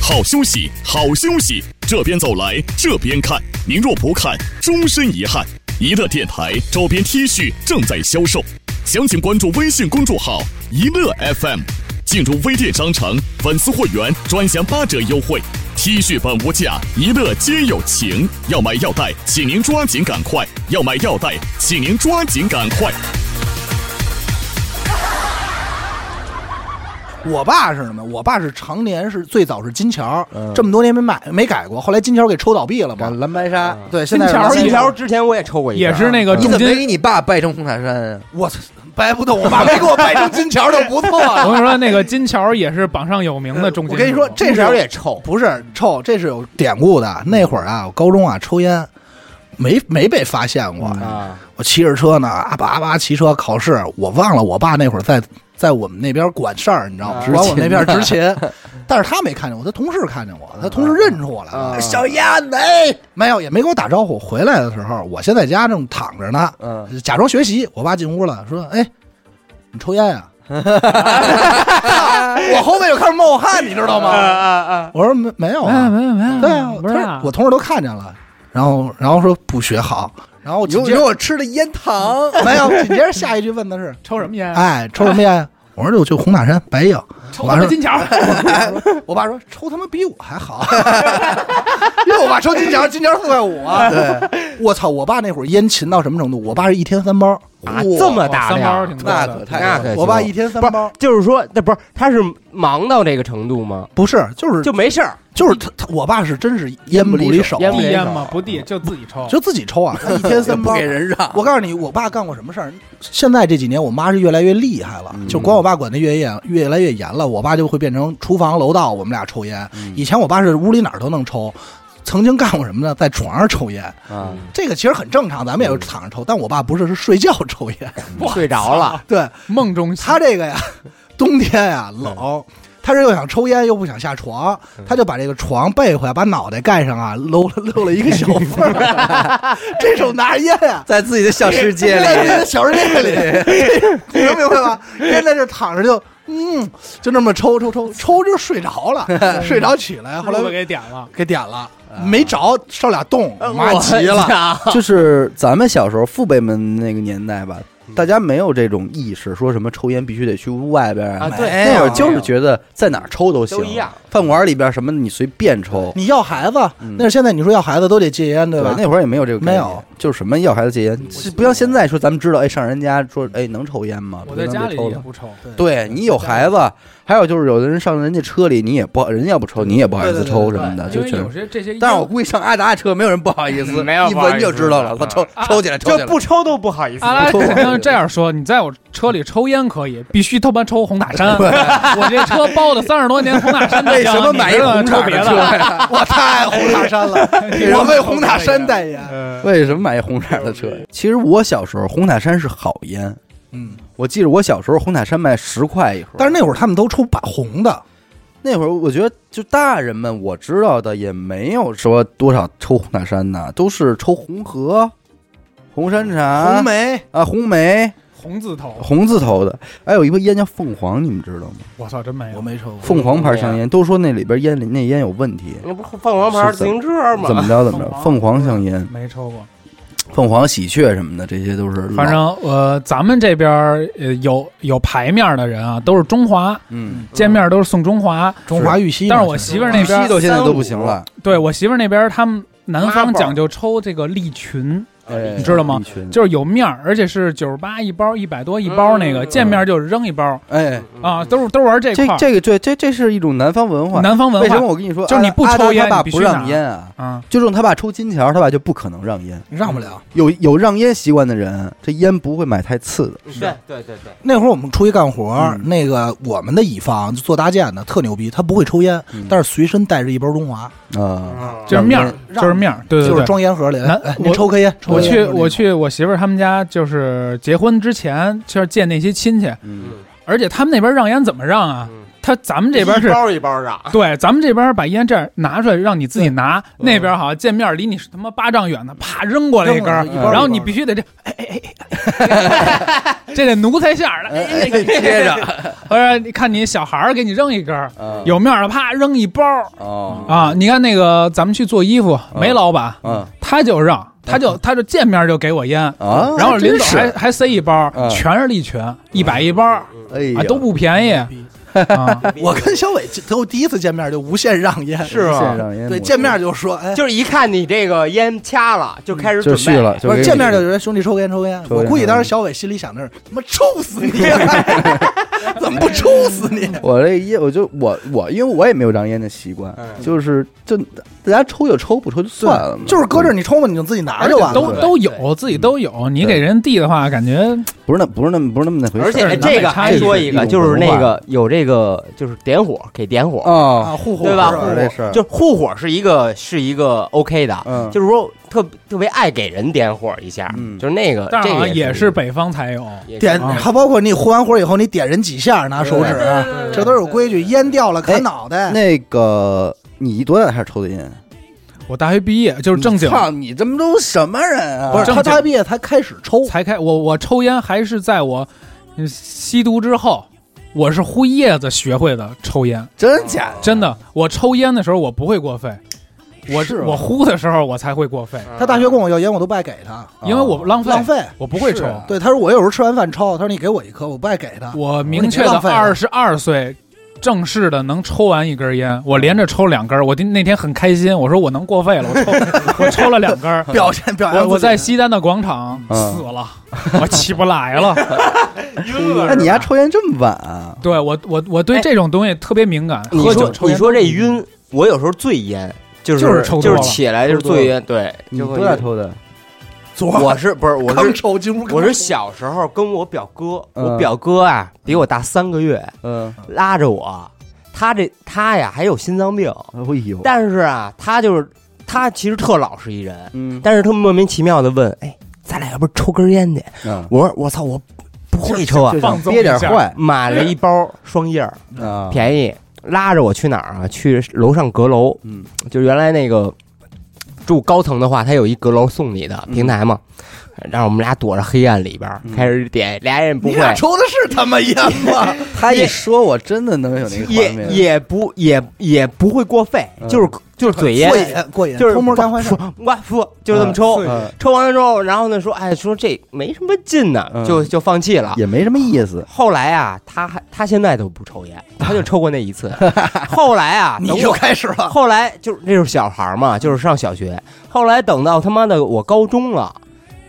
Speaker 6: 好休息，好休息，这边走来这边看，您若不看，终身遗憾。一乐电台周边 T 恤正在销售，详情关注微信公众号“一乐 FM”，进入微店商城粉丝会员专享八折优惠。T 恤本无价，一乐皆有情。要买要带，请您抓紧赶快；要买要带，请您抓紧赶快。
Speaker 3: 我爸是什么？我爸是常年是最早是金条，这么多年没买没改过，后来金条给抽倒闭了嘛。
Speaker 2: 蓝白沙。
Speaker 3: 对，现在
Speaker 5: 金条
Speaker 3: 是
Speaker 5: 也
Speaker 4: 金条之前啊我也抽过一根
Speaker 5: 也
Speaker 4: 儿，
Speaker 5: 是那个
Speaker 2: 你
Speaker 5: 重
Speaker 2: 怎么没
Speaker 5: 金，
Speaker 2: 呃给你爸掰成红塔山啊？
Speaker 3: 我操，掰不动，我爸没给我掰成金条就不错
Speaker 5: 我
Speaker 3: 了。
Speaker 5: 跟 你说，那个金桥也是榜上有名的重金。
Speaker 3: 我跟你说，，这
Speaker 4: 金
Speaker 3: 是
Speaker 4: 条
Speaker 3: 有
Speaker 4: 也抽，
Speaker 3: 不是臭，这是有典故的。那会儿啊，我高中啊抽烟，没没被发现过。
Speaker 4: 啊，
Speaker 3: 我骑着车呢，啊吧啊吧骑车考试，我忘了我爸那会儿在在我们那边管事儿，你知道吗？
Speaker 4: 啊
Speaker 3: 管我们那边执 勤，但是他没看见我，他同事看见我，他同事认出我来了，哎
Speaker 4: 啊
Speaker 3: 小鸭子，没有也没跟我打招呼。回来的时候，我先在家正躺着呢，
Speaker 2: 嗯，
Speaker 3: 假装学习。我爸进屋了，说：“哎，你抽烟呀、我后背就开始冒汗，你知道
Speaker 4: 啊
Speaker 3: 吗？
Speaker 2: 嗯
Speaker 3: 我说没没有
Speaker 5: 没
Speaker 4: 哎
Speaker 5: 有
Speaker 3: 啊，
Speaker 5: 没有没有，
Speaker 3: 对啊，
Speaker 5: 不是啊
Speaker 3: 他我同事都看见了，然后然后说不学好，然后紧
Speaker 2: 有
Speaker 3: 接
Speaker 2: 有我吃的烟糖，
Speaker 3: 没有，紧接着下一句问的是，
Speaker 5: 抽什么烟？
Speaker 3: 哎，抽什么烟？我说就就红塔山白影。
Speaker 5: 抽
Speaker 3: 我爸
Speaker 5: 他妈
Speaker 3: 说，
Speaker 5: 金桥。
Speaker 3: 我爸说抽他妈比我还好， 因为我爸抽金条，金条覆盖我。 对，啊我操，我爸那会儿烟勤到什么程度？我爸是一天三包，
Speaker 4: 啊这么大
Speaker 5: 三
Speaker 4: 量
Speaker 5: 包挺多
Speaker 2: 那
Speaker 5: 的
Speaker 2: 可，太
Speaker 4: 那可
Speaker 3: 我爸
Speaker 4: 行
Speaker 3: 一天三
Speaker 4: 不
Speaker 3: 包
Speaker 4: 是，就是说，那不是他是忙到这个程度吗？
Speaker 3: 不是，就是
Speaker 4: 就没事儿，
Speaker 3: 就是他他，我爸是真是烟不离手，
Speaker 4: 烟不
Speaker 5: 递
Speaker 4: 离
Speaker 5: 烟吗？不递，就自己抽。
Speaker 3: 就自己抽啊，他一天三
Speaker 2: 不
Speaker 3: 包
Speaker 2: 给。人让。
Speaker 3: 我告诉你，我爸干过什么事儿？现在这几年，我妈是越来越厉害了，就管我爸管的越严，越来越严了。我爸就会变成厨房、楼道，我们俩抽烟。以前我爸是屋里哪儿都能抽，曾经干过什么呢？在床上抽烟，
Speaker 4: 嗯，
Speaker 3: 这个其实很正常，咱们也是躺着抽。但我爸不是，是睡觉抽烟。
Speaker 4: 睡着了，
Speaker 3: 对
Speaker 5: 梦中
Speaker 3: 他这个呀，冬天呀冷，他这又想抽烟又不想下床，他就把这个床背回来，把脑袋盖上啊，露了露了一个小缝儿，这手拿着烟呀、
Speaker 2: 在自己的小世界
Speaker 3: 在这
Speaker 2: 里，
Speaker 3: 个小世界里， 你能明白吗？人在这躺着就嗯，就那么抽抽抽抽就睡着了，睡着起来，后
Speaker 5: 后来
Speaker 3: 来
Speaker 5: 给点了。
Speaker 3: 给点了，没着烧俩洞，我妈急了。
Speaker 4: 了，
Speaker 2: 就是咱们小时候父辈们那个年代吧，大家没有这种意识，说什么抽烟必须得去外边
Speaker 4: 啊
Speaker 2: 买
Speaker 4: 对
Speaker 2: 那会儿就
Speaker 4: 没
Speaker 2: 是
Speaker 4: 有
Speaker 2: 觉得在哪儿抽都行，
Speaker 4: 都一样
Speaker 2: 饭馆里边什么你随便抽，
Speaker 3: 你要孩子，
Speaker 2: 嗯
Speaker 3: 那是现在你说要孩子都得戒烟，对
Speaker 2: 对
Speaker 3: 吧？
Speaker 2: 那会儿也没有这个概念，
Speaker 3: 没有
Speaker 2: 就是什么要孩子戒烟，是不像现在说咱们知道，哎，上人家说，哎，能抽烟吗？
Speaker 5: 我在
Speaker 2: 不能
Speaker 5: 家
Speaker 2: 别
Speaker 5: 里
Speaker 2: 抽
Speaker 5: 也
Speaker 2: 了。啊
Speaker 5: 不抽，
Speaker 2: 对你有孩子，还有就是有的人上人家车里，你也不好，人家要不抽，你也不好意思抽什么的，
Speaker 5: 因
Speaker 2: 就
Speaker 5: 为
Speaker 2: 全
Speaker 5: 有。些这些，
Speaker 2: 但是我估计上阿达车，没有人不好意思，
Speaker 4: 没有
Speaker 2: 一
Speaker 4: 不好意
Speaker 2: 闻
Speaker 4: 思
Speaker 2: 就知道了，他抽
Speaker 5: 啊
Speaker 2: 抽起来，抽
Speaker 4: 就
Speaker 2: 起来。
Speaker 4: 不抽都不好意思。
Speaker 5: 阿拉
Speaker 2: 不抽
Speaker 5: 肯定这样说：你在我车里抽烟可以，必须他妈抽红塔山。 我这车包了三十多年红塔山的
Speaker 2: 为
Speaker 5: 酱，
Speaker 2: 什么买一
Speaker 5: 你知道
Speaker 2: 红
Speaker 5: 抽
Speaker 2: 塔
Speaker 5: 别
Speaker 2: 的
Speaker 5: 的？
Speaker 2: 车 呀？
Speaker 3: 我太红塔山 了，我为红塔山代言。
Speaker 2: 为什么买一红色的车呀？嗯其实我小时候红塔山是好烟，
Speaker 3: 嗯，
Speaker 2: 我记得我小时候红塔山卖十块一盒，
Speaker 3: 但是那会儿他们都抽把红的，
Speaker 2: 那会儿我觉得就大人们我知道的也没有说多少抽红塔山的，都是抽红河、红山茶、
Speaker 3: 红梅
Speaker 2: 啊、红梅、
Speaker 5: 红字头，
Speaker 2: 红字头的，还有一个烟叫凤凰，你们知道吗？
Speaker 5: 我操，真没
Speaker 3: 我
Speaker 5: 有。
Speaker 3: 没抽过，
Speaker 2: 凤凰牌
Speaker 3: 哦
Speaker 2: 香烟，都说那里边烟里那烟有问题，
Speaker 4: 那不是凤凰牌自行车吗？
Speaker 2: 怎么着怎么着，凤凰香烟、
Speaker 5: 没抽过，
Speaker 2: 凤凰喜鹊什么的，这些都是老。
Speaker 5: 反正呃，咱们这边儿呃有有牌面的人啊，都是中华，
Speaker 2: 嗯，
Speaker 5: 见面都是送中华。
Speaker 3: 中华玉溪嘛。
Speaker 5: 但是我媳妇儿那
Speaker 2: 玉溪
Speaker 5: 边，
Speaker 2: 都现在都不行了，
Speaker 5: 对我媳妇儿那边儿，他们南
Speaker 4: 妈
Speaker 5: 方
Speaker 4: 宝
Speaker 5: 讲究抽这个利群，
Speaker 2: 哎
Speaker 5: 你知道吗
Speaker 2: 一群
Speaker 5: 就是有面儿，而且是九十八一包，一百多一包那个，
Speaker 4: 嗯
Speaker 5: 见面就扔一包
Speaker 2: 哎，
Speaker 5: 啊，都是都玩这
Speaker 2: 这
Speaker 5: 块儿。
Speaker 2: 这个对，这这是一种南方文化。
Speaker 5: 南方文
Speaker 2: 为什么
Speaker 5: 化，
Speaker 2: 我跟你说，
Speaker 5: 就是你不
Speaker 2: 阿
Speaker 5: 抽烟
Speaker 2: 阿达他爸
Speaker 5: 你必须
Speaker 2: 不让
Speaker 5: 拿
Speaker 2: 烟啊，
Speaker 5: 啊，
Speaker 2: 就冲他爸抽金条，他爸就不可能让烟。
Speaker 3: 让不了。
Speaker 2: 有有让烟习惯的人，这烟不会买太次的。
Speaker 4: 对嗯对对对，
Speaker 3: 那会儿我们出去干活儿，
Speaker 2: 嗯
Speaker 3: 那个我们的乙方就做搭建的，特牛逼，他不会抽烟，
Speaker 2: 嗯
Speaker 3: 但是随身带着一包中华，
Speaker 2: 啊，
Speaker 5: 就是面儿
Speaker 2: 让，
Speaker 3: 让
Speaker 5: 就是面儿，对对
Speaker 3: 就是
Speaker 5: 对。
Speaker 3: 装烟盒里。
Speaker 5: 南
Speaker 3: 哎
Speaker 5: 我
Speaker 3: 您抽颗烟，抽
Speaker 5: 我
Speaker 3: 根烟
Speaker 5: 去，
Speaker 3: 就是那种
Speaker 5: 我去我媳妇儿他们家，就是结婚之前，就是见那些亲戚，
Speaker 2: 嗯，
Speaker 5: 而且他们那边让烟怎么让啊？
Speaker 4: 嗯
Speaker 5: 他咱们这边
Speaker 4: 一
Speaker 5: 是，
Speaker 4: 包一包的，
Speaker 5: 对，咱们这边把烟这儿拿出来让你自己拿，那边好像见面离你是他妈八丈远的，啪扔过来一根儿
Speaker 3: 扔，过
Speaker 2: 来一包
Speaker 5: 然后你必须得这，哎哎哎，这得奴才下了，哎
Speaker 2: 哎，接着，
Speaker 5: 或者你看你小孩儿给你扔一根儿，有面儿的啪扔一包儿
Speaker 2: 哦，
Speaker 5: 啊！你看那个咱们去做衣服，梅老板
Speaker 2: 嗯
Speaker 5: 他就让，他就他就见面就给我烟，
Speaker 2: 啊，
Speaker 5: 然后临
Speaker 2: 真
Speaker 5: 走
Speaker 2: 是
Speaker 5: 还还塞一包
Speaker 2: 嗯，
Speaker 5: 全是利群，一百一包啊，
Speaker 2: 哎呀
Speaker 5: 都不便宜啊！
Speaker 3: 我跟小伟就都第一次见面就无限让烟，
Speaker 4: 是吧
Speaker 2: 现让烟
Speaker 3: 对，
Speaker 2: 我
Speaker 3: 见面就说，哎，
Speaker 4: 就是一看你这个烟掐了，就开始
Speaker 2: 就
Speaker 4: 准
Speaker 2: 续
Speaker 4: 备
Speaker 2: 了，就
Speaker 3: 不
Speaker 2: 给
Speaker 3: 是
Speaker 2: 你
Speaker 3: 见面就觉得兄弟抽根烟抽根烟，
Speaker 2: 抽根
Speaker 3: 我
Speaker 2: 烟
Speaker 3: 估计当时小伟心里想的是他妈抽死你，怎么不抽死你？
Speaker 2: 我这烟，我就我我，因为我也没有让烟的习惯，就是就大家抽就抽，不嗯抽就算了嘛，
Speaker 3: 就是搁这儿你抽嘛，你就自己拿就完了。
Speaker 5: 都
Speaker 2: 对
Speaker 5: 都有，自己都有。你给人递的话，感觉
Speaker 2: 不是那不是那么不是那么那回事儿，
Speaker 4: 而且哎
Speaker 5: 南北
Speaker 4: 这个
Speaker 5: 差
Speaker 4: 还
Speaker 5: 异
Speaker 4: 说
Speaker 2: 是
Speaker 4: 一
Speaker 2: 一
Speaker 4: 个，
Speaker 2: 种
Speaker 4: 就是
Speaker 2: 文
Speaker 4: 那
Speaker 2: 化
Speaker 4: 个有这个就是点火，给点火，
Speaker 2: 啊，
Speaker 3: 啊，护火
Speaker 4: 对吧？
Speaker 2: 是吧
Speaker 4: 护
Speaker 2: 这
Speaker 4: 火
Speaker 2: 是
Speaker 4: 就是护火是一个是一个 OK 的，
Speaker 2: 嗯，
Speaker 4: 就是说特特别爱给人点火一下，
Speaker 2: 嗯
Speaker 4: 就是那个
Speaker 5: 但是
Speaker 4: 这
Speaker 5: 好
Speaker 4: 个
Speaker 5: 像也是北方才有。
Speaker 4: 也是
Speaker 3: 点，
Speaker 5: 啊
Speaker 3: 还包括你护完火以后，你点人几下，拿手指，这都是有规矩。烟掉了砍脑袋，
Speaker 2: 那个你多大开始抽的烟？
Speaker 5: 我大学毕业就是正经
Speaker 2: 操，你这么都什么人啊？
Speaker 3: 不是
Speaker 5: 正
Speaker 3: 他
Speaker 5: 经
Speaker 3: 他毕业才开始抽，
Speaker 5: 才开，我我抽烟还是在我嗯吸毒之后，我是呼叶子学会的抽烟。
Speaker 2: 真假的？
Speaker 5: 真的，我抽烟的时候我不会过肺，我
Speaker 2: 是吗啊
Speaker 5: 我呼的时候我才会过肺，
Speaker 4: 嗯
Speaker 3: 他大学跟我要烟，我都不爱给他，
Speaker 5: 因为我浪费，
Speaker 3: 哦浪费。
Speaker 5: 我不会
Speaker 2: 是
Speaker 5: 抽。
Speaker 2: 啊
Speaker 3: 对，他说我有时候吃完饭抽，他说你给我一颗，我不爱给他。
Speaker 5: 我明确
Speaker 3: 你别
Speaker 5: 的
Speaker 3: 浪费
Speaker 5: 二
Speaker 3: 了
Speaker 5: 十二岁正式的能抽完一根烟，我连着抽两根儿，我今那天很开心，我说我能过肺了，我抽 我抽了两根儿。
Speaker 3: 表现表扬自
Speaker 5: 我
Speaker 3: 己，
Speaker 5: 我在西单的广场
Speaker 2: 嗯
Speaker 5: 死了，我起不来了。
Speaker 2: 那哎你家抽烟这么晚啊？
Speaker 5: 对我我我对
Speaker 4: 哎
Speaker 5: 这种东西特别敏感，
Speaker 4: 你
Speaker 5: 喝
Speaker 4: 说
Speaker 5: 酒抽
Speaker 4: 你
Speaker 5: 烟
Speaker 4: 说这晕，我有时候醉烟。就是
Speaker 5: 就是抽多
Speaker 4: 就
Speaker 5: 了
Speaker 4: 是起来就是
Speaker 2: 抽多了
Speaker 4: 醉烟，对，
Speaker 2: 你
Speaker 4: 就会
Speaker 2: 多大抽的？
Speaker 3: 昨儿
Speaker 4: 我是不是我
Speaker 3: 刚
Speaker 4: 是
Speaker 3: 抽进屋，
Speaker 4: 我是小时候跟我表哥，
Speaker 2: 嗯
Speaker 4: 我表哥啊比我大三个月，
Speaker 2: 嗯，
Speaker 4: 拉着我，他这他呀还有心脏病，
Speaker 2: 哎呦，
Speaker 4: 但是啊他就是他其实特老实一人，
Speaker 2: 嗯
Speaker 4: 但是他莫名其妙的问，哎，咱俩要不抽根烟去？
Speaker 2: 啊，
Speaker 4: 我说我操，我不会抽啊
Speaker 2: 就，
Speaker 5: 放
Speaker 2: 想
Speaker 5: 纵
Speaker 2: 憋点
Speaker 5: 一下
Speaker 2: 坏
Speaker 4: 买了一包双叶儿，
Speaker 2: 啊，
Speaker 4: 便宜，拉着我去哪儿啊？去楼上阁楼，
Speaker 2: 嗯
Speaker 4: 就原来那个住高层的话，他有一阁楼送你的
Speaker 2: 嗯
Speaker 4: 平台嘛，让我们俩躲着黑暗里边儿
Speaker 2: 嗯
Speaker 4: 开始点，俩人也不
Speaker 3: 嗯你
Speaker 4: 会，
Speaker 3: 俩抽的是他妈烟吗？
Speaker 2: 他一说，我真的能有那个画
Speaker 4: 也
Speaker 2: 面，
Speaker 4: 也不也也不会过肺
Speaker 2: 嗯，
Speaker 4: 就是就是嘴烟
Speaker 3: 过，瘾过瘾，
Speaker 4: 就是
Speaker 3: 偷摸干坏事
Speaker 4: 说。哇噗，就这么抽。
Speaker 5: 嗯
Speaker 2: 嗯
Speaker 4: 抽完了之后，然后呢说，哎，说这没什么劲呢，
Speaker 2: 嗯
Speaker 4: 就就放弃了。
Speaker 2: 也没什么意思。
Speaker 4: 后来啊，他还他现在都不抽烟，他就抽过那 一次。后来啊，
Speaker 3: 你
Speaker 4: 等
Speaker 3: 就
Speaker 4: 我
Speaker 3: 开始了，
Speaker 4: 后来就是那就是小孩儿
Speaker 2: 嗯
Speaker 4: 嘛，就是上小学。后来等到他妈的我高中了，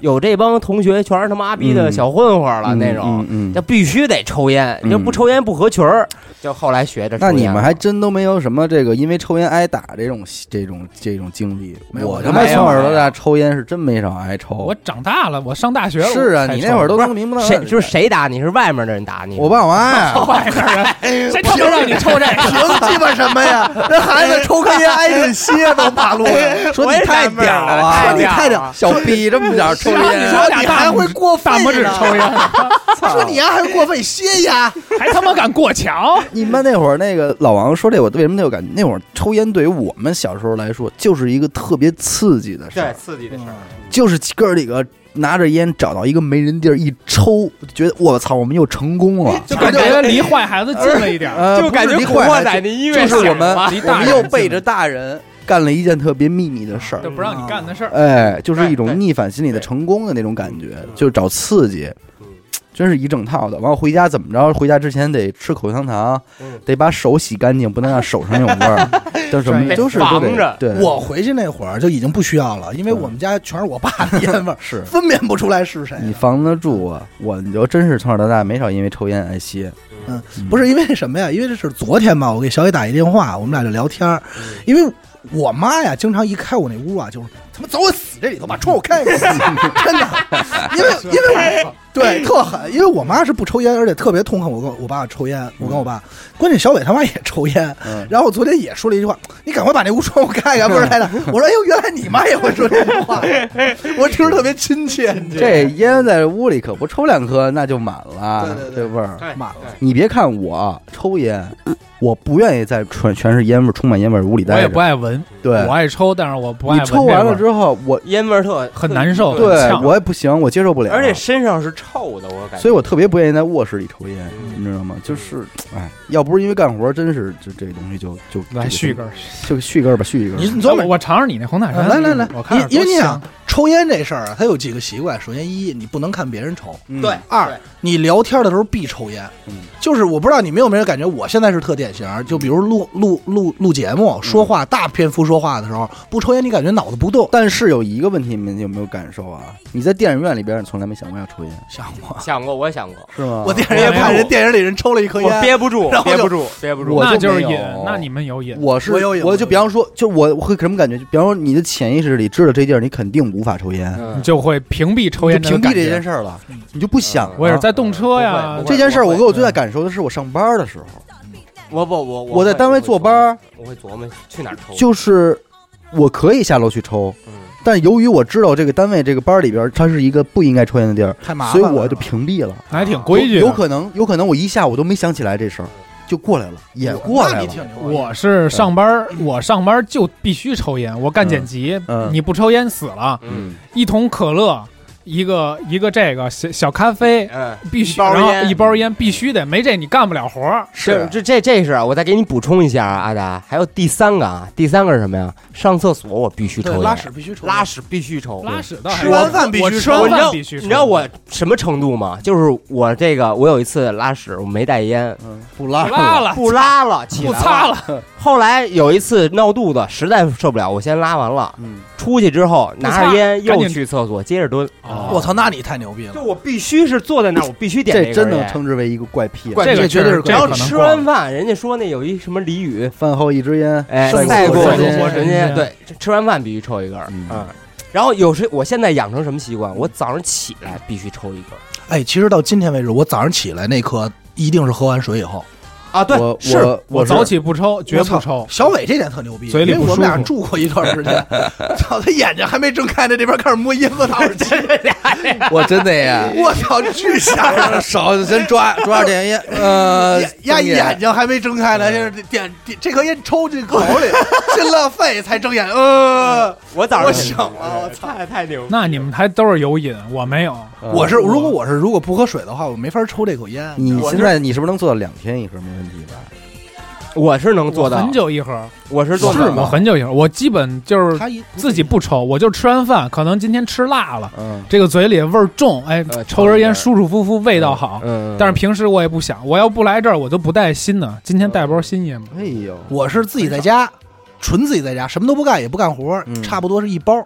Speaker 4: 有这帮同学全是他妈逼的
Speaker 2: 嗯
Speaker 4: 小混混了、那种，
Speaker 2: 嗯嗯
Speaker 4: 就
Speaker 2: 嗯。
Speaker 4: 必须得抽烟，
Speaker 2: 嗯
Speaker 4: 就不抽烟不合群儿。就后来学着抽
Speaker 2: 那
Speaker 4: 烟
Speaker 2: 你
Speaker 4: 了。
Speaker 2: 们还真都没有什么这个因为抽烟挨打这种这种这种经历。
Speaker 3: 没有
Speaker 2: 我
Speaker 3: 我
Speaker 2: 他
Speaker 3: 就
Speaker 2: 妈
Speaker 4: 没有
Speaker 2: 从小到
Speaker 4: 没
Speaker 2: 大
Speaker 4: 有
Speaker 2: 抽烟是真没少挨抽。
Speaker 5: 我长大了，我上大学了。
Speaker 2: 是啊，
Speaker 5: 我才
Speaker 2: 你
Speaker 5: 抽
Speaker 2: 那会儿都
Speaker 4: 不是
Speaker 2: 能明白
Speaker 4: 谁就是谁打你？是外面的人打你？
Speaker 2: 我爸我妈 呀，
Speaker 5: 外边人，谁他妈让你抽这个？
Speaker 3: 凭鸡巴什么 呀？那孩子抽
Speaker 4: 哎
Speaker 3: 根烟挨顿歇都马路上，
Speaker 2: 说你太屌了，啊
Speaker 4: 太
Speaker 2: 说你
Speaker 4: 屌
Speaker 2: 太
Speaker 4: 了
Speaker 2: 屌，小逼这么点儿抽
Speaker 3: 然后你
Speaker 2: 烟，
Speaker 3: 说你还会过分
Speaker 5: 大
Speaker 3: 呢
Speaker 5: 拇指抽烟，
Speaker 3: 说你丫还会过分，你歇呀！
Speaker 5: 还他妈敢过 墙？
Speaker 2: 你们那会儿那个老王说这，我为什么特有感觉？那会儿抽烟对于我们小时候来说，就是一个特别刺激的事
Speaker 7: 对
Speaker 2: 儿，
Speaker 7: 刺激的事儿，
Speaker 5: 嗯
Speaker 2: 就是哥几个拿着烟找到一个没人地儿一抽，觉得我操，我们又成功了。
Speaker 5: 就感觉离坏孩子近了一点 儿。
Speaker 2: 呃，
Speaker 4: 就感觉
Speaker 2: 不是
Speaker 4: 古
Speaker 2: 离坏
Speaker 4: 惑
Speaker 2: 还
Speaker 4: 仔的音乐
Speaker 2: 就
Speaker 4: 响
Speaker 2: 是我们
Speaker 4: 了
Speaker 5: 离
Speaker 2: 我
Speaker 5: 大
Speaker 2: 们
Speaker 5: 人
Speaker 2: 又
Speaker 5: 近
Speaker 2: 背着大人干了一件特别秘密的事儿
Speaker 5: 就，不让你干的事儿。
Speaker 2: 哎，就是一
Speaker 7: 对
Speaker 2: 种
Speaker 7: 对
Speaker 2: 逆反心理的
Speaker 7: 对
Speaker 2: 成功的那种感觉，就是找刺激，真是一整套的。完了回家怎么着？回家之前得吃口香糖，得把手洗干净，不能让手上有味儿，叫什么？
Speaker 4: 得
Speaker 2: 就是都
Speaker 4: 防着
Speaker 2: 得对，
Speaker 3: 我回去那会儿就已经不需要了，因为我们家全是我爸的烟味儿，
Speaker 2: 是
Speaker 3: 分辨不出来是谁。
Speaker 2: 你防得住我，我你就真是从小到大没少因为抽烟挨歇。
Speaker 3: 嗯，不是因为什么呀？因为这是昨天嘛，我给小野打一电话，我们俩就聊天儿。因为我妈呀，经常一开我那屋啊，就是他妈走我死这里头吧，把窗户开开，真的。因为因为我对特狠，因为我妈是不抽烟，而且特别痛恨我跟我爸抽烟，我跟我爸。关键小伟他妈也抽烟，
Speaker 2: 嗯，
Speaker 3: 然后我昨天也说了一句话，你赶快把那屋窗户开开，不然来了。我说哎呦，原来你妈也会说这句话，我听着特别亲切。
Speaker 2: 这烟在屋里可不抽两颗，那就满了，
Speaker 3: 对对
Speaker 2: 这
Speaker 3: 对
Speaker 2: 味儿。
Speaker 7: 对
Speaker 3: 妈
Speaker 7: 对
Speaker 2: 你别看我抽烟，我不愿意在全全是烟味儿、充满烟味儿的屋里
Speaker 5: 我
Speaker 2: 待
Speaker 5: 也不
Speaker 2: 着。
Speaker 5: 爱闻，
Speaker 2: 对
Speaker 5: 我，爱抽，但是我不爱
Speaker 2: 你
Speaker 5: 闻这
Speaker 2: 抽
Speaker 5: 味儿。
Speaker 2: 完了之后，我
Speaker 4: 烟味儿特
Speaker 5: 很难受
Speaker 4: 特
Speaker 2: 对
Speaker 5: 呛
Speaker 2: 我也不行，我接受不了。
Speaker 4: 而且身上是臭的，我感觉。
Speaker 2: 所以我特别不愿意在卧室里抽烟，
Speaker 4: 嗯
Speaker 2: 你知道吗？就是，哎，要不是因为干活，真是这这东西就就
Speaker 5: 来续根，
Speaker 2: 儿，
Speaker 5: 儿。
Speaker 2: 就续根儿吧，续一根儿。
Speaker 3: 你你琢磨
Speaker 5: 我我尝尝你那红塔
Speaker 2: 嗯
Speaker 5: 山。
Speaker 3: 啊来来来
Speaker 5: 我看着
Speaker 3: 因因为
Speaker 5: 多
Speaker 3: 你
Speaker 5: 香
Speaker 3: 想抽烟这事儿啊，它有几个习惯。首先一，你不能看别人抽；
Speaker 2: 嗯
Speaker 7: 对，
Speaker 3: 二，你聊天的时候必抽烟。
Speaker 2: 嗯，
Speaker 3: 就是我不知道你们有没有感觉，我现在是特典型儿。就比如录录录录节目、说话大篇幅说话的时候，不抽烟，你感觉脑子 不动。
Speaker 2: 但是有一个问题，你们有没有感受啊？你在电影院里边，你从来没想过要抽烟，
Speaker 3: 想过，
Speaker 4: 想过，我也想过，
Speaker 2: 是吗？
Speaker 3: 我电影院看
Speaker 5: 我也
Speaker 3: 人
Speaker 5: 不
Speaker 3: 电影里人抽了一颗
Speaker 4: 我
Speaker 3: 烟，
Speaker 4: 憋不住
Speaker 3: 然，后就
Speaker 4: 憋不住，憋不住。
Speaker 2: 我
Speaker 5: 那
Speaker 2: 就
Speaker 5: 就是
Speaker 2: 没有
Speaker 5: 瘾，那你们有瘾。
Speaker 2: 我是
Speaker 3: 我有瘾
Speaker 2: 我
Speaker 3: 我
Speaker 2: 就
Speaker 3: 有
Speaker 2: 比方说，就是我会什么感觉？就比方说，你的潜意识里知道这地儿你肯定无法抽烟，
Speaker 4: 嗯
Speaker 5: 你就会屏蔽抽
Speaker 2: 就
Speaker 5: 烟
Speaker 2: 屏蔽这件
Speaker 5: 事。
Speaker 2: 事儿了，你就不想了。
Speaker 5: 嗯我也是在嗯动车呀
Speaker 4: 不会不会
Speaker 2: 这件事儿，我
Speaker 4: 我
Speaker 2: 给我最大感受的是我上班的时候，
Speaker 3: 哦
Speaker 4: 我不我
Speaker 2: 我在单位坐班，儿，
Speaker 4: 我会琢磨我会琢磨去哪儿抽。
Speaker 2: 就是我可以下楼去抽，
Speaker 4: 嗯
Speaker 2: 但由于我知道这个单位这个班里边它是一个不应该抽烟的地儿，
Speaker 3: 太麻
Speaker 2: 所
Speaker 3: 烦
Speaker 2: 以
Speaker 3: 了。
Speaker 2: 我就屏蔽了。
Speaker 5: 还挺规矩的啊
Speaker 2: 有有可能，有可能我一下午都没想起来这事儿，就过来了，也过
Speaker 3: 那
Speaker 2: 来
Speaker 3: 你
Speaker 2: 了。
Speaker 3: 挺牛逼。
Speaker 5: 我
Speaker 4: 嗯
Speaker 5: 是上班儿，我上班儿就必须抽烟。我干剪辑
Speaker 2: 嗯，嗯
Speaker 5: 你不抽烟死了。
Speaker 4: 嗯
Speaker 5: 一桶可乐，一个一个这个小小咖啡，
Speaker 4: 嗯，
Speaker 5: 必
Speaker 4: 一
Speaker 5: 须，
Speaker 4: 包
Speaker 5: 然后
Speaker 4: 烟嗯
Speaker 5: 一包烟必须得，没这你干不了活儿。
Speaker 4: 这这这这是啊我再给你补充一下啊，阿达，还有第三个啊，第三个是什么呀？上厕所我必须抽
Speaker 3: 对
Speaker 4: 烟，
Speaker 3: 拉屎必须抽烟，
Speaker 4: 拉屎必须抽，
Speaker 5: 拉屎倒还
Speaker 3: 吃完饭必
Speaker 5: 我
Speaker 3: 须
Speaker 5: 吃
Speaker 3: 抽
Speaker 5: 完
Speaker 4: 你知
Speaker 5: 饭
Speaker 4: 道
Speaker 5: 必须
Speaker 4: 你
Speaker 5: 抽
Speaker 4: 知道我什么程度吗？就是我这个，我有一次拉屎，我没带烟，
Speaker 2: 不拉
Speaker 5: 不拉了，
Speaker 4: 嗯不拉了，起来
Speaker 5: 不擦
Speaker 4: 了。
Speaker 5: 了，
Speaker 4: 后来有一次闹肚子，实在受不了，我先拉完了，
Speaker 2: 嗯，
Speaker 4: 出去之后拿着烟
Speaker 5: 赶
Speaker 4: 又
Speaker 5: 紧
Speaker 4: 去厕所，接着蹲。
Speaker 5: 哦
Speaker 3: 我操，那你太牛逼
Speaker 4: 就
Speaker 3: 了。
Speaker 4: 我必须是坐在那儿，我必须点
Speaker 2: 这
Speaker 4: 根
Speaker 2: 真能
Speaker 4: 烟。
Speaker 2: 称之为一个怪癖。啊
Speaker 5: 这个
Speaker 3: 绝对是
Speaker 5: 确实
Speaker 3: 这个
Speaker 4: 然后
Speaker 5: 可能
Speaker 4: 吃
Speaker 5: 过了
Speaker 4: 完饭，人家说那有一什么俚语，
Speaker 2: 饭后一支烟，
Speaker 4: 哎，
Speaker 2: 胜
Speaker 4: 赛
Speaker 2: 过
Speaker 4: 过
Speaker 2: 人
Speaker 5: 间
Speaker 4: 人家对，吃完饭必须抽一根儿，
Speaker 2: 嗯
Speaker 4: 嗯。然后有时我现在养成什么习惯？我早上起来必须抽一根儿
Speaker 3: 哎，其实到今天为止，我早上起来那刻一定是喝完水以后。
Speaker 4: 啊，对，
Speaker 2: 我
Speaker 4: 是
Speaker 2: 我
Speaker 5: 我
Speaker 2: 是
Speaker 5: 早起不抽，绝
Speaker 3: 我
Speaker 5: 不
Speaker 3: 操
Speaker 5: 抽。
Speaker 3: 小伟这点特牛逼，
Speaker 5: 嘴里
Speaker 3: 因为
Speaker 5: 不
Speaker 3: 我
Speaker 5: 舒
Speaker 3: 们俩
Speaker 5: 服
Speaker 3: 住过一段时 间，操，他眼睛还没睁开呢，这边开始摸椰子糖，，
Speaker 2: 我真的呀
Speaker 3: 我操，巨吓人！
Speaker 2: 手先 抓抓着点烟，呃
Speaker 3: 眼眼眼睛还没睁开呢，这点点这颗烟抽进口里，进了肺才睁眼，呃，
Speaker 4: 我早上
Speaker 3: 我
Speaker 4: 起
Speaker 3: 醒了，我操！
Speaker 4: 太太牛逼了。
Speaker 5: 那你们还都是有瘾，我没有。
Speaker 3: 我是如果我是如果不喝水的话，我没法抽这口烟。
Speaker 2: 你
Speaker 3: 嗯我
Speaker 2: 现在你是不是能做到两天一盒没问题吧？
Speaker 4: 我是能做
Speaker 5: 我
Speaker 4: 到，
Speaker 5: 很久一盒，
Speaker 4: 我是做
Speaker 2: 是
Speaker 4: 到
Speaker 2: 吗
Speaker 5: 我很久一盒，我基本就是
Speaker 3: 他一
Speaker 5: 自己不抽，我就吃完饭，可能今天吃辣了，
Speaker 2: 嗯，
Speaker 5: 这个嘴里味儿重，哎
Speaker 4: 呃，抽
Speaker 5: 抽
Speaker 4: 一
Speaker 5: 根烟
Speaker 4: 根
Speaker 5: 舒舒服服，味道好。
Speaker 4: 嗯，
Speaker 5: 但是平时我也不想，我要不来这儿，我就不带新的。今天带包新烟嘛，
Speaker 2: 哎呦，
Speaker 3: 我是自己在家，纯自己在家，什么都不干，也不干活，
Speaker 2: 嗯
Speaker 3: 差不多是一包。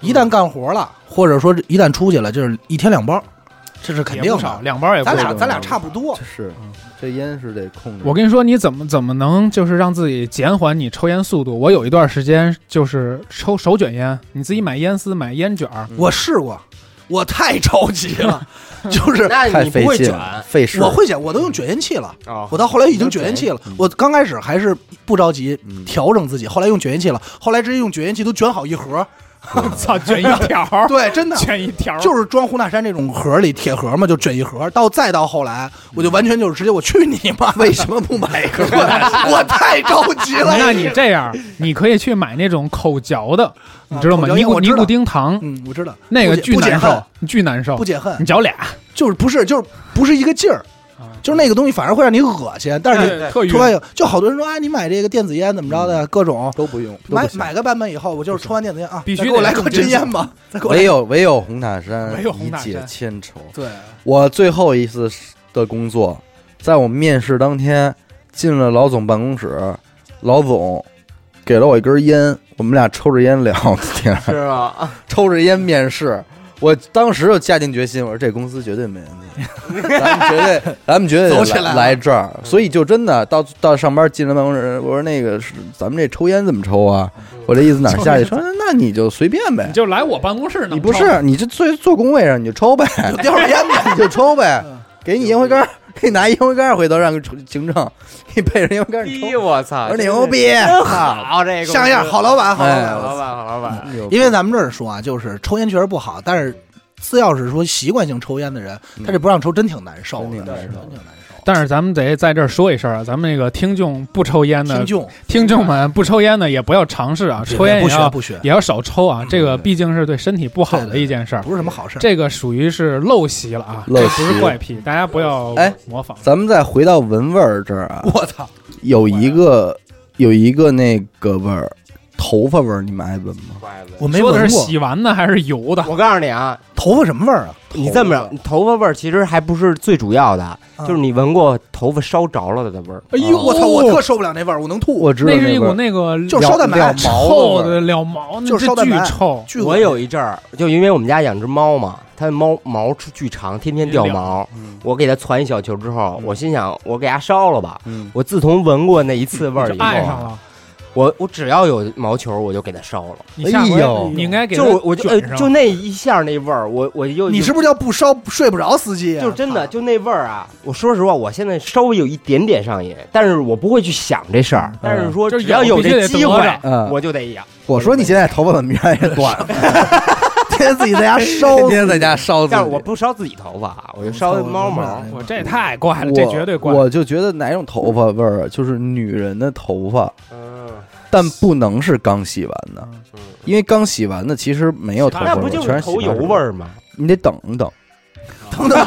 Speaker 3: 一旦干活了，或者说一旦出去了，就是一天两包，这是肯
Speaker 5: 也
Speaker 3: 定
Speaker 5: 不少，
Speaker 3: 的。
Speaker 5: 两包哎也不
Speaker 3: 咱
Speaker 5: 少。
Speaker 3: 俩咱俩差不多
Speaker 2: 这，是这烟是得控制。
Speaker 5: 我跟你说，你怎么怎么能就是让自己减缓你抽烟速度？我有一段时间就是抽手卷烟，你自己买烟丝、买烟卷 儿，
Speaker 3: 我试过，我太着急了，就是
Speaker 4: 那
Speaker 2: 太
Speaker 4: 你
Speaker 2: 费
Speaker 4: 不会
Speaker 2: 劲
Speaker 4: 卷
Speaker 2: 了，费事。
Speaker 3: 我会卷，我都用卷烟器了。
Speaker 4: 啊
Speaker 3: 我到后来已经卷烟器了，我刚开始还是不着急调整自己，后来用卷烟器了，后来直接用卷烟器都卷好一盒，
Speaker 5: 操，卷一条 儿，
Speaker 3: 对，真的
Speaker 5: 哦卷一条儿，
Speaker 3: 就是装胡大山这种盒里铁盒嘛，就卷一盒。到再到后来，我就完全就是直接我去你妈！
Speaker 2: 为什么不买一个？
Speaker 3: 我太着急了。
Speaker 5: 那你这样，你可以去买那种口嚼的，你知道吗？
Speaker 3: 啊口嚼
Speaker 5: 尼
Speaker 3: 因为
Speaker 5: 古
Speaker 3: 我知
Speaker 5: 尼
Speaker 3: 道
Speaker 5: 古丁糖，
Speaker 3: 嗯，我知道
Speaker 5: 那个
Speaker 3: 不解
Speaker 5: 巨
Speaker 3: 不解
Speaker 5: 难
Speaker 3: 恨
Speaker 5: 受，巨难受
Speaker 3: 不，解恨
Speaker 5: 你，嚼俩，
Speaker 3: 就是不是就是不是一个劲儿，就是那个东西反而会让你恶心。但是
Speaker 5: 哎 特
Speaker 3: 你
Speaker 5: 晕
Speaker 3: 抽完以后，就好多人说啊，你买这个电子烟怎么着的，各种
Speaker 2: 都不用，
Speaker 3: 买买个版本以后，我就是抽完电子烟啊，
Speaker 5: 必须
Speaker 3: 再给我
Speaker 5: 得
Speaker 3: 来口
Speaker 5: 用
Speaker 3: 真
Speaker 5: 真
Speaker 3: 烟
Speaker 5: 香
Speaker 3: 吧，再给我来
Speaker 2: 唯有唯有红塔山，
Speaker 5: 唯有红塔山
Speaker 2: 以解千愁。
Speaker 3: 对，
Speaker 2: 我最后一次的工作，在我面试当天进了老总办公室，老总给了我一根烟，我们俩抽着烟聊天，
Speaker 4: 是啊，
Speaker 2: 抽着烟面试。我当时就下定决心，我说这公司绝对没问题， 咱们绝对，咱们绝对得
Speaker 3: 走起来
Speaker 2: 来
Speaker 3: 了
Speaker 2: 来这儿。所以就真的到到上班进了办公室，我说那个是咱们这抽烟怎么抽啊？我这意思哪儿下 去？说那你就随便呗
Speaker 5: 你，就来我办公室呢，
Speaker 2: 你不是你就坐坐工位上你就抽呗，
Speaker 3: 就叼着烟呗。嗯
Speaker 2: 你 就抽呗，给你烟灰缸儿， 给你拿烟灰缸儿，回头让个行政给 你配上烟灰缸儿，你抽。
Speaker 4: 我操
Speaker 2: 我说牛逼，
Speaker 4: 好这
Speaker 3: 像样，好老板，好老
Speaker 2: 哎
Speaker 3: 板。
Speaker 4: 老板，好老板，
Speaker 3: 因为咱们这儿说啊，就是抽烟确实不好，但是只要是说习惯性抽烟的人，他这不让抽真挺难受的，
Speaker 2: 真挺难受
Speaker 3: 真挺难受。
Speaker 5: 但是咱们得在这儿说一声啊，咱们那个听众不抽烟的
Speaker 3: 听众
Speaker 5: 听众们不抽烟的也不要尝试啊，抽烟
Speaker 3: 不
Speaker 5: 也
Speaker 3: 学
Speaker 5: 要
Speaker 3: 不学，
Speaker 5: 也要少抽啊，这个毕竟是对身体不好
Speaker 3: 对
Speaker 5: 的
Speaker 3: 对
Speaker 5: 一件事儿
Speaker 3: 不。是什么好事。
Speaker 5: 这个属于是陋习了啊，
Speaker 2: 陋
Speaker 5: 这
Speaker 2: 习
Speaker 5: 不是怪癖，大家不要
Speaker 2: 哎
Speaker 5: 模仿。
Speaker 2: 咱们再回到闻味儿这儿啊，
Speaker 3: 我操，
Speaker 2: 有一个有一个那个味儿，头发味儿，你们爱闻吗？
Speaker 3: 我没
Speaker 5: 说的
Speaker 3: 闻
Speaker 5: 是
Speaker 3: 过
Speaker 5: 洗完的还是油的？
Speaker 4: 我告诉你啊，
Speaker 3: 头发什么味儿啊？
Speaker 4: 你这么着，你头发味儿其实还不是最主要的，就是你闻过头发烧着了的味儿。
Speaker 5: 嗯哎
Speaker 2: 呦
Speaker 3: 我操，我特受不了那味儿，我能吐，
Speaker 2: 我知道
Speaker 5: 那是
Speaker 2: 味
Speaker 5: 一股
Speaker 2: 儿
Speaker 5: 那个
Speaker 3: 就是烧蛋白
Speaker 2: 燎
Speaker 5: 臭
Speaker 2: 燎毛的味
Speaker 5: 的
Speaker 2: 儿
Speaker 5: 了毛，那
Speaker 3: 就是烧蛋
Speaker 5: 巨
Speaker 3: 白
Speaker 5: 臭。
Speaker 3: 巨恶心
Speaker 4: 我有一阵儿，就因为我们家养只猫嘛，它的猫毛巨长，天天掉毛。
Speaker 5: 嗯
Speaker 4: 我给它攒一小球之后，我心想，我给它烧了吧。
Speaker 2: 嗯，
Speaker 4: 我自从闻过那一次味儿
Speaker 5: 就
Speaker 4: 以后
Speaker 5: 爱上
Speaker 4: 啊，
Speaker 5: 了，
Speaker 4: 我我只要有毛球，我就给它烧了。
Speaker 5: 你下
Speaker 2: 哎呦
Speaker 5: 回你应该给
Speaker 4: 就
Speaker 5: 它
Speaker 4: 我我就呃
Speaker 5: 卷上
Speaker 4: 就那一下那味儿，我我又
Speaker 3: 你是不是叫不烧睡不着司机啊？
Speaker 4: 就是真的，就那味儿啊！我说实话，我现在稍微有一点点上瘾，但是我不会去想这事儿。但是说
Speaker 5: 嗯就是
Speaker 4: 只要有
Speaker 5: 有必须
Speaker 4: 这
Speaker 5: 得
Speaker 4: 机
Speaker 5: 得
Speaker 4: 会
Speaker 5: 着，
Speaker 2: 嗯
Speaker 4: 我就得养。
Speaker 2: 我说你现在头发怎么越来越短了？
Speaker 3: 天天自己在家烧
Speaker 2: 天，天在家烧自己，
Speaker 4: 但是我不烧自己头发啊，我就烧猫毛。
Speaker 5: 我这太怪了，这绝对怪。
Speaker 2: 我就觉得哪种头发味儿啊，就是女人的头发，
Speaker 4: 嗯，
Speaker 2: 但不能是刚洗完的
Speaker 4: 嗯，
Speaker 2: 因为刚洗完的其实没有头发
Speaker 4: 那
Speaker 2: 味
Speaker 4: 不
Speaker 2: 儿，
Speaker 4: 就
Speaker 2: 全
Speaker 4: 是
Speaker 2: 是洗
Speaker 4: 头
Speaker 2: 发
Speaker 4: 油
Speaker 2: 水
Speaker 4: 味儿吗？
Speaker 2: 你得等等，
Speaker 3: 等等油 多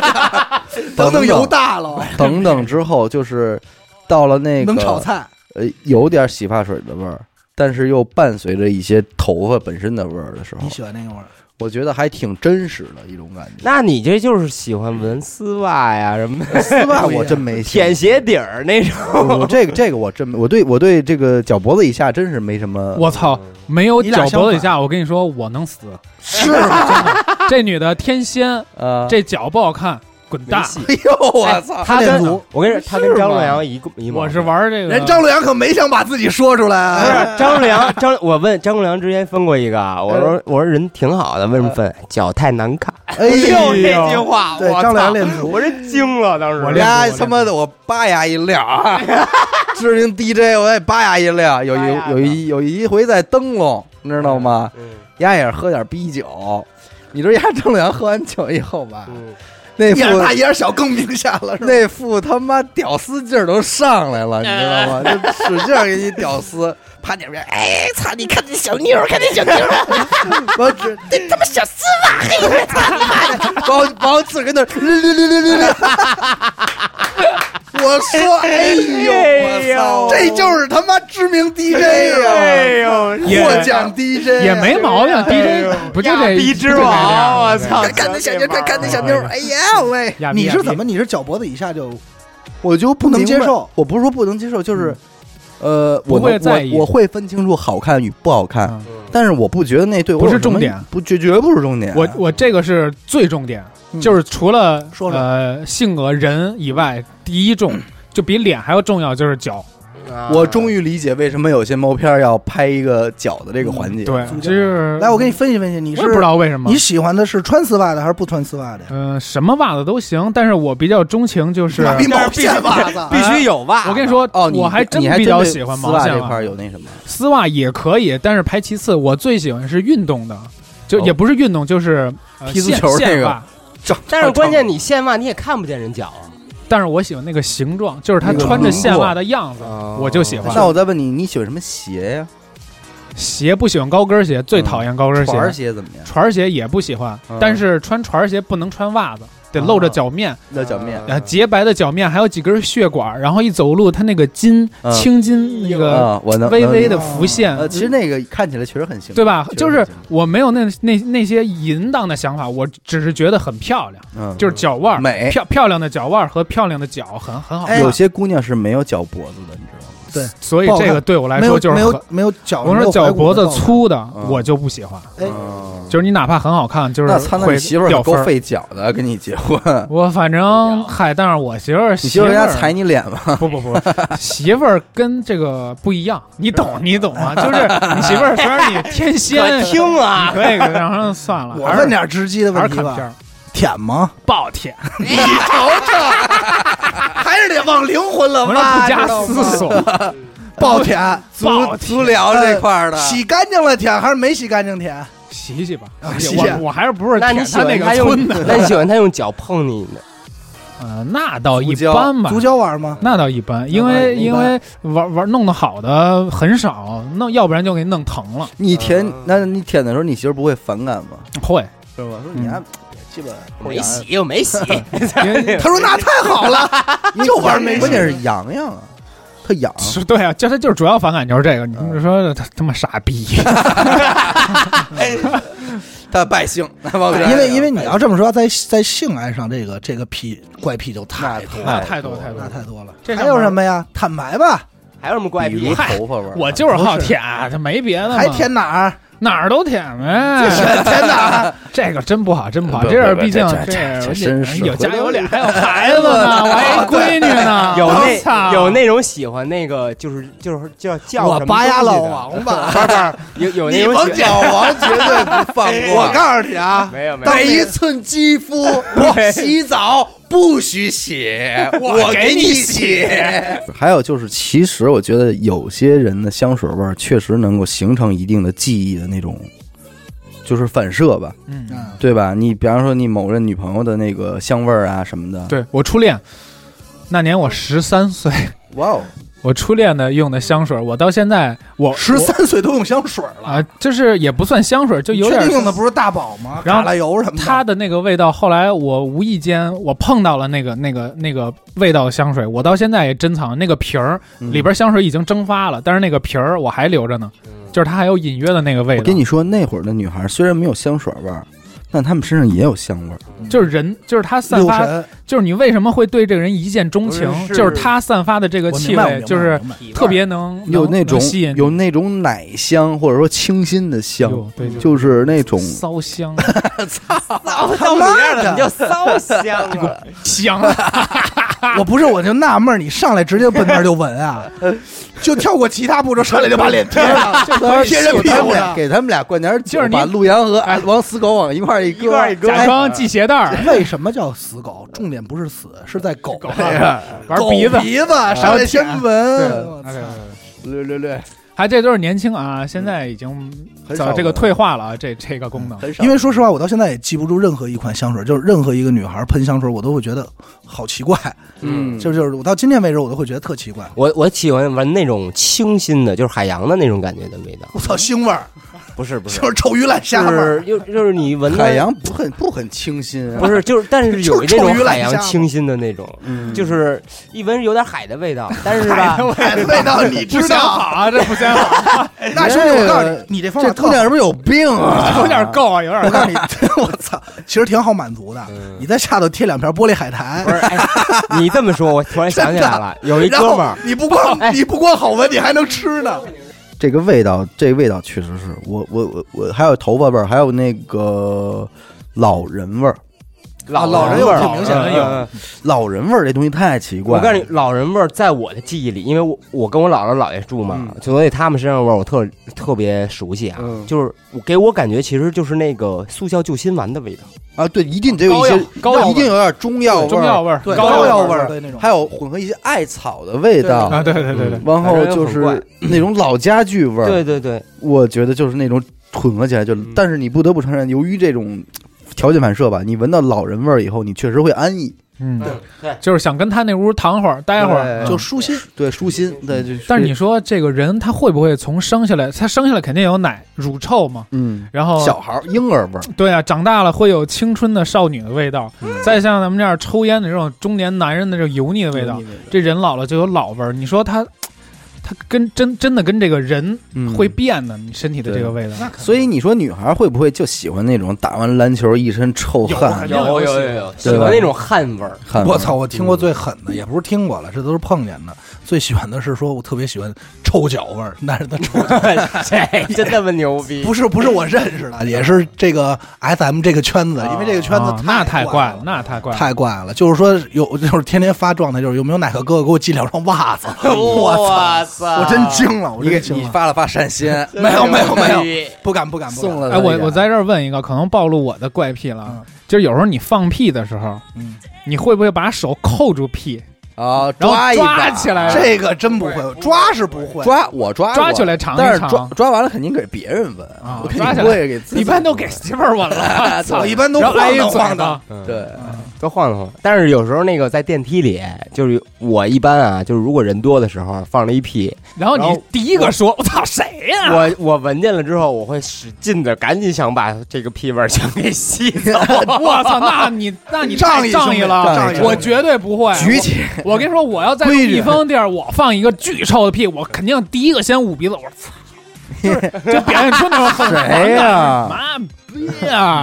Speaker 3: 大，等等油大了，
Speaker 2: 等等之后就是到了那个
Speaker 3: 能炒菜。
Speaker 2: 呃有点洗发水的味儿，但是又伴随着一些头发本身的味儿的时候
Speaker 3: 你，喜欢那 个味儿？
Speaker 2: 我觉得还挺真实的一种感觉。
Speaker 4: 那你这就是喜欢闻丝袜呀 什么的
Speaker 2: 丝袜我真 没信
Speaker 4: 舔鞋底儿那种。
Speaker 2: 我这个这个我真没我对我对这个脚脖子以下真是没什么。
Speaker 5: 我操，没有
Speaker 3: 呃你俩
Speaker 5: 脚
Speaker 3: 相
Speaker 5: 脖子以
Speaker 3: 反
Speaker 5: 下，我跟你说，我能 死。
Speaker 3: 是吗？啊
Speaker 5: 这女的天仙，
Speaker 2: 呃，
Speaker 5: 这脚不好看，滚 蛋！
Speaker 2: 哎呦我操，
Speaker 4: 他
Speaker 3: 练
Speaker 4: 跟
Speaker 3: 足
Speaker 4: 我跟你说，他跟
Speaker 2: 是
Speaker 4: 张
Speaker 2: 吗
Speaker 4: 洛阳一个一毛。
Speaker 5: 我是玩这个，
Speaker 3: 人张洛阳可没想把自己说出来
Speaker 4: 不
Speaker 3: 啊。
Speaker 4: 是张洛阳， 张我问张洛阳之前分过一个，我说我说人挺好的，为什么分？脚太难看。
Speaker 2: 哎
Speaker 4: 就这
Speaker 2: 呦，
Speaker 4: 句话，
Speaker 3: 对
Speaker 4: 我
Speaker 3: 张良
Speaker 4: 操
Speaker 3: 练足
Speaker 4: 我真惊了，当时
Speaker 5: 我练
Speaker 2: 呀他妈的我拔牙一亮啊！知名 DJ 我也拔牙一亮，有一有一有一回在灯笼，你知道吗？
Speaker 4: 嗯
Speaker 2: 丫也是喝点逼酒，你知道丫正良喝完酒以后吧，
Speaker 4: 嗯
Speaker 2: 那
Speaker 3: 一眼大
Speaker 2: 副
Speaker 3: 一眼小更明显了，是吧？
Speaker 2: 那副他妈屌丝劲儿都上来了，你知道吗？
Speaker 4: 哎
Speaker 2: 就使劲儿给你屌丝，趴你边，哎，操！你看这小妞儿，看这小妞儿，我只这他妈小丝袜，嘿，我操你妈的！把我把我自个儿跟那儿，溜溜溜溜溜 溜。我说，哎呦，我操，
Speaker 3: 这就是他妈 知名
Speaker 2: 啊
Speaker 3: 啊 DJ
Speaker 4: 哎
Speaker 3: 呀、
Speaker 4: 呦，
Speaker 5: 也
Speaker 3: 获奖 DJ
Speaker 5: 也没毛病，DJ
Speaker 3: 哎
Speaker 5: 不就这
Speaker 4: 逼之
Speaker 5: 不就这
Speaker 4: 王，
Speaker 5: 样
Speaker 3: 啊
Speaker 4: 我操！
Speaker 2: 看那小妞儿，看看那小妞儿，哎呀喂！
Speaker 5: 亚逼
Speaker 3: 你
Speaker 5: 亚
Speaker 3: 是
Speaker 5: 逼
Speaker 3: 怎么？你是脚脖子以下就
Speaker 2: 我就不
Speaker 3: 能接
Speaker 2: 明白
Speaker 3: 受，
Speaker 2: 我不是说不能接受，就是，呃，
Speaker 5: 不
Speaker 2: 我
Speaker 5: 会
Speaker 2: 能
Speaker 5: 在意
Speaker 2: 我我会分清楚好看与不好看
Speaker 5: 嗯，
Speaker 2: 但是我不觉得那对我
Speaker 5: 不是
Speaker 2: 有什么
Speaker 5: 重点
Speaker 2: 不绝绝不是重点。啊
Speaker 5: 我我这个是最重点，
Speaker 3: 嗯
Speaker 5: 就是除了
Speaker 3: 说说
Speaker 5: 呃性格人以外，第一重就比脸还要重要，就是脚。
Speaker 4: 嗯啊
Speaker 2: 我终于理解为什么有些毛片儿要拍一个脚的这个环节。
Speaker 5: 嗯对，就是
Speaker 3: 嗯来，我给你分析分析，你
Speaker 5: 你
Speaker 3: 是
Speaker 5: 不知道为什么
Speaker 3: 你。喜欢的是穿丝袜的还是不穿丝袜的呀？
Speaker 5: 嗯、什么袜子都行，但是我比较钟情就是，
Speaker 3: 妈逼毛线袜子，
Speaker 5: 必须
Speaker 7: 有袜
Speaker 5: 哎我跟你说，
Speaker 2: 哦，你
Speaker 5: 我还真
Speaker 2: 你还
Speaker 5: 比
Speaker 2: 真
Speaker 5: 较
Speaker 2: 对
Speaker 5: 喜欢
Speaker 2: 丝
Speaker 5: 毛
Speaker 2: 袜
Speaker 5: 线啊
Speaker 2: 这
Speaker 5: 袜
Speaker 2: 块儿有那什么，
Speaker 5: 丝袜也可以，但是排其次。我最喜欢是运动的，就
Speaker 2: 哦
Speaker 5: 也不是运动，就是呃
Speaker 2: 踢足
Speaker 5: 线
Speaker 2: 球那
Speaker 5: 线
Speaker 2: 个
Speaker 5: 袜
Speaker 4: 但是关键你线袜你也看不见人脚啊，
Speaker 5: 但是我喜欢那个形状，就是他
Speaker 2: 那个
Speaker 5: 穿着
Speaker 2: 轮
Speaker 5: 线
Speaker 2: 廓
Speaker 5: 袜的样子，
Speaker 4: 哦
Speaker 5: 嗯我就喜欢。
Speaker 2: 那我再问你，你喜欢什么鞋呀？
Speaker 5: 鞋不喜欢高跟鞋，最
Speaker 2: 嗯
Speaker 5: 讨厌高跟鞋。
Speaker 2: 船儿鞋怎么样？
Speaker 5: 船儿鞋也不喜欢
Speaker 2: 嗯，啊
Speaker 5: 但是穿船儿鞋不能穿袜子，得露着脚面，
Speaker 2: 热脚面，
Speaker 5: 呃，洁白的脚面还有几根血管，然后一走路它那个筋
Speaker 2: 嗯
Speaker 5: 青筋那个
Speaker 2: 啊，我能
Speaker 5: 呃微微
Speaker 2: 能
Speaker 5: 的嗯浮现
Speaker 2: 呃，，其实那个看起来确实很性感，
Speaker 5: 对吧？
Speaker 2: 确实
Speaker 5: 就是
Speaker 2: 很性
Speaker 5: 我没有那那那些淫荡的想法，我只是觉得很漂亮，
Speaker 2: 感嗯，
Speaker 5: 就是脚腕儿
Speaker 2: 美
Speaker 5: 漂漂亮的脚腕儿和漂亮的脚很很好
Speaker 3: 哎
Speaker 5: 看
Speaker 2: 有，些姑娘是没有脚脖子的，你知道吗？
Speaker 5: 所以
Speaker 3: 不好看
Speaker 5: 这个对我来
Speaker 3: 没
Speaker 5: 说
Speaker 3: 有
Speaker 5: 就是
Speaker 3: 没
Speaker 5: 很
Speaker 3: 有。没有脚，
Speaker 5: 我
Speaker 3: 没
Speaker 5: 说
Speaker 3: 有
Speaker 5: 脚
Speaker 3: 踝骨
Speaker 5: 脖子
Speaker 3: 的造成，
Speaker 5: 粗的
Speaker 2: 嗯
Speaker 5: 我就不喜欢，
Speaker 3: 哎，
Speaker 2: 嗯
Speaker 5: 就是你哪怕很好看，就是
Speaker 2: 那操，那
Speaker 5: 会
Speaker 2: 你媳妇儿
Speaker 5: 掉
Speaker 2: 可够
Speaker 5: 分儿。
Speaker 2: 费脚的，跟你结婚，
Speaker 5: 我反正嗨，但是我媳妇儿，
Speaker 2: 你媳妇儿家踩你脸吗？
Speaker 5: 不不不， 媳妇儿跟这个不一样，你懂你懂吗？就是你媳妇儿虽然你天
Speaker 4: 可
Speaker 5: 仙，
Speaker 4: 听啊，
Speaker 5: 可以，然后算了，
Speaker 3: 我
Speaker 5: 还
Speaker 3: 问
Speaker 5: 是
Speaker 3: 点直接的
Speaker 5: 还
Speaker 3: 问题
Speaker 5: 是看
Speaker 3: 吧
Speaker 5: 片，儿，
Speaker 3: 舔吗？
Speaker 5: 暴舔，
Speaker 3: 还是得往灵魂 了
Speaker 5: 我说不加思 索，
Speaker 3: 暴舔，
Speaker 5: 暴
Speaker 2: 足
Speaker 5: 舔，
Speaker 2: 疗这块儿的，
Speaker 3: 洗干净了舔还是没洗干净舔？
Speaker 5: 洗洗吧，哎
Speaker 3: 洗
Speaker 5: 我我啊还是不是
Speaker 4: 那
Speaker 5: 舔
Speaker 4: 你喜欢
Speaker 5: 那
Speaker 4: 他
Speaker 5: 个
Speaker 4: 用
Speaker 5: 村，的，
Speaker 4: 那你喜欢他用脚碰你呢？
Speaker 5: 呃，那倒一般吧
Speaker 3: 足。胶玩吗？
Speaker 5: 那倒一般，因为因为玩玩弄得好的很少，弄要不然就给弄疼了。
Speaker 2: 你舔，那你舔的时候，你媳妇儿不会反感吗？
Speaker 5: 会，
Speaker 2: 是吧？说
Speaker 5: 嗯
Speaker 2: 你还基本
Speaker 4: 没，洗，我 没洗，
Speaker 5: 因为
Speaker 3: 他说那太好了，
Speaker 2: 就
Speaker 3: 玩没洗
Speaker 2: 关键是痒痒啊，特痒。
Speaker 5: 是对啊，就他就是主要反感就是这个。你们说他他妈傻逼，
Speaker 2: 他败兴，
Speaker 3: 因为因为你要这么说，在在性爱上这个这个癖怪癖就太多了，
Speaker 5: 太 多太多
Speaker 3: 那太多了。
Speaker 5: 这
Speaker 3: 还
Speaker 5: 上
Speaker 3: 有
Speaker 5: 面
Speaker 3: 什么呀？坦白吧，
Speaker 4: 还有什么怪
Speaker 2: 比如
Speaker 4: 癖？。
Speaker 2: 头发味儿，
Speaker 5: 我就是好
Speaker 3: 不是
Speaker 5: 舔，这没别的嘛，
Speaker 3: 还舔哪儿？
Speaker 5: 哪儿都舔呗。
Speaker 3: 舔哪儿？
Speaker 5: 这个真不好，真不好。
Speaker 2: 不
Speaker 5: 这是
Speaker 2: 不
Speaker 5: 毕竟
Speaker 2: 这这这
Speaker 5: 这
Speaker 2: 真是
Speaker 5: 有家有脸，还有孩子呢，我还有一闺女呢
Speaker 4: 有
Speaker 5: 我操
Speaker 4: 那有那种喜欢那个就是就是叫叫
Speaker 3: 我
Speaker 4: 什么
Speaker 3: 拔牙
Speaker 4: 东
Speaker 3: 老
Speaker 4: 西
Speaker 3: 王
Speaker 4: 的，
Speaker 3: 八。
Speaker 4: 有有那
Speaker 2: 你
Speaker 4: 种
Speaker 2: 们
Speaker 4: 喜
Speaker 2: 脚王绝对不放 过。
Speaker 3: 我告诉你啊，
Speaker 4: 没有没有
Speaker 2: 每一寸肌 肤，我洗澡不许写，我给你写。 还有就是，其实我觉得有些人的香水味儿确实能够形成一定的记忆的那种，就是反射吧，
Speaker 5: 嗯，
Speaker 3: 嗯
Speaker 2: 对吧？你比方说你某任女朋友的那个香味儿啊什么的，
Speaker 5: 对我初恋那年我十三岁，
Speaker 2: 哇哦，
Speaker 5: 我初恋的用的香水，我到现在我
Speaker 3: 十三岁都用香水了，
Speaker 5: 啊，就是也不算香水，就有
Speaker 3: 确
Speaker 5: 点
Speaker 3: 定用的不是大宝吗？
Speaker 5: 然后
Speaker 3: 橄榄油什么的。
Speaker 5: 它的那个味道，后来我无意间我碰到了那个那个那个味道的香水，我到现在也珍藏。那个瓶儿
Speaker 2: 嗯
Speaker 5: 里边香水已经蒸发了，但是那个瓶儿我还留着呢，就是它还有隐约的那个味
Speaker 2: 我
Speaker 5: 道。
Speaker 2: 跟你说，那会儿的女孩虽然没有香水味儿，但她们身上也有香味儿。
Speaker 5: 就是人，就是它散
Speaker 3: 六
Speaker 5: 发，
Speaker 3: 神，
Speaker 5: 就是你为什么会对这个人一见钟情
Speaker 4: 不是，是
Speaker 5: 就是它散发的这个
Speaker 3: 我
Speaker 5: 气
Speaker 3: 明白
Speaker 5: 味，就是特别能
Speaker 2: 有
Speaker 5: 能
Speaker 2: 那种
Speaker 5: 能吸引你
Speaker 2: 有那种奶香，或者说清新的香，
Speaker 5: 哟对
Speaker 2: 就是那种
Speaker 5: 骚香
Speaker 4: 骚到你这儿了，你就骚香了。
Speaker 5: 香，
Speaker 3: 我不是，我就纳闷儿，你上来直接奔那儿就闻 啊，就跳过其他步骤，上来就把脸贴上， 贴人屁股上。
Speaker 2: 给他们俩灌点酒，
Speaker 5: 就是你
Speaker 2: 把陆阳和哎王死狗往一块儿一搁，哎
Speaker 3: 哎
Speaker 5: 假装系鞋带 儿，
Speaker 3: 为什么叫死狗？重点不是死，是在狗
Speaker 5: 啊
Speaker 2: 哎
Speaker 5: 玩鼻子
Speaker 3: 哎狗。鼻子
Speaker 2: 啊
Speaker 3: 上来先 闻。我操
Speaker 5: 哎
Speaker 2: 略略略，
Speaker 5: 还哎这都是年轻啊，现在已经
Speaker 2: 很少
Speaker 5: 早这个
Speaker 2: 闻
Speaker 5: 退化了啊，这这个功能。
Speaker 2: 很少，
Speaker 3: 因为说实话，我到现在也记不住任何一款香水，就是任何一个女孩喷香水，我都会觉得好奇怪。
Speaker 2: 嗯，
Speaker 3: 就是就是，我到今天为止，我都会觉得特奇怪。
Speaker 4: 我我喜欢闻那种清新的，就是海洋的那种感觉的味道，
Speaker 3: 我操，腥味儿，
Speaker 4: 不是不是，
Speaker 3: 就是臭鱼烂虾
Speaker 4: 就
Speaker 3: 味儿。
Speaker 4: 是又就是你闻的
Speaker 2: 海洋不很不很清新啊，
Speaker 4: 不是 就是，但是有
Speaker 3: 就是
Speaker 4: 那
Speaker 3: 臭
Speaker 4: 种
Speaker 3: 鱼烂
Speaker 4: 海
Speaker 3: 虾
Speaker 4: 洋
Speaker 3: 嘛
Speaker 4: 清新的那种，
Speaker 2: 嗯
Speaker 4: 就是一闻有点海的味道， 但是吧，
Speaker 3: 哎味道你
Speaker 5: 不
Speaker 3: 知
Speaker 5: 显
Speaker 3: 道？
Speaker 5: 好 啊，这不显好，
Speaker 3: 那兄弟，我告诉你，你这方法
Speaker 2: 这
Speaker 3: 特
Speaker 2: 姑
Speaker 3: 好
Speaker 2: 娘是不是有病啊？
Speaker 5: 有点够啊，有
Speaker 3: 我
Speaker 5: 点够
Speaker 3: 告诉你， 我操，其实挺好满足的。你在下头贴两片玻璃海
Speaker 4: 嗯不
Speaker 3: 苔，
Speaker 4: 是，哎，你这么说，我突然想起来了，有一
Speaker 3: 然
Speaker 4: 哥
Speaker 3: 后
Speaker 4: 们儿，
Speaker 3: 你不光你不光好闻，你还能吃呢。
Speaker 2: 这个味道，这个味道确实是我我我我还有头发味儿，还有那个老人味儿，
Speaker 4: 老
Speaker 3: 老人
Speaker 4: 味
Speaker 3: 有
Speaker 4: 儿，
Speaker 3: 挺明显的
Speaker 4: 嗯
Speaker 5: 有
Speaker 4: 嗯
Speaker 2: 老人味儿这东西太奇怪
Speaker 4: 我
Speaker 2: 了。
Speaker 4: 告诉你，老人味儿在我的记忆里，因为我我跟我姥姥姥爷住嘛，
Speaker 2: 嗯
Speaker 4: 所以他们身上味儿我特特别熟悉啊。
Speaker 2: 嗯
Speaker 4: 就是我给我感觉，其实就是那个速效救心丸的味道。
Speaker 2: 啊，对，一定得有一些，
Speaker 5: 膏药膏药味儿
Speaker 2: 一定有点中药味儿，
Speaker 5: 中药味儿，
Speaker 3: 对
Speaker 5: 膏
Speaker 3: 药
Speaker 5: 药
Speaker 3: 味
Speaker 5: 味
Speaker 3: 儿，
Speaker 5: 儿
Speaker 3: 对那种
Speaker 2: 还有混合一些艾草的味道，
Speaker 5: 啊，对对对对，
Speaker 2: 然后就
Speaker 4: 反正很
Speaker 2: 是 那种老家具味儿。
Speaker 4: 对嗯对对，
Speaker 2: 我觉得就是那种混合起来就，但是你不得不承认，由于这种条件反射吧，你闻到老人味儿以后，你确实会安逸，
Speaker 5: 嗯，
Speaker 4: 对
Speaker 5: 就是想跟他那屋躺会儿，待会儿
Speaker 4: 对。
Speaker 2: 就
Speaker 5: 嗯
Speaker 2: 舒心，对，舒心，
Speaker 4: 嗯
Speaker 2: 对，就
Speaker 5: 但是你说这个人他会不会从生下来，他生下来肯定有奶乳臭嘛，
Speaker 2: 嗯，
Speaker 5: 然后
Speaker 2: 小孩儿婴儿味儿，
Speaker 5: 对啊，长大了会有青春的少女的味道，再像咱们这样抽烟的这种中年男人的这种油腻的味道，这人老了就有老味儿。你说他，他跟真真的跟这个人
Speaker 2: 嗯
Speaker 5: 会变的，你身体的这个味道。
Speaker 2: 所以你说女孩会不会就喜欢那种打完篮球一身臭汗
Speaker 5: 肯？定有啊
Speaker 4: 有有，喜
Speaker 2: 对吧
Speaker 4: 欢那种汗味儿。
Speaker 2: 汗味
Speaker 3: 我
Speaker 2: 儿
Speaker 3: 操！我听过最狠的，也不是听过了，这都是碰见的。最喜欢的是说，我特别喜欢臭脚味儿，男人的臭脚，
Speaker 4: 这真他妈牛逼！
Speaker 3: 不是不是我认识的，也是这个 S M 这个圈子，因为这个圈
Speaker 5: 啊
Speaker 3: 子
Speaker 5: 那
Speaker 3: 太
Speaker 5: 太怪
Speaker 3: 了
Speaker 5: 了，，那太怪了。
Speaker 3: 太怪了。就是说有，就是天天发状态，就是有没有哪个哥哥给我寄两双袜子？我操！
Speaker 4: 操
Speaker 3: 我真惊了，我
Speaker 2: 你给
Speaker 3: 真惊
Speaker 2: 你
Speaker 3: 了。
Speaker 2: 发了发善心，
Speaker 3: 没有没有没有
Speaker 4: 有，
Speaker 3: 不敢不敢不
Speaker 2: 送
Speaker 3: 敢。
Speaker 2: 了
Speaker 5: 哎，我我
Speaker 2: 在
Speaker 5: 在这儿问一个，可能暴露我的怪癖了，啊
Speaker 3: 嗯
Speaker 5: 就是有时候你放屁的时候，
Speaker 3: 嗯
Speaker 5: 你会不会把手扣住屁，
Speaker 2: 啊，
Speaker 5: 然后
Speaker 2: 抓一把
Speaker 5: 抓起来，
Speaker 3: 这个真不会，抓是不会，
Speaker 2: 抓我抓
Speaker 5: 抓
Speaker 2: 过
Speaker 5: 起来尝一
Speaker 2: 但是
Speaker 5: 尝
Speaker 2: 抓抓完了肯定给别人闻
Speaker 5: 啊
Speaker 2: 我肯
Speaker 5: 抓起
Speaker 2: 定
Speaker 5: 来
Speaker 2: 不会给自己闻。
Speaker 5: 一般都给媳妇儿闻了。我操
Speaker 3: 我一般都
Speaker 5: 然后
Speaker 3: 晃
Speaker 5: 挨一
Speaker 3: 荡
Speaker 5: 嘴
Speaker 3: 晃荡。
Speaker 5: 巴
Speaker 2: 对，
Speaker 4: 都晃了晃。但是有时候那个在电梯里，就是我一般啊，就是如果人多的时候放了一屁，
Speaker 5: 然后
Speaker 4: 然
Speaker 5: 你
Speaker 4: 后
Speaker 5: 第一个说：“我操，谁呀、
Speaker 4: 我我闻见了之后，我会使劲的赶紧想把这个屁味儿全给吸走。
Speaker 5: 我操，那你那你
Speaker 3: 仗
Speaker 5: 太
Speaker 3: 义
Speaker 5: 仗义
Speaker 2: 仗
Speaker 5: 了
Speaker 2: 义，
Speaker 5: 我绝对不会
Speaker 2: 举起
Speaker 5: 我。我跟你说，我要在密封地儿，我放一个巨臭的屁，我肯定第一个先捂鼻子。我操，就是就表现出那种很
Speaker 2: 谁呀
Speaker 5: 妈逼呀！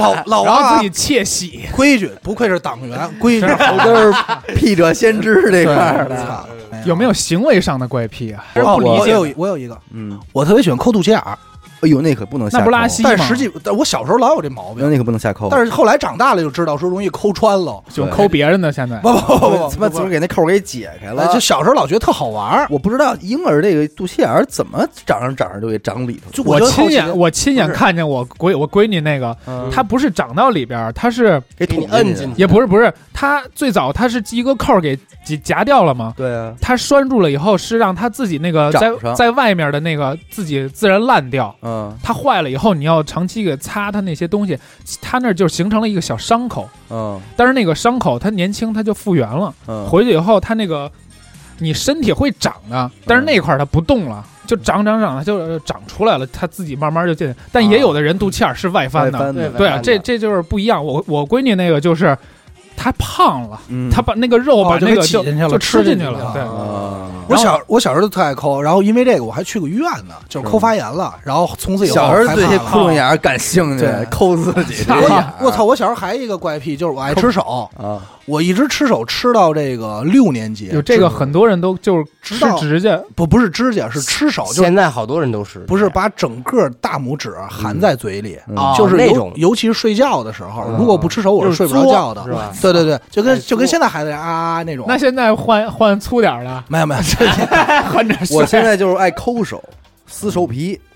Speaker 3: 老老
Speaker 5: 然
Speaker 3: 王
Speaker 5: 后
Speaker 3: 啊
Speaker 5: 自己窃喜，
Speaker 3: 规矩，不愧是党员，规矩。
Speaker 5: 嗯
Speaker 2: 我都是屁者先知这块儿的。
Speaker 3: 操
Speaker 5: 有没有行为上的怪癖啊？
Speaker 2: 我
Speaker 3: 哦，
Speaker 2: 不理解
Speaker 3: 我有一我有一个，
Speaker 2: 嗯，
Speaker 3: 我特别喜欢抠肚脐眼儿，
Speaker 2: 哎呦，那可不能下
Speaker 5: 那
Speaker 2: 口，
Speaker 5: 不拉稀吗？
Speaker 3: 但实际，但我小时候老有这毛
Speaker 2: 哎呦，
Speaker 3: 病，
Speaker 2: 那可不能下口。
Speaker 3: 但是后来长大了就知道说容易抠穿了。
Speaker 5: 就抠别人的，现在
Speaker 3: 不不不不
Speaker 2: 我他妈怎么给那扣给解开了
Speaker 3: 不，？哎就小时候老觉得特好玩儿，
Speaker 2: 我不知道婴儿这个肚脐眼儿怎么长着长着就给长里头。
Speaker 3: 就
Speaker 5: 我
Speaker 3: 觉得
Speaker 5: 亲眼
Speaker 3: 好奇
Speaker 5: 我亲眼
Speaker 3: 不是嗯
Speaker 5: 看见我闺我闺女那个，她不是长到里边儿，她是
Speaker 2: 给
Speaker 4: 给
Speaker 2: 捅
Speaker 4: 你摁
Speaker 2: 进
Speaker 4: 进
Speaker 2: 去。
Speaker 4: 去，
Speaker 5: 也不是不是，她最早她是一个扣儿给夹夹掉了吗？
Speaker 2: 对啊，
Speaker 5: 他拴住了以后是让他自己那个在
Speaker 2: 长上
Speaker 5: 在外面的那个自己自然烂掉，
Speaker 2: 嗯
Speaker 5: 它坏了以后你要长期给擦它那些东西，它那儿就形成了一个小伤口，
Speaker 2: 嗯
Speaker 5: 但是那个伤口它年轻它就复原了，
Speaker 2: 嗯，
Speaker 5: 回去以后它那个你身体会长的，但是那块儿它不动了。就长长长，它就呃长出来了，它自己慢慢就进。但也有的人肚脐眼儿是外翻的，
Speaker 2: 翻
Speaker 4: 对
Speaker 2: 的，
Speaker 4: 吧
Speaker 5: 对啊，这这就是不一样。我我闺女那个就是，她胖了，
Speaker 2: 嗯
Speaker 5: 她把那个肉
Speaker 3: 哦
Speaker 5: 把
Speaker 3: 就
Speaker 5: 那
Speaker 3: 给
Speaker 5: 个
Speaker 3: 挤
Speaker 5: 就
Speaker 3: 进去了
Speaker 5: 就
Speaker 3: 吃
Speaker 5: 吃
Speaker 3: 进
Speaker 5: 进去
Speaker 3: 去了
Speaker 5: 了，对。
Speaker 2: 啊，
Speaker 3: 我小我小时候就特爱抠，然后因为这个我还去过医院呢，就是抠发炎了，然后从此以后
Speaker 2: 小时候
Speaker 3: 害
Speaker 2: 对
Speaker 3: 怕
Speaker 2: 这
Speaker 3: 了
Speaker 2: 窟窿眼儿感兴趣
Speaker 3: 对，
Speaker 2: 抠自 己这眼儿
Speaker 3: 我我操！我小时候还有一个怪癖，就是我爱吃手，
Speaker 2: 啊！
Speaker 3: 我一直吃手吃到这个六年级。
Speaker 5: 有这个很多人都就是
Speaker 3: 知
Speaker 5: 吃
Speaker 3: 道
Speaker 5: 指甲，
Speaker 3: 不不是指甲，是吃手，就是
Speaker 4: 现在好多人都是
Speaker 3: 不是把整个大拇指含在嘴里，
Speaker 2: 嗯
Speaker 5: 啊
Speaker 4: 哦
Speaker 3: 就是
Speaker 4: 那
Speaker 3: 尤
Speaker 4: 种
Speaker 3: 尤其是睡觉的时候，
Speaker 4: 嗯
Speaker 3: 如果不吃手，我是睡不着觉的
Speaker 4: 就是作是吧。
Speaker 3: 对对对，就
Speaker 4: 哎
Speaker 3: 跟就跟
Speaker 4: 作
Speaker 3: 现在孩子啊啊啊那种。，
Speaker 5: 那现在换换粗点儿的
Speaker 3: 没有没有，这
Speaker 5: 换点
Speaker 2: 我现在就是爱抠手，撕手皮。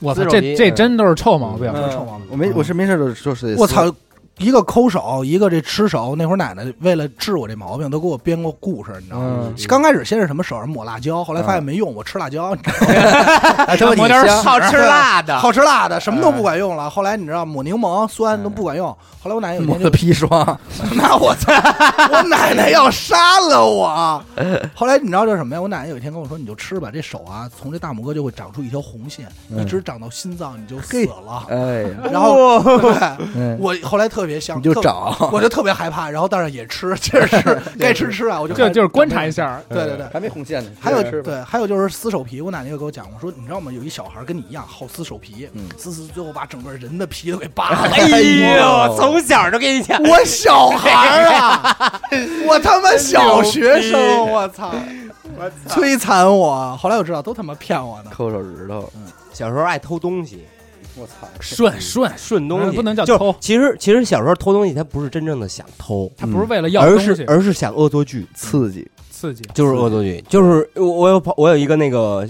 Speaker 5: 我操，
Speaker 4: 自
Speaker 5: 这
Speaker 4: 己
Speaker 5: 这真都是臭毛病。
Speaker 3: 嗯臭毛病
Speaker 2: 我没，我是没事就就是得撕
Speaker 3: 我操，一个抠手，一个这吃手。那会儿奶奶为了治我这毛病，都给我编过故事，你知道吗？
Speaker 2: 嗯
Speaker 3: 刚开始先是什么手上抹辣椒，后来发现没用，我吃辣椒，你知道吗
Speaker 4: 啊
Speaker 2: 哎他妈
Speaker 5: 抹
Speaker 2: 你
Speaker 5: 点儿
Speaker 2: 香
Speaker 4: 好吃辣
Speaker 2: 啊
Speaker 4: 的，
Speaker 3: 好吃辣的，什么都
Speaker 2: 嗯
Speaker 3: 不管用了。后来你知道抹柠檬酸都不管用，后来我奶奶有一
Speaker 2: 抹
Speaker 3: 天
Speaker 2: 的
Speaker 3: 就
Speaker 2: 砒霜，
Speaker 3: 那我操！ 我奶奶要杀 了我。后来你知道这是什么呀？我奶奶有一天跟我说：“你就吃吧，这手啊，从这大拇哥就会长出一条红线，
Speaker 2: 嗯
Speaker 3: 一直长到心脏，你就死了。
Speaker 2: 哎呀，”
Speaker 3: 然后， 对
Speaker 2: 嗯
Speaker 3: 我后来特别香，
Speaker 2: 你就
Speaker 3: 特
Speaker 2: 找，
Speaker 3: 我就特别害怕。然后，但是也吃，确实吃，该吃吃啊，我就
Speaker 5: 就就是观察一。下儿，
Speaker 3: 对对对。
Speaker 2: 还没红线呢，
Speaker 3: 还有
Speaker 2: 接着吃吧
Speaker 3: 对，还有就是撕手皮，我奶奶又给我讲，我说你知道吗？有一小孩跟你一样好撕手皮，撕撕最后把整个人的皮都给扒了。
Speaker 4: 哎呦，从小就给你 讲，
Speaker 3: 我小孩儿啊，我他妈小学
Speaker 2: 啊
Speaker 3: 生，我操，摧残我。后来我知道都他妈骗我的，
Speaker 2: 抠手指头，
Speaker 4: 小时候爱偷东西，
Speaker 2: 我操，
Speaker 5: 顺顺，
Speaker 4: 顺东西，
Speaker 5: 嗯不能叫
Speaker 4: 就是
Speaker 5: 偷
Speaker 4: 其实其实小时候偷东西，他不是真正的想偷，
Speaker 5: 他
Speaker 2: 嗯
Speaker 5: 不是为了要
Speaker 4: 而
Speaker 5: 东
Speaker 4: 是
Speaker 5: 西
Speaker 4: 而是想恶作剧，
Speaker 2: 刺激！
Speaker 5: 刺激，
Speaker 4: 就是恶作剧，就是我我有朋我有一个那个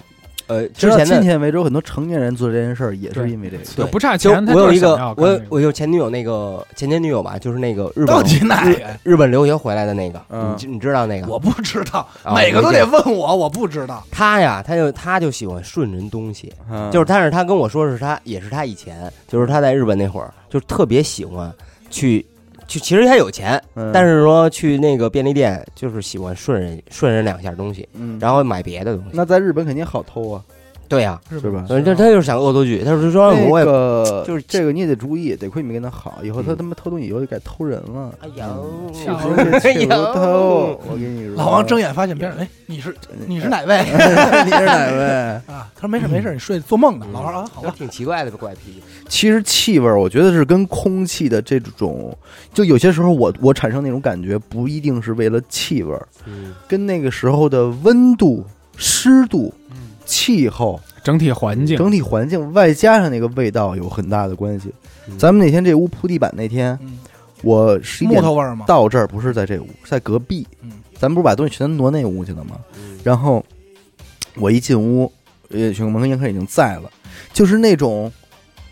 Speaker 4: 呃
Speaker 2: 直
Speaker 4: 之
Speaker 2: 到
Speaker 4: 前
Speaker 2: 今
Speaker 4: 的。
Speaker 2: 天为止，有很多成年人做这件事儿也是
Speaker 5: 对
Speaker 2: 因为这个。
Speaker 5: 就
Speaker 4: 对
Speaker 5: 不差
Speaker 4: 就
Speaker 5: 钱，他
Speaker 4: 我有
Speaker 5: 就是
Speaker 4: 一
Speaker 5: 想
Speaker 4: 个
Speaker 5: 要，干
Speaker 4: 我有
Speaker 5: 这个
Speaker 4: 我有前女友那个前前女友吧，就是那个日
Speaker 3: 到
Speaker 4: 本
Speaker 3: 底哪
Speaker 4: 日
Speaker 3: 个？
Speaker 4: 日本留学回来的那个，
Speaker 2: 嗯
Speaker 4: 你知你知道那个？
Speaker 3: 我不知道，
Speaker 4: 啊
Speaker 3: 每个都
Speaker 4: 我理
Speaker 3: 得
Speaker 4: 解
Speaker 3: 问我，我不知道。
Speaker 4: 他呀，他就他就喜欢顺人东西，
Speaker 2: 嗯
Speaker 4: 就是但是他跟我说是他也是他以前就是他在日本那会儿就是特别喜欢去去，其实他有钱，
Speaker 2: 嗯
Speaker 4: 但是说去那个便利店就是喜欢顺人顺人两下东西，
Speaker 2: 嗯
Speaker 4: 然后买别的东西。
Speaker 2: 那在日本肯定好偷啊，
Speaker 4: 对呀、
Speaker 5: 是啊
Speaker 2: 是吧？
Speaker 4: 反正他就是想恶作剧，他就说我
Speaker 2: 那
Speaker 4: 也
Speaker 2: 个
Speaker 4: 就是
Speaker 2: 这个，你也得注意，得亏没跟他好，以后他
Speaker 4: 嗯
Speaker 2: 他妈偷东西以后就该偷人了。
Speaker 4: 哎呀
Speaker 5: 吓
Speaker 2: 不
Speaker 5: 我
Speaker 2: 是
Speaker 4: 哎
Speaker 2: 去
Speaker 4: 呦
Speaker 2: 不偷，我跟你说，
Speaker 3: 老王睁眼发现别人，哎，你是你是哪
Speaker 2: 呃
Speaker 3: 位
Speaker 2: 你是哪位？
Speaker 3: 啊？他说没事没事，你睡做梦呢。
Speaker 4: 嗯
Speaker 3: 老王说啊，好
Speaker 4: 就
Speaker 3: 吧，
Speaker 4: 挺奇怪的个怪癖，
Speaker 2: 其实气味儿，我觉得是跟空气的这种，就有些时候我我产生那种感觉，不一定是为了气味儿，
Speaker 4: 嗯，
Speaker 2: 跟那个时候的温度、湿度、
Speaker 5: 嗯
Speaker 2: 气候、
Speaker 5: 整体环境
Speaker 2: 整体环境，外加上那个味道有很大的关系。
Speaker 4: 嗯
Speaker 2: 咱们那天这屋铺地板那天，
Speaker 3: 嗯，
Speaker 2: 我十一
Speaker 3: 木
Speaker 2: 点
Speaker 3: 头味儿吗？
Speaker 2: 嗯到这儿，不是在这屋，是在隔壁。
Speaker 3: 嗯
Speaker 2: 咱们不是把东西全挪那屋去了吗？
Speaker 4: 嗯
Speaker 2: 然后我一进屋，呃，熊门跟严科已经在了，就是那种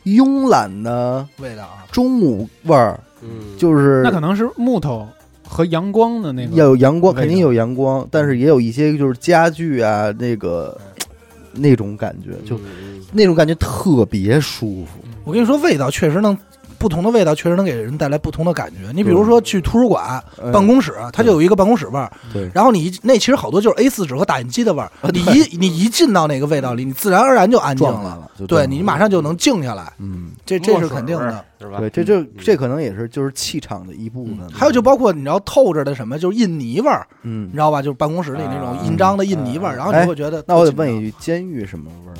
Speaker 2: 慵懒的
Speaker 3: 味道啊，
Speaker 2: 中午味儿，
Speaker 4: 嗯
Speaker 2: 就是
Speaker 5: 那可能是木头和阳光的那
Speaker 2: 要
Speaker 5: 个
Speaker 2: 有阳光，
Speaker 5: 味道
Speaker 2: 肯定有阳光，但是也有一些就是家具啊，那个那种感觉，就
Speaker 4: 嗯
Speaker 2: 那种感觉特别舒服。
Speaker 3: 我跟你说，味道确实能，不同的味道确实能给人带来不同的感觉。你比如说去图书馆、
Speaker 2: 嗯
Speaker 3: 办公室，它就有一个办公室味儿。
Speaker 2: 对
Speaker 3: 然后你一那其实好多就是 A 四纸和打印机 的味儿。你一你一进到那个味道里，你自然而然就安静
Speaker 2: 撞
Speaker 3: 了。
Speaker 2: 来了，就撞
Speaker 3: 对
Speaker 2: 了
Speaker 3: 你马上就能静下来，
Speaker 2: 嗯，
Speaker 3: 这这是肯定的。，
Speaker 4: 是吧？
Speaker 2: 对，
Speaker 4: 嗯
Speaker 2: 这这这可能也是就是气场的一部分。
Speaker 3: 嗯还有就包括你知道透着的什么，就是印泥味儿，
Speaker 2: 嗯
Speaker 3: 你知，道吧？就是办公室里那种印章的印泥味儿，
Speaker 2: 嗯
Speaker 3: 然后你会觉得。
Speaker 2: 那我得问一句，监狱什么味儿？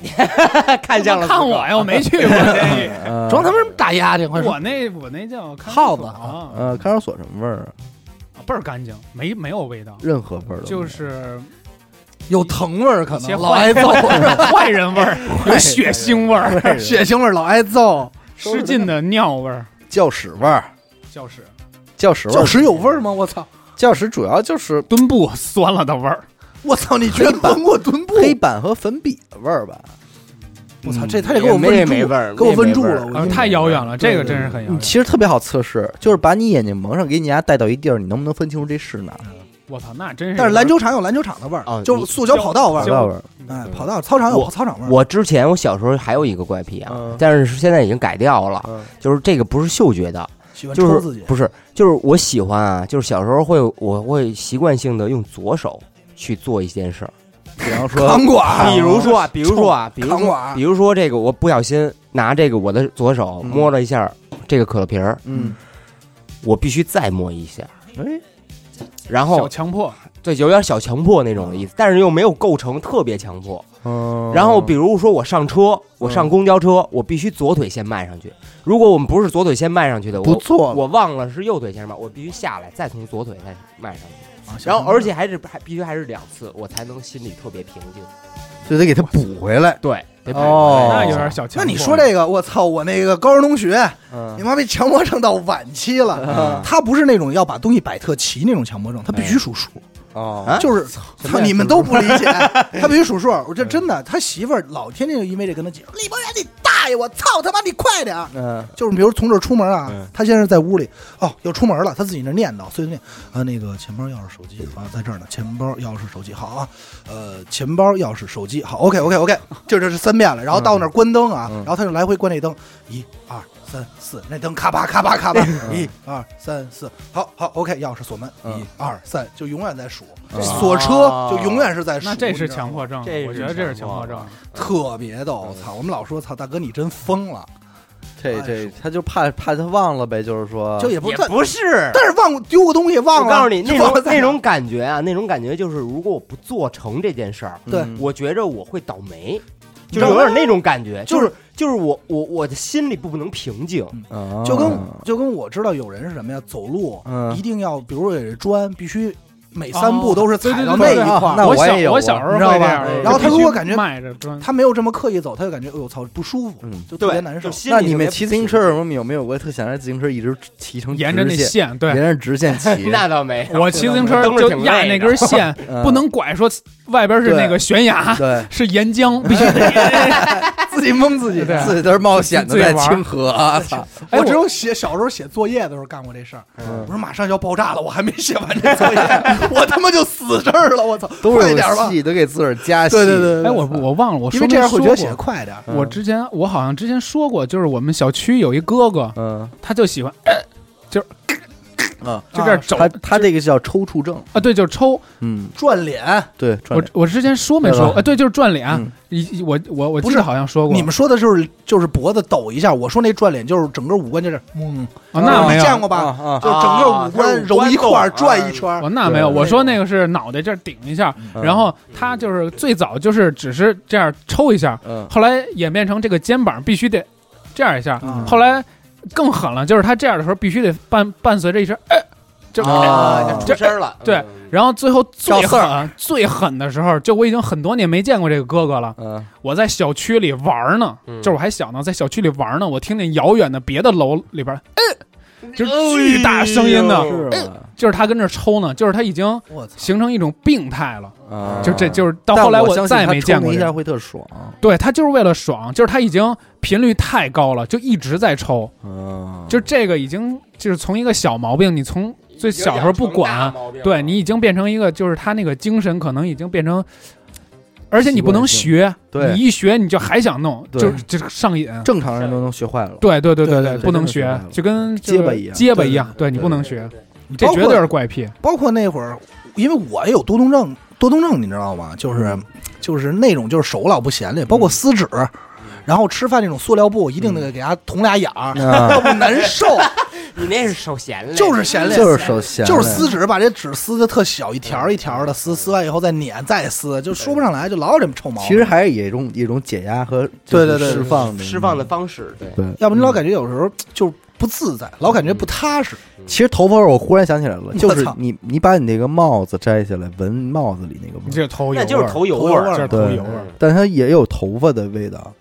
Speaker 4: 看向了
Speaker 5: 看我呀，我没去过监狱
Speaker 2: 呃
Speaker 3: 装他们大丫去，快说！
Speaker 5: 我那我那叫看
Speaker 3: 耗
Speaker 5: 守
Speaker 3: 子
Speaker 5: 啊，
Speaker 2: 呃，看守所什么味儿啊？
Speaker 5: 倍儿干净，没没有味道，
Speaker 2: 任何味儿都没有
Speaker 5: 就是
Speaker 3: 有疼味儿，可
Speaker 5: 一些
Speaker 3: 能
Speaker 5: 坏
Speaker 3: 老挨揍，
Speaker 5: 坏人味儿，有血腥味儿，
Speaker 3: 血腥味儿，老挨揍。
Speaker 5: 失禁的尿味儿，
Speaker 2: 教室味儿，
Speaker 5: 教室
Speaker 2: 教室味
Speaker 3: 教
Speaker 2: 儿，嗯
Speaker 3: 室有味儿吗？我操！
Speaker 2: 教室主要就是
Speaker 5: 墩布酸了的味儿，
Speaker 3: 我操！你居然闻过墩布？
Speaker 2: 黑板和粉笔的味儿吧。
Speaker 3: 我操！
Speaker 4: 嗯
Speaker 3: 这他得给我
Speaker 4: 没
Speaker 3: 问住
Speaker 4: 没味儿，
Speaker 3: 给我问住
Speaker 4: 没味
Speaker 3: 了
Speaker 4: 儿
Speaker 3: 我
Speaker 5: 啊
Speaker 3: 觉得
Speaker 5: 太遥远了，
Speaker 3: 对
Speaker 5: 这个
Speaker 3: 对
Speaker 5: 真是很遥
Speaker 2: 嗯，
Speaker 5: 远。
Speaker 2: 其实特别好测试，就是把你眼睛蒙上，给你家带到一地儿，你能不能分清楚这是哪儿？
Speaker 5: 我操，那真是。
Speaker 3: 但是篮球场有篮球场的味儿，
Speaker 4: 啊
Speaker 3: 就是塑胶跑道味
Speaker 2: 跑
Speaker 5: 胶
Speaker 3: 儿。
Speaker 2: 道味儿，
Speaker 3: 哎，跑道操场有操场味儿。
Speaker 4: 我之前我小时候还有一个怪癖啊，
Speaker 2: 嗯
Speaker 4: 但是现在已经改掉了，
Speaker 2: 嗯
Speaker 4: 就是这个不是嗅觉的，
Speaker 3: 喜欢
Speaker 4: 就
Speaker 3: 抽自己
Speaker 4: 是，不是就是我喜欢啊，就是小时候会我会习惯性的用左手去做一件事儿，
Speaker 2: 比方说
Speaker 3: 钢管，
Speaker 4: 比如说啊，比如说啊，比如
Speaker 3: 钢
Speaker 4: 说
Speaker 3: 管
Speaker 4: 比，如说这个我不小心拿这个我的左手摸了一下这个可乐瓶儿，
Speaker 2: 嗯，
Speaker 4: 我必须再摸一下，
Speaker 2: 哎，
Speaker 4: 然
Speaker 5: 小
Speaker 4: 后
Speaker 5: 强迫，
Speaker 4: 对有点小强迫那种的意思，但是又没有构成特别强迫。
Speaker 3: 哦
Speaker 2: 嗯
Speaker 4: 然后比如说我上
Speaker 3: 嗯
Speaker 4: 车，我上公交车，我必须左腿先迈上去。如果我们不是左腿先迈上去的，
Speaker 2: 不
Speaker 4: 我
Speaker 2: 错，
Speaker 4: 我忘了是右腿先迈，我必须下来再从左腿再迈上去。
Speaker 3: 啊
Speaker 4: 然后而且还是还必须还是两次，我才能心里特别平静。
Speaker 2: 就得给它补回来。
Speaker 4: 对，得摆
Speaker 2: 哦
Speaker 4: 回来
Speaker 5: 那
Speaker 4: 一
Speaker 5: 有
Speaker 4: 下
Speaker 5: 点小强
Speaker 3: 那
Speaker 5: 迫。
Speaker 3: 你说这个，我操！我那个高中同
Speaker 4: 啊
Speaker 3: 学，你
Speaker 2: 嗯，
Speaker 3: 妈被强迫症到晚期了。他不是那种要把东西摆特齐那种强迫症，他必须数数，
Speaker 2: 哦
Speaker 4: 哎啊
Speaker 3: 就是
Speaker 2: 么
Speaker 3: 操
Speaker 2: 呀
Speaker 3: 你们都不理 解，他必须数数。我
Speaker 4: 嗯
Speaker 3: 这真的，他媳妇儿老天天就因为这跟他解释：“李博然，你大爷！我操他妈，你快点儿！”
Speaker 2: 嗯，
Speaker 3: 就是比如从这儿出门啊
Speaker 4: 嗯，
Speaker 3: 他先是在屋里，哦，要出门了，他自己那念叨，碎碎念啊，那个钱包、钥匙、手机啊，在这儿呢，钱包、钥匙、手机，好啊，呃，钱包、钥匙、手机，好，OK，OK，OK，就这是三遍了，然后到那儿关灯啊，
Speaker 2: 嗯
Speaker 3: 然后他就来回关这灯，一二三四，那灯咔吧咔吧咔吧，一二三四，好好，OK，钥匙锁门，
Speaker 2: 嗯
Speaker 3: 一二三，就永远在数，
Speaker 2: 嗯
Speaker 3: 锁车就永远是在数，
Speaker 5: 那这
Speaker 3: 你
Speaker 5: 是
Speaker 3: 知道吗
Speaker 5: 强迫症，啊
Speaker 4: 这
Speaker 5: 我
Speaker 4: 是
Speaker 5: 觉得这是
Speaker 4: 强
Speaker 5: 强
Speaker 4: 迫
Speaker 5: 迫症。
Speaker 3: 特别逗，操，我们老说操大哥你真疯了，
Speaker 2: 这这他就怕怕他忘了呗，就是说，
Speaker 3: 就也不
Speaker 4: 也
Speaker 3: 但
Speaker 4: 不是。
Speaker 3: 但是忘过丢个东西忘了，
Speaker 4: 我告诉你，
Speaker 3: 就
Speaker 4: 那
Speaker 3: 忘了
Speaker 4: 种
Speaker 3: 在哪
Speaker 4: 那种感觉啊，那种感觉就是，如果我不做成这件事儿，
Speaker 2: 嗯
Speaker 3: 对
Speaker 4: 我觉着我会倒霉，
Speaker 3: 你知
Speaker 4: 就是
Speaker 3: 道
Speaker 4: 有
Speaker 3: 吗
Speaker 4: 点那种感觉，
Speaker 3: 就
Speaker 4: 就是是就是我我我的心里不能平静，
Speaker 2: 哦
Speaker 3: 啊就跟就跟我知道有人是什么呀，走路
Speaker 2: 嗯
Speaker 3: 一定要，比如说有人砖必须每三步都是踩到那
Speaker 5: 哦对对对
Speaker 3: 一
Speaker 5: 对
Speaker 3: 块
Speaker 2: 那
Speaker 3: 儿。
Speaker 5: 我
Speaker 2: 我也
Speaker 5: 小
Speaker 2: 有
Speaker 5: 我小时候
Speaker 3: 你知道
Speaker 5: 会这
Speaker 3: 吧
Speaker 5: 样的，
Speaker 3: 然后他
Speaker 5: 就必
Speaker 3: 如果
Speaker 5: 须
Speaker 3: 感觉
Speaker 5: 迈着砖，
Speaker 3: 他没有这么刻意走，他就感觉哎呦操不舒服，
Speaker 2: 嗯
Speaker 3: 就特别
Speaker 4: 对，
Speaker 3: 难受
Speaker 4: 就。心里
Speaker 2: 那你们
Speaker 4: 特别
Speaker 2: 骑自行车有没有没有过特想让自行车一直骑成
Speaker 5: 沿着那
Speaker 2: 直线，
Speaker 5: 线，
Speaker 2: 沿
Speaker 5: 对
Speaker 2: 着直线骑？
Speaker 4: 那倒没有，
Speaker 5: 我骑自行车
Speaker 4: 蹬着
Speaker 5: 就
Speaker 4: 挺累
Speaker 5: 压那 根线，
Speaker 2: 嗯
Speaker 5: 不能拐，说外边是那个悬崖，
Speaker 2: 对
Speaker 5: 是岩浆，必须得。
Speaker 2: 自己蒙自己，
Speaker 5: 对
Speaker 2: 自己在这冒险的
Speaker 5: 自己
Speaker 2: 在
Speaker 5: 玩
Speaker 2: 清河啊！操，
Speaker 5: 哎
Speaker 3: 我只嗯有写小时候写作业的时候干过这事儿，我说马上要爆炸了，我还没写完这 作业，我他妈就死这儿了，我操，
Speaker 2: 都
Speaker 3: 快
Speaker 2: 是
Speaker 3: 点儿吧！
Speaker 2: 戏，都给自个儿加戏。
Speaker 3: 对对对，对
Speaker 5: 哎，我我忘了，我
Speaker 3: 因
Speaker 5: 说
Speaker 3: 为这样会觉得写
Speaker 5: 没
Speaker 3: 的
Speaker 5: 说过
Speaker 3: 快点儿，
Speaker 2: 嗯
Speaker 5: 我之前我好像之前说过，就是我们小区有一哥哥，
Speaker 2: 嗯，
Speaker 5: 他就喜欢， 就是
Speaker 3: 嗯
Speaker 2: 啊，
Speaker 5: 就这样走
Speaker 2: 他他这个叫抽搿症，
Speaker 5: 啊，对，就是抽。
Speaker 2: 嗯，
Speaker 3: 转脸。
Speaker 2: 对，
Speaker 5: 我我之前说没说
Speaker 2: 对吧
Speaker 5: 啊？对，就是转脸
Speaker 2: 嗯。
Speaker 5: 一我我我
Speaker 3: 不
Speaker 5: 记
Speaker 3: 是
Speaker 5: 得好像说过。
Speaker 3: 你们说的就是就是脖子抖一下，我说那转脸就是整个五官就是嗯，
Speaker 5: 啊那
Speaker 3: 你
Speaker 5: 没有哦
Speaker 3: 见过吧？
Speaker 2: 啊
Speaker 3: 就整个五
Speaker 2: 哦
Speaker 3: 官揉一块儿转一圈儿
Speaker 5: 我，哦那没有，
Speaker 2: 对
Speaker 5: 我说那个是脑袋这儿顶一下，
Speaker 2: 嗯
Speaker 5: 然后他就是最早就是只是这样抽一下，
Speaker 2: 嗯
Speaker 5: 后来演变成这个肩膀必须得这样一下，
Speaker 3: 嗯
Speaker 5: 后来更狠了，就是他这样的时候必须得伴伴随着一声哎，就、
Speaker 2: 啊
Speaker 4: 啊，就出声了，
Speaker 5: 对
Speaker 4: 嗯
Speaker 5: 然后最后最
Speaker 2: 赵四
Speaker 5: 狠最狠的时候，就我已经很多年没见过这个哥哥了，
Speaker 2: 嗯
Speaker 5: 我在小区里玩呢，
Speaker 4: 嗯
Speaker 5: 就是我还小呢，在小区里玩呢，我听见遥远的别的楼里边，哎，就是巨大声音的，
Speaker 4: 哎呦
Speaker 2: 是吧
Speaker 5: 就是他跟这儿抽呢，就是他已经
Speaker 3: 我操！
Speaker 5: 形成一种病态了。
Speaker 2: 啊
Speaker 5: 就这就是到后来
Speaker 2: 但我
Speaker 5: 再也没见过
Speaker 2: 一
Speaker 5: 这
Speaker 2: 下
Speaker 5: 个。
Speaker 2: 会特爽。
Speaker 5: 对他就是为了爽，就是他已经频率太高了，就一直在抽，
Speaker 2: 嗯，
Speaker 5: 就这个已经就是从一个小毛病，你从最小时候不管，，对你已经变成一个，就是他那个精神可能已经变成，而且你不能学，
Speaker 2: 对
Speaker 5: 你一学你就还想弄，
Speaker 2: 对
Speaker 5: 就就上瘾。
Speaker 2: 正常人都能学坏了。
Speaker 5: 对对对
Speaker 3: 对对
Speaker 5: 对，
Speaker 3: 对
Speaker 5: 不能
Speaker 2: 真的
Speaker 5: 学
Speaker 2: 是，
Speaker 5: 就跟
Speaker 2: 结巴
Speaker 5: 就是
Speaker 2: 一样
Speaker 5: 结巴一样，
Speaker 4: 对
Speaker 5: 对你不能学，，
Speaker 3: 你
Speaker 5: 这
Speaker 3: 包
Speaker 5: 绝对
Speaker 3: 括
Speaker 5: 是怪癖。
Speaker 3: 包括那会儿，因为我也有多动症，多动症你知道吗？就是
Speaker 2: 嗯
Speaker 3: 就是那种就是手老不闲的，包括撕纸，然后吃饭那种塑料布，一定得给它捅俩眼儿，
Speaker 2: 嗯啊
Speaker 3: 要不难受，
Speaker 4: 你那是手闲了，
Speaker 3: 就是闲累。
Speaker 2: 就是手闲，
Speaker 3: 就是撕纸，把这纸撕的特小，一条一条的撕，撕完以后再捻，再撕，就说不上来，就老有这么臭毛病。
Speaker 2: 其实还是一种一种解压和就是
Speaker 3: 对对对
Speaker 2: 释放的嗯
Speaker 4: 释放的。方式，对，
Speaker 2: 对，
Speaker 3: 要不你老感觉有时候就不自在，老感觉不踏实。
Speaker 2: 其实头发味儿我忽然想起来了，就是
Speaker 3: 我操
Speaker 2: 你你把你那个帽子摘下来，闻帽子里那个味
Speaker 5: 你
Speaker 2: 儿，
Speaker 5: 这头油
Speaker 4: 那
Speaker 5: 味
Speaker 4: 就是
Speaker 5: 儿，嗯
Speaker 4: 头油
Speaker 3: 头
Speaker 4: 味
Speaker 3: 油味
Speaker 4: 儿嗯
Speaker 3: 儿，
Speaker 5: 这是头
Speaker 2: 对
Speaker 5: 油味儿。
Speaker 2: 但它也有头发的味道，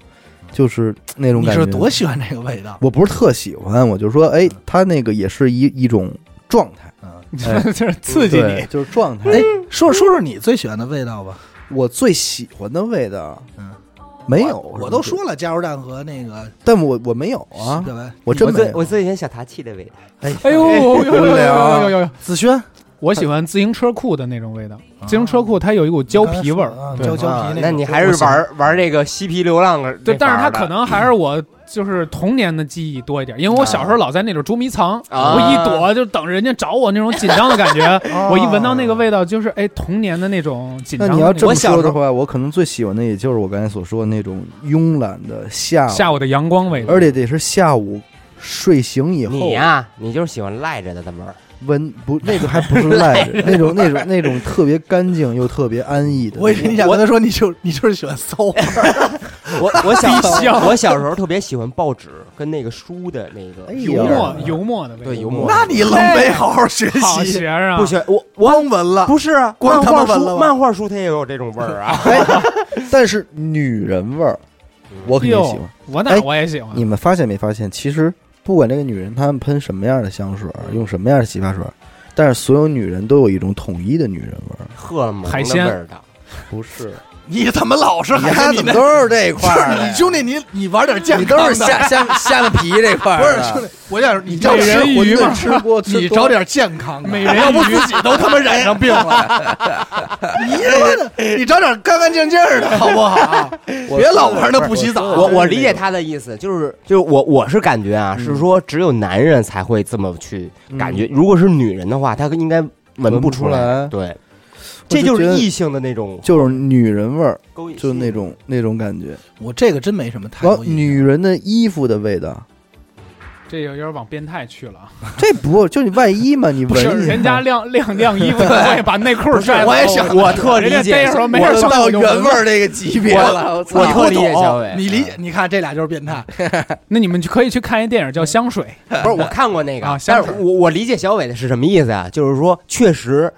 Speaker 2: 就是那种
Speaker 3: 你
Speaker 2: 感
Speaker 3: 是
Speaker 2: 觉。
Speaker 3: 多喜欢这个味道？
Speaker 2: 我不是特喜欢，我就说，哎，它那个也是一一种状态，
Speaker 5: 你
Speaker 2: 哎
Speaker 5: 说就是刺激
Speaker 2: 对
Speaker 5: 你，
Speaker 2: 就是状态。
Speaker 3: 哎，说说说你最喜欢的味道吧。
Speaker 2: 我最喜欢的味道，
Speaker 3: 嗯，
Speaker 2: 没有，
Speaker 3: 我我都说了，加油站和那个
Speaker 2: 但我我没有啊，
Speaker 3: 对吧？
Speaker 2: 我真没
Speaker 4: 最
Speaker 2: 有
Speaker 4: 我最喜欢小茶气的味道，
Speaker 5: 哎呦呦呦呦
Speaker 2: 无
Speaker 5: 呦
Speaker 2: 聊啊
Speaker 5: 呦呦呦！
Speaker 3: 紫轩
Speaker 5: 我喜欢自行车库的那种味道，嗯自行车库它有一股啊胶皮味儿，
Speaker 2: 嗯
Speaker 5: 对
Speaker 3: 胶胶
Speaker 4: 啊
Speaker 3: 皮
Speaker 4: 那
Speaker 3: 个
Speaker 4: 你还是玩玩这个嬉皮流浪的，
Speaker 5: 对，但是它
Speaker 4: 他
Speaker 5: 可能还是我就是童年的记忆多一点，因为我小时候老在那种捉迷藏，
Speaker 4: 啊
Speaker 5: 我一躲就等着人家找我那种紧张的 感觉，
Speaker 3: 啊
Speaker 5: 我一闻到那个味道就是哎童年的那种紧
Speaker 2: 那
Speaker 5: 张的
Speaker 2: 你
Speaker 5: 那
Speaker 2: 要
Speaker 5: 种。
Speaker 2: 这么
Speaker 4: 我小
Speaker 2: 说
Speaker 4: 时
Speaker 2: 的
Speaker 4: 候
Speaker 2: 话，我可能最喜欢的也就是我刚才所说的那种慵懒的下午，
Speaker 5: 下午的阳光味道，
Speaker 2: 而且得是下午睡醒以后啊
Speaker 4: 你呀，你就是喜欢赖着的那味儿，
Speaker 2: 闻不那个还不是赖着，那种那种那种特别干净又特别安逸的。
Speaker 3: 我以为你想跟他说，你就你就是喜欢馊味儿，
Speaker 4: 我我小我小时候特别喜欢报纸跟那个书的那个
Speaker 2: 哎呦
Speaker 5: 油墨
Speaker 2: 哎呀
Speaker 5: 油墨的味道，
Speaker 4: 对油墨
Speaker 3: 那你愣没好好学
Speaker 5: 好
Speaker 3: 习，
Speaker 5: 学生啊
Speaker 4: 不喜欢我我
Speaker 3: 光闻了。
Speaker 4: 不是啊，
Speaker 3: 光
Speaker 4: 漫
Speaker 3: 他妈
Speaker 4: 画
Speaker 3: 闻了
Speaker 4: 书
Speaker 3: 吧
Speaker 4: 漫画书它也有这种味儿啊，
Speaker 2: 但是女人味儿，我肯定喜
Speaker 5: 哟
Speaker 2: 欢。，
Speaker 5: 我
Speaker 2: 哎
Speaker 5: 那我也喜欢
Speaker 2: 你。们发现没发现，其实不管这个女人她们喷什么样的香水，用什么样的洗发水，但是所有女人都有一种统一的女人味儿，
Speaker 4: 荷尔蒙的
Speaker 5: 海鲜
Speaker 4: 味儿道。
Speaker 2: 不是？
Speaker 3: 你怎么老是
Speaker 2: 你
Speaker 3: 还
Speaker 2: 看
Speaker 3: 是
Speaker 2: 怎
Speaker 3: 那
Speaker 2: 么？都是这块 儿
Speaker 3: 是
Speaker 2: 的
Speaker 3: 你兄弟，你你玩点健
Speaker 2: 你
Speaker 3: 康
Speaker 2: 都
Speaker 3: 的，
Speaker 2: 是下下下面皮这块儿
Speaker 3: 不是
Speaker 2: 的
Speaker 3: 兄弟，我想你
Speaker 5: 这
Speaker 3: 要
Speaker 5: 美
Speaker 3: 是
Speaker 5: 人鱼嘛
Speaker 2: 馄饨吃 锅，吃
Speaker 3: 你
Speaker 2: 多
Speaker 3: 找点健康的，
Speaker 5: 美
Speaker 2: 哎
Speaker 5: 人鱼
Speaker 3: 要不自己都他妈染上病了。你他妈的，你找点干干净净 的好不好？
Speaker 2: 我
Speaker 3: 别老玩那不洗
Speaker 2: 啊
Speaker 3: 澡
Speaker 4: 我我理解他的意思，就是就是我我是感觉
Speaker 2: 嗯
Speaker 4: 啊，是说只有男人才会这么去感觉，如果是女人的话，她应该闻不来。
Speaker 2: 闻
Speaker 4: 对，
Speaker 2: 我就
Speaker 4: 这就是
Speaker 2: 觉得
Speaker 4: 异性的那种
Speaker 2: 就是女人味儿，
Speaker 4: 勾引，
Speaker 2: 就是那种那种感觉。
Speaker 3: 我这个真没什么太
Speaker 2: 然
Speaker 3: 多
Speaker 2: 后
Speaker 3: 意见
Speaker 2: 哦女人的衣服的味道，
Speaker 5: 这有点往变态去了啊！
Speaker 2: 这不就你外衣嘛？你
Speaker 5: 不是，
Speaker 2: 闻一下
Speaker 5: 人家晾晾晾衣服，我也把内裤晒了。哦
Speaker 3: 我也想
Speaker 4: 我特理
Speaker 5: 人家
Speaker 4: 解
Speaker 5: 逮着时候没
Speaker 2: 我
Speaker 5: 事
Speaker 2: 都
Speaker 5: 上
Speaker 2: 到
Speaker 5: 去就
Speaker 2: 原
Speaker 5: 闻
Speaker 2: 味儿这个级别了。我操
Speaker 4: 我
Speaker 3: 你
Speaker 4: 特
Speaker 3: 不
Speaker 4: 理解小
Speaker 3: 懂
Speaker 4: 伟，
Speaker 3: 你理解？你看这俩就是变态，
Speaker 5: 那你们就可以去看一电影叫《香水
Speaker 4: 不是我看过那个
Speaker 5: 啊，
Speaker 4: 但
Speaker 5: 香
Speaker 4: 是
Speaker 5: 水
Speaker 4: 我我理解小伟的是什么意思啊？就是说，确实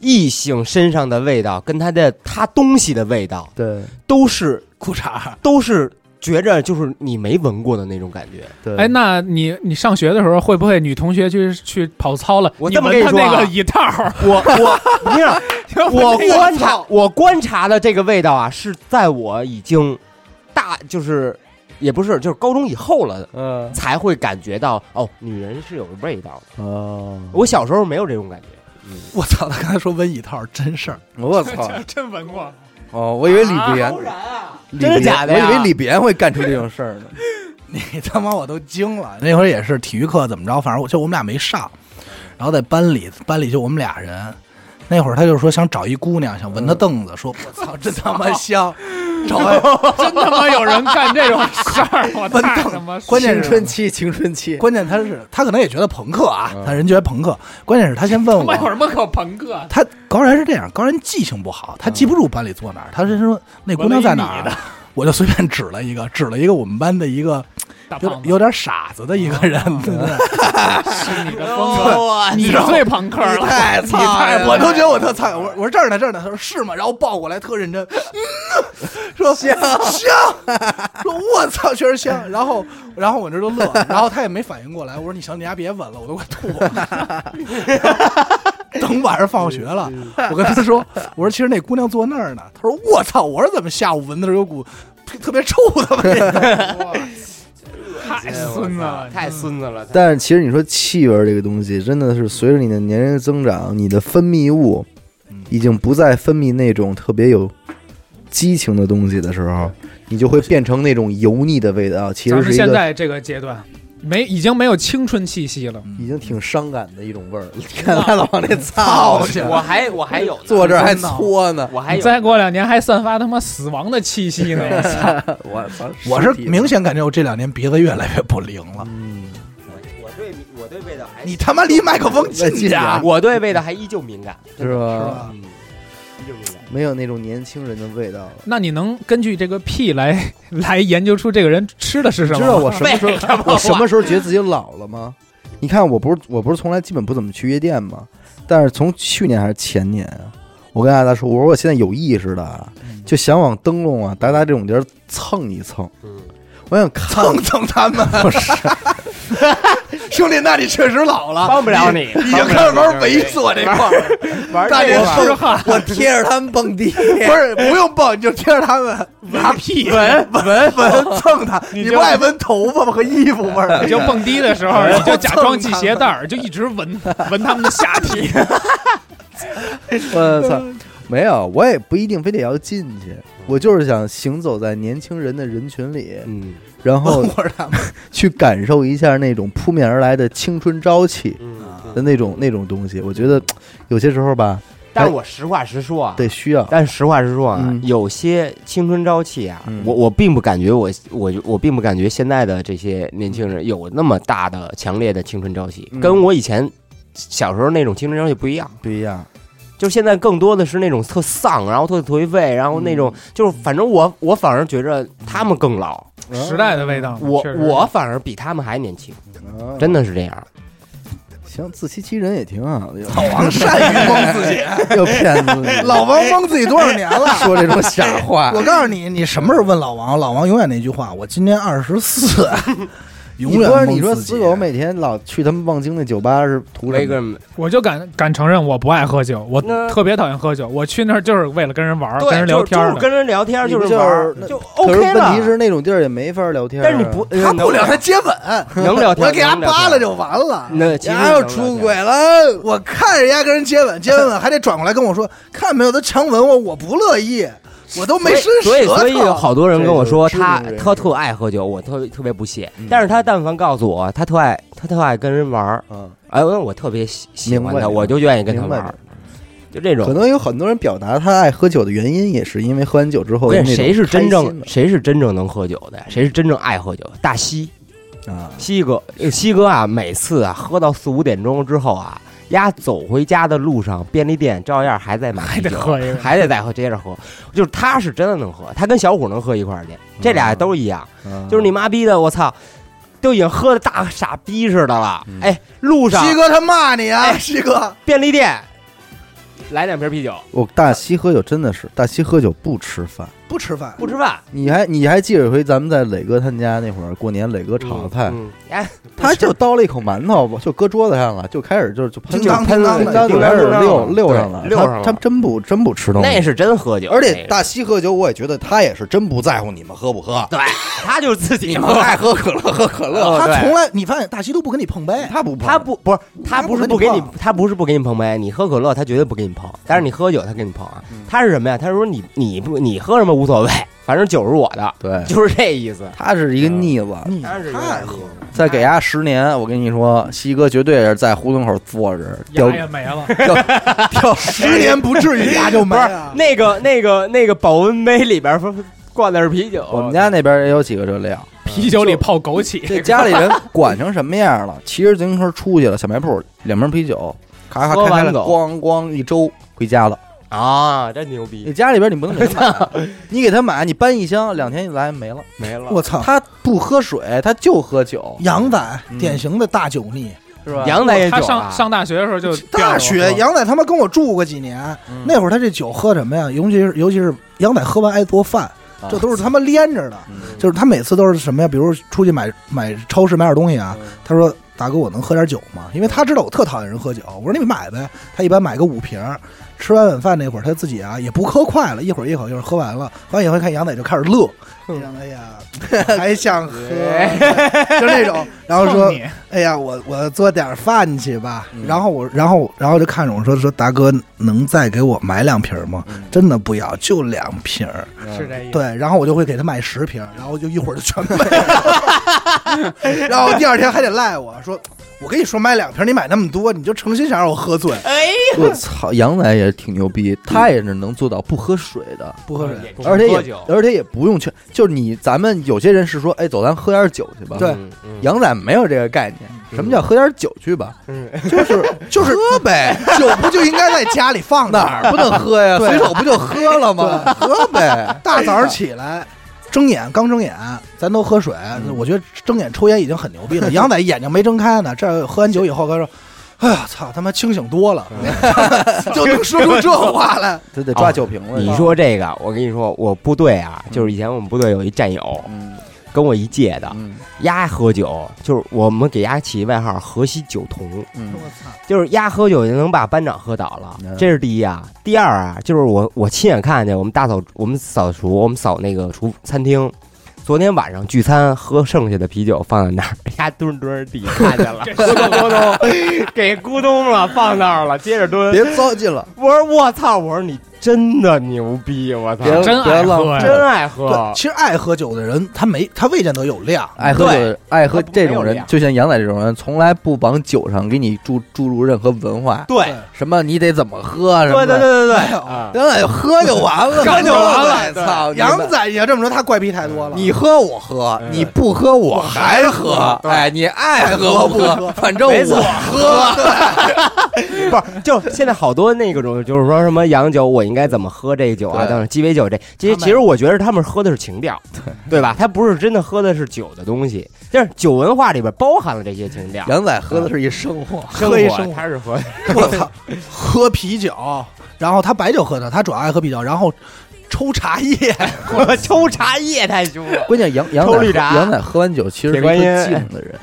Speaker 4: 异性身上的味道跟他的他东西的味道
Speaker 2: 对
Speaker 4: 都是
Speaker 3: 裤衩
Speaker 4: 都是觉着就是你没闻过的那种感觉。
Speaker 2: 对，
Speaker 5: 哎，那你你上学的时候会不会女同学去去跑操了？
Speaker 4: 我
Speaker 5: 你
Speaker 4: 这么
Speaker 5: 闻她
Speaker 4: 跟你说
Speaker 5: 那
Speaker 4: 啊
Speaker 5: 个一套儿，
Speaker 4: 我我你想， 我 观察我观察的这个味道啊，是在我已经大就是也不是就是高中以后了
Speaker 2: 嗯
Speaker 4: 才会感觉到哦，女人是有味道的。
Speaker 2: 哦，
Speaker 4: 我小时候没有这种感觉。
Speaker 3: 我操！他刚才说温一套真事儿，
Speaker 2: 我操！
Speaker 5: 真闻过。
Speaker 2: 哦，我以为李别言，李
Speaker 4: 真是
Speaker 2: 别
Speaker 4: 假的呀
Speaker 2: 我以为李别会干出这种事儿呢。
Speaker 3: 你他妈我都惊了。那会儿也是体育课怎么着，反正我就我们俩没上，然后在班里班里就我们俩人。那会儿他就说想找一姑娘，想闻她凳子，说嗯我操，真他妈香！找完
Speaker 5: 真他妈有人干这种事儿，我
Speaker 3: 笨
Speaker 5: 太
Speaker 3: 蛋
Speaker 5: 他妈信
Speaker 3: 关键是
Speaker 5: 了
Speaker 3: 春
Speaker 2: 期，青春期，
Speaker 3: 关键他是他可能也觉得朋克啊，他人觉得朋克。关键是他先问
Speaker 5: 他妈有
Speaker 3: 我，
Speaker 5: 什么可朋克的？
Speaker 3: 他高然是这样，高然记性不好，他记不住班里坐哪儿，他是说那姑娘在哪
Speaker 5: 我勒一米
Speaker 3: 儿，我就随便指了一个，指了一个我们班的一个
Speaker 5: 大
Speaker 3: 有
Speaker 5: 胖
Speaker 3: 点
Speaker 5: 子，
Speaker 3: 有点傻子的嗯一个人，对不对？
Speaker 5: 是你的风格，你最朋克了，
Speaker 2: 太
Speaker 5: 操哎了
Speaker 3: 我都觉得我特菜，我说我说这儿呢这儿呢，他说是吗？然后抱过来特认真，嗯、说香香，说我操，确实香。然后然后我这都乐了，然后他也没反应过来，我说你行，你丫别吻了，我都快吐了。 等晚上放学了，我跟他说，我说其实那姑娘坐那儿呢。他说我操，我说怎么下午闻着有股特特别臭的味道？
Speaker 5: 太孙子了，
Speaker 4: 太孙子了！
Speaker 2: 但是其实你说气味儿这个东西，真的是随着你的年龄增长，你的分泌物已经不再分泌那种特别有激情的东西的时候，你就会变成那种油腻的味道，其
Speaker 5: 咱
Speaker 2: 实
Speaker 5: 们
Speaker 2: 是一
Speaker 5: 现
Speaker 2: 个
Speaker 5: 在这个阶段，没已经没有青春气息了。
Speaker 2: 已经挺伤感的一种味儿。你看他老往那嗯操去，
Speaker 4: 我还我还 有呢
Speaker 2: 坐这儿还搓呢，
Speaker 4: 我还
Speaker 5: 你
Speaker 4: 有
Speaker 5: 再过两年还散发他妈死亡的气息呢！我操
Speaker 2: 我操，
Speaker 3: 我是明显感觉我这两年鼻子越来越不灵了。
Speaker 4: 我对我对味道还
Speaker 3: 你他妈离麦克风近
Speaker 2: 近
Speaker 3: 点
Speaker 2: 点
Speaker 3: 儿
Speaker 2: 儿，
Speaker 4: 我对味道还依旧敏感，
Speaker 2: 是吧？
Speaker 3: 吧？
Speaker 4: 依旧敏感。
Speaker 2: 没有那种年轻人的味道了。
Speaker 5: 那你能根据这个屁来 来研究出这个人吃的是什么
Speaker 2: 知
Speaker 5: 吗？
Speaker 2: 道我什么时候我什么时候觉得自己老了吗？你看，我不是我不是从来基本不怎么去夜店吗？但是从去年还是前年啊，我跟阿达说，我说我现在有意识的啊，就想往灯笼啊、达达这种地儿蹭一蹭。
Speaker 4: 嗯，
Speaker 2: 我想看，
Speaker 3: 蹭蹭他们。兄弟，那你确实老了，
Speaker 4: 帮不了你
Speaker 3: 已经开始玩猥琐这块儿。
Speaker 4: 玩
Speaker 3: 大
Speaker 4: 这
Speaker 3: 爷
Speaker 4: 个
Speaker 3: 说
Speaker 5: 痴汉
Speaker 2: 我贴着他们蹦迪，
Speaker 3: 不是，不用抱，你就贴着他们拿屁闻闻闻蹭他。你不爱闻头发吗？和衣服味儿
Speaker 5: 你？ 就蹦迪的时 候，你就假装系鞋带儿，就一直闻闻他们的下 体。
Speaker 2: 我操！没有，我也不一定非得要进去，我就是想行走在年轻人的人群里，
Speaker 4: 嗯
Speaker 2: 然后
Speaker 3: 闻会儿他们。
Speaker 2: 去感受一下那种扑面而来的青春朝气。
Speaker 4: 嗯
Speaker 2: 的那种那种东西，我觉得有些时候吧，
Speaker 4: 但是我实话实说啊，
Speaker 2: 得需要。
Speaker 4: 哎但实话实说啊，
Speaker 2: 嗯
Speaker 4: 有些青春朝气啊，
Speaker 2: 嗯
Speaker 4: 我我并不感觉我我我并不感觉现在的这些年轻人有那么大的强烈的青春朝气，
Speaker 2: 嗯
Speaker 4: 跟我以前小时候那种青春朝气不一样。
Speaker 2: 不一样，
Speaker 4: 就是现在更多的是那种特丧，然后特颓废，然后那种、就是反正我我反而觉着他们更老，
Speaker 2: 嗯
Speaker 5: 时代的味道，
Speaker 4: 我
Speaker 5: 嗯确实
Speaker 4: 我反而比他们还年轻，
Speaker 2: 啊
Speaker 4: 真的是这样。
Speaker 2: 行，自欺欺人也挺好的，
Speaker 3: 老王善于蒙自己，
Speaker 2: 又骗子，
Speaker 3: 老王蒙自己多少年了？
Speaker 2: 说这种傻话
Speaker 3: 我。告诉你，你什么时候问老王？老王永远那句话：我今年二十四，永
Speaker 2: 你
Speaker 3: 远
Speaker 2: 说
Speaker 3: 蒙
Speaker 2: 你说
Speaker 3: 自己
Speaker 2: 死
Speaker 3: 啊
Speaker 2: 狗每天老去他们望京那酒吧是图什
Speaker 4: 雷
Speaker 2: 么？
Speaker 4: 哥们，
Speaker 5: 我就敢敢承认我不爱喝酒，我
Speaker 4: 那
Speaker 5: 特别讨厌喝酒。我去那儿就是为了跟人玩儿，跟
Speaker 4: 对，
Speaker 5: 人
Speaker 4: 就
Speaker 5: 聊
Speaker 4: 是
Speaker 5: 天
Speaker 4: 就是
Speaker 5: 儿的。
Speaker 4: 跟人聊天，
Speaker 2: 你不
Speaker 4: 是
Speaker 2: 就是
Speaker 4: 玩儿
Speaker 2: 那
Speaker 4: 就
Speaker 2: 可是
Speaker 4: OK 了。
Speaker 2: 问题是那种地儿也没法聊天啊。
Speaker 4: 但是你不
Speaker 3: 他不聊，他接吻，
Speaker 4: 呃 能聊天，
Speaker 3: 我给他
Speaker 4: 能聊天
Speaker 3: 扒拉就完了。
Speaker 4: 那其实
Speaker 3: 丫要出轨了，我看着人家跟人接吻，接 完吻还得转过来跟我说，看没有，他强吻我，我不乐意，我都没伸
Speaker 4: 所以
Speaker 3: 舌头。
Speaker 4: 所以有好多人跟我说
Speaker 2: 这就是嗯
Speaker 4: 他
Speaker 2: 知名人士
Speaker 4: 他特爱喝酒，我特特别不屑。但是他但凡告诉我他特爱他特爱跟人玩儿，
Speaker 2: 嗯，
Speaker 4: 哎，我我特别喜喜欢
Speaker 2: 明白
Speaker 4: 他，我就愿意跟他
Speaker 2: 明白
Speaker 4: 玩儿，就这种
Speaker 2: 可。能有很多人表达他爱喝酒的原因，也是因为喝完酒之后
Speaker 4: 我
Speaker 2: 有
Speaker 4: 跟
Speaker 2: 那种
Speaker 4: 谁是真正
Speaker 2: 开
Speaker 4: 谁是真正能喝酒的呀？谁是真正爱喝酒？大西
Speaker 2: 心啊？
Speaker 4: 西哥，呃西哥啊，每次啊喝到四五点钟之后啊，丫走回家的路上，便利店照样还在买
Speaker 5: 还
Speaker 4: 啤
Speaker 5: 得
Speaker 4: 酒
Speaker 5: 喝一 个
Speaker 4: 还得再喝，接着喝。就是他是真的能喝，他跟小虎能喝一块儿去，这俩都一样。
Speaker 2: 啊
Speaker 4: 就是你妈逼的，我操，都已经喝的大傻嗯逼似的了。哎，路上
Speaker 3: 西哥他骂你啊，西哥，
Speaker 4: 便利店来两瓶啤酒，
Speaker 2: 我大西喝酒真的是大西喝酒不吃饭。
Speaker 3: 不吃饭，
Speaker 4: 不吃饭，
Speaker 2: 你还你还记得有一回咱们在磊哥他们家那会儿过年，磊哥炒的菜，
Speaker 4: 嗯，嗯哎，
Speaker 2: 他就叨了一口馒头，就搁桌子上了，就开始就就喷
Speaker 3: 叮当
Speaker 2: 喷
Speaker 3: 叮当
Speaker 2: 叮当就
Speaker 4: 叮
Speaker 2: 开
Speaker 4: 当
Speaker 2: 始
Speaker 4: 叮当
Speaker 2: 溜
Speaker 4: 对
Speaker 2: 溜上了，
Speaker 4: 溜上了
Speaker 2: 他他真不真不吃东
Speaker 4: 那
Speaker 2: 西，
Speaker 4: 是真喝酒，
Speaker 7: 而
Speaker 4: 那
Speaker 7: 且
Speaker 4: 个
Speaker 7: 大西喝酒，我也觉得他也是真不在乎你们喝不喝，
Speaker 4: 对，他就自己
Speaker 7: 你
Speaker 4: 嘛
Speaker 7: 们爱喝可乐喝可乐，
Speaker 4: 哦
Speaker 3: 他
Speaker 4: 对
Speaker 3: 从来你发现大西都不跟你碰杯，
Speaker 2: 他不
Speaker 4: 他
Speaker 2: 碰
Speaker 4: 不不是
Speaker 3: 他
Speaker 4: 他不
Speaker 3: 不
Speaker 4: 是
Speaker 3: 跟
Speaker 4: 不
Speaker 3: 你
Speaker 4: 给你
Speaker 3: 碰
Speaker 4: 他不是不给你碰杯，你喝可乐他绝对不给你碰，但是你喝酒他给你碰啊。他是什么呀？他说你你不你喝什么无所谓，反正酒是我的，
Speaker 2: 对，
Speaker 4: 就是这意思。
Speaker 2: 他是一个
Speaker 4: 嗯
Speaker 2: 腻子，
Speaker 3: 你
Speaker 4: 他是
Speaker 3: 太喝了，
Speaker 2: 再给他十年，我跟你说，西哥绝对是在胡同口坐着掉
Speaker 5: 牙 也没了，
Speaker 2: 掉十年不至于
Speaker 3: 牙就没 啊了。
Speaker 4: 那个那个那个保温杯里边灌的是啤酒，
Speaker 2: 我们家那边也有几个这料，
Speaker 5: 啤酒里泡枸杞，
Speaker 2: 这家里人管成什么样了？骑着自行车出去了，小卖铺两瓶啤酒，咔咔
Speaker 4: 喝
Speaker 2: 开
Speaker 4: 完
Speaker 2: 开了，
Speaker 4: 走
Speaker 2: 咣咣一周回家了。
Speaker 4: 啊，真牛
Speaker 2: 你
Speaker 4: 逼，
Speaker 2: 家里边你不能给他买啊， 你给他买，你搬一箱，两天一来没了。
Speaker 4: 没了。
Speaker 3: 我操，
Speaker 2: 他不喝水，他就喝酒，
Speaker 3: 杨仔
Speaker 2: 嗯
Speaker 3: 典型的大酒腻，
Speaker 2: 是吧？
Speaker 4: 杨仔也
Speaker 5: 他
Speaker 4: 酒
Speaker 5: 上
Speaker 4: 啊，
Speaker 5: 上大学的时候就掉了
Speaker 3: 大学杨仔他妈跟我住过几年，
Speaker 2: 嗯
Speaker 3: 那会儿他这酒喝什么呀？尤其是尤其是杨仔喝完爱做饭，
Speaker 4: 啊
Speaker 3: 这都是他妈连着的。
Speaker 2: 嗯
Speaker 3: 就是他每次都是什么呀？比如出去买买超市买点东西啊，他说：“大哥，我能喝点酒吗？”因为他知道我特讨厌人喝酒。我说：“你买呗。”他一般买个五瓶儿。吃完晚饭那会儿，他自己啊也不喝快了，一会儿一口一会儿喝完了，喝完以后看杨仔就开始乐，
Speaker 5: 嗯
Speaker 3: 哎呀，还想喝，就那种，然后说
Speaker 5: 碰你
Speaker 3: 哎呀，我我做点饭去吧。
Speaker 2: 嗯
Speaker 3: 然后我，然后，然后就看着我说说达哥，能再给我买两瓶吗？
Speaker 2: 嗯
Speaker 3: 真的不要，就两瓶儿。
Speaker 4: 嗯
Speaker 5: 是这意思。
Speaker 3: 对，然后我就会给他买十瓶儿，然后就一会儿就全没了。 然后第二天还得赖我说，我跟你说买两瓶儿，你买那么多，你就诚心想让我喝醉，
Speaker 2: 哎我操，杨仔也挺牛逼，他也是能做到不喝水的，
Speaker 3: 不喝
Speaker 4: 嗯
Speaker 3: 水。
Speaker 2: 而且
Speaker 4: 喝
Speaker 2: 也
Speaker 4: 酒，
Speaker 2: 而且也不用劝，就是你咱们有些人是说，哎，走，咱喝点酒去吧。
Speaker 3: 对
Speaker 4: 嗯，嗯
Speaker 2: 杨仔没有这个概念，什么叫喝点酒去吧？
Speaker 4: 嗯
Speaker 2: 就是就是喝呗，
Speaker 3: 酒不就应该在家里放着？
Speaker 2: 哪儿不能喝 呀？随手不就喝了吗？啊喝 呗。
Speaker 3: 大早上起来，睁眼刚睁眼，咱都喝水。
Speaker 2: 嗯
Speaker 3: 我觉得睁眼抽烟已经很牛逼了。杨仔眼睛没睁开呢，这喝完酒以后，他说：“哎呀，操他妈，清醒多了，
Speaker 2: 嗯
Speaker 3: 就能说出这话 来。
Speaker 2: 这得抓酒瓶了。
Speaker 4: 哦你说这个，我跟你说，我部队啊，就是以前我们部队有一战友，
Speaker 2: 嗯，
Speaker 4: 跟我一届的，
Speaker 2: 嗯
Speaker 4: 丫喝酒，就是我们给丫起外号“河西酒童”，
Speaker 2: 嗯”
Speaker 3: 我操，
Speaker 4: 就是丫喝酒就能把班长喝倒了
Speaker 2: 嗯，
Speaker 4: 这是第一啊。第二啊，就是我我亲眼看见我们大扫我们扫除我们扫那个厨餐厅，昨天晚上聚餐喝剩下的啤酒放在那儿， 丫蹲着蹲着地看见了， 咕咚咕咚 给咕咚了，放那儿了，接着蹲。
Speaker 2: 别糟践了，
Speaker 4: 我说我操，我说你真的牛逼，我操，
Speaker 2: 别
Speaker 4: 真
Speaker 5: 真爱喝呀！
Speaker 4: 真爱喝
Speaker 3: 对，，其实爱喝酒的人，他没他未见得有量。
Speaker 2: 爱喝酒
Speaker 4: 对
Speaker 2: 的，爱喝
Speaker 4: 他不
Speaker 2: 这种
Speaker 4: 没有
Speaker 2: 人，
Speaker 4: 量
Speaker 2: 就像杨仔这种人，从来不往酒上给你注注入任何文化，
Speaker 4: 对
Speaker 2: 什么你得怎么喝啊什
Speaker 4: 对
Speaker 2: 么
Speaker 4: 对对
Speaker 2: 的。
Speaker 4: 对对
Speaker 3: 没有
Speaker 4: 啊
Speaker 2: 杨仔喝就完了，
Speaker 4: 喝就完了
Speaker 2: 哎操！你们
Speaker 3: 杨仔也这么说，他怪癖太多了。
Speaker 2: 你喝我喝，你不喝我还喝，哎，你爱喝不喝，反正
Speaker 4: 没错
Speaker 2: 我喝。
Speaker 4: 不是，就现在好多那个种，就是说什么洋酒，我应该怎么喝这个酒啊？
Speaker 2: 对
Speaker 4: 等等，鸡尾酒这，其实其实我觉得他们喝的是情调， 对吧？他不是真的喝的是酒的东西，但是酒文化里边包含了这些情调。
Speaker 2: 杨仔喝的是一生活，
Speaker 4: 生
Speaker 3: 喝一
Speaker 4: 活
Speaker 3: 生活
Speaker 4: 他是喝，
Speaker 3: 我操，喝啤酒，然后他白酒喝的，他主要爱喝啤酒，然后抽茶叶。
Speaker 4: 我抽茶叶太凶了，
Speaker 2: 关键杨杨
Speaker 4: 抽
Speaker 2: 仔
Speaker 4: 绿茶
Speaker 2: 杨仔喝完酒其实是一
Speaker 4: 铁观音
Speaker 2: 个寂寞的人，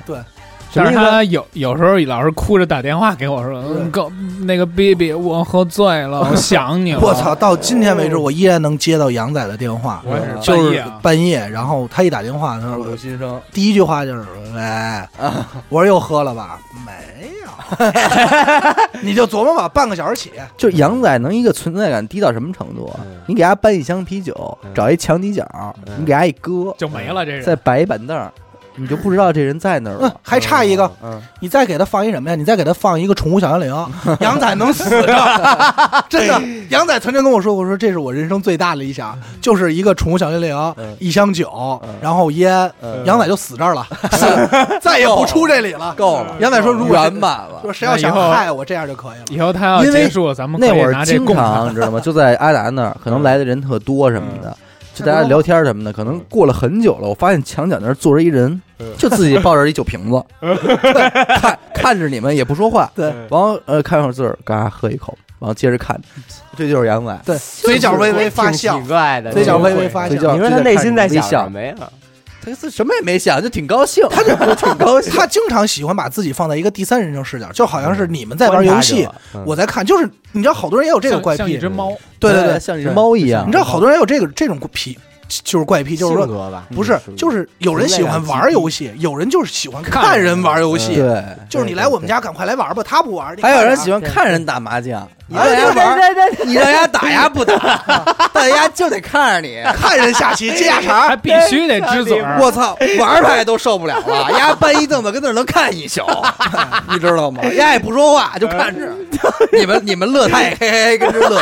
Speaker 4: 什
Speaker 5: 但
Speaker 4: 么意
Speaker 5: 是
Speaker 4: 思？
Speaker 5: 他有有时候老是哭着打电话给我说嗯：“哥，那个 B B，我喝醉了，我想你了。”
Speaker 3: 我操，到今天为止，我依然能接到杨仔的电话，
Speaker 5: 我也是
Speaker 3: 哦就
Speaker 5: 半夜
Speaker 3: 是
Speaker 5: 啊
Speaker 3: 半夜，然后他一打电话，他说
Speaker 2: 心声。
Speaker 3: 第一句话就是喂，我说又喝了吧？没有， 你就琢磨吧，半个小时起，
Speaker 2: 就是杨仔能一个存在感低到什么程度啊
Speaker 4: 嗯？
Speaker 2: 你给他搬一箱啤酒，
Speaker 4: 嗯
Speaker 2: 找一墙底角，
Speaker 4: 嗯
Speaker 2: 你给他一搁，
Speaker 5: 就没了，这人
Speaker 2: 再摆一板凳儿，你就不知道这人在那儿
Speaker 3: 嗯
Speaker 2: 了。
Speaker 3: 还差一个，
Speaker 4: 嗯，
Speaker 3: 你再给他放一什么呀？你再给他放一个宠物小 精灵，杨仔能死着，真的。杨仔曾经跟我说过，我说这是我人生最大的理想，就是一个宠物小精灵
Speaker 2: 嗯，
Speaker 3: 一箱酒，然后烟，杨仔就死这儿 了，死 再也不出这里了。
Speaker 2: 够了
Speaker 3: 杨仔说，如果
Speaker 2: 圆满了。
Speaker 3: 说谁要想害我，这样就可以了。
Speaker 5: 以后他要
Speaker 2: 因为
Speaker 5: 结束，咱们可
Speaker 2: 那
Speaker 5: 以
Speaker 2: 会儿
Speaker 5: 拿这
Speaker 2: 经
Speaker 5: 供
Speaker 2: 常
Speaker 5: 他。
Speaker 2: 你知道吗？就在阿达那儿，可能来的人特多什么的，就大家聊天什么的。可能过了很久了，我发现墙角那儿坐着一人，就自己抱着一酒瓶子，看看着你们也不说话。
Speaker 3: 对，
Speaker 2: 完后呃看会儿字儿，嘎喝一口，然后接着看，这就是阳仔，
Speaker 3: 对，
Speaker 2: 嘴
Speaker 3: 嘴
Speaker 2: 角
Speaker 3: 角
Speaker 2: 微
Speaker 3: 微
Speaker 2: 微
Speaker 3: 微
Speaker 2: 发
Speaker 3: 发
Speaker 2: 笑
Speaker 3: 笑
Speaker 4: 嗯挺，怪的，
Speaker 3: 嘴角微微
Speaker 4: 这
Speaker 3: 发
Speaker 2: 嘴
Speaker 3: 笑。
Speaker 2: 角
Speaker 4: 个。你说他内心在
Speaker 2: 微
Speaker 4: 想
Speaker 2: 笑
Speaker 4: 什，么呀？
Speaker 2: 他是什么也没想，就挺高兴，他就 挺高兴。
Speaker 3: 他经常喜欢把自己放在一个第三人称视角，就好像是
Speaker 2: 嗯
Speaker 3: 你们在玩游戏，
Speaker 4: 嗯
Speaker 3: 我在看。就是你知道，好多人也有这个怪
Speaker 5: 像一
Speaker 3: 癖，
Speaker 5: 只猫，
Speaker 3: 对对对，
Speaker 2: 像一只猫一样
Speaker 3: 你知。道，好多人也有这个这种癖，就是怪癖，就是
Speaker 4: 性
Speaker 3: 说
Speaker 4: 格吧，
Speaker 3: 不是， 就是有人喜欢玩游戏，有人就是喜欢嗯看人玩游戏。
Speaker 2: 嗯对，
Speaker 3: 就是你来我们家，赶快来玩吧。他不玩，你看
Speaker 2: 还有
Speaker 3: 着
Speaker 2: 人
Speaker 3: 啊
Speaker 2: 喜欢看人打麻将，你
Speaker 3: 哎
Speaker 2: 让人家玩，
Speaker 4: 对对 对，
Speaker 2: 你让人家打呀不打，但人家就得看着你。
Speaker 3: 看人下棋、接 下茬儿，
Speaker 5: 还必须得支嘴 儿。
Speaker 2: 我操，玩牌都受不了了，丫搬一凳子跟那儿能看一宿， 你知道吗？丫也不说话，就看着你们你们乐，他也嘿嘿嘿跟着乐，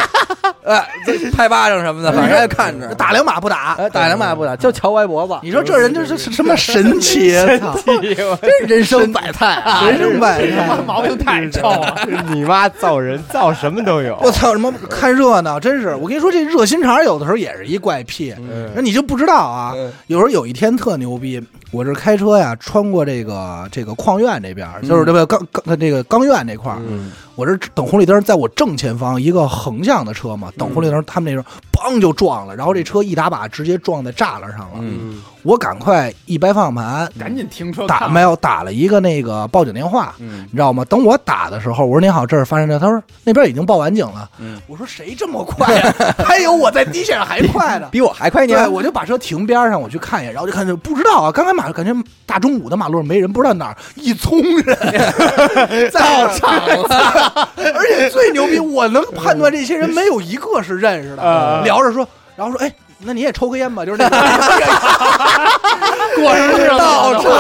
Speaker 2: 哎，这拍巴掌什么的，反正也看着。
Speaker 3: 打两把不打。
Speaker 2: 哎打两把不打，就瞧歪脖子。
Speaker 3: 你说这人这是什 么神奇？啊操，
Speaker 2: 真人生百态啊！
Speaker 3: 人生百
Speaker 5: 他
Speaker 3: 态。
Speaker 5: 哎毛病太臭 了，
Speaker 4: 你妈造人造什么都有。
Speaker 3: 我操，什么看热闹，真是！我跟你说，这热心肠有的时候也是一怪癖，那你就不知道啊。有时候有一天特牛逼，我这开车呀，穿过这个这个矿苑这边，就是这个钢钢这个钢院这块儿，我这等红绿灯，在我正前方一个横向的车嘛，等红绿灯，他们那时候梆就撞了，然后这车一打把直接撞在栅栏上了，
Speaker 2: 嗯
Speaker 3: 我赶快一掰方向盘，
Speaker 5: 赶紧停车
Speaker 3: 打
Speaker 5: 看
Speaker 3: 没有打了一个那个报警电话，
Speaker 2: 嗯
Speaker 3: 你知道吗？等我打的时候，我说您好，这儿发生这，他说那边已经报完警了。
Speaker 2: 嗯
Speaker 3: 我说谁这么快呀、还有我在地线上还快呢。
Speaker 2: 比我还快
Speaker 3: 对，
Speaker 2: 点。
Speaker 3: 我就把车停边上，我去看一眼，然后就看见不知道啊，刚才马感觉大中午的马路上没人，不知道哪儿一葱 人到场了， 而且最牛逼，我能判断这些人没有一个是认识的，
Speaker 2: 嗯
Speaker 3: 聊着说，然后说，哎，那你也抽根烟吧，就是那 个，
Speaker 2: 我是倒车，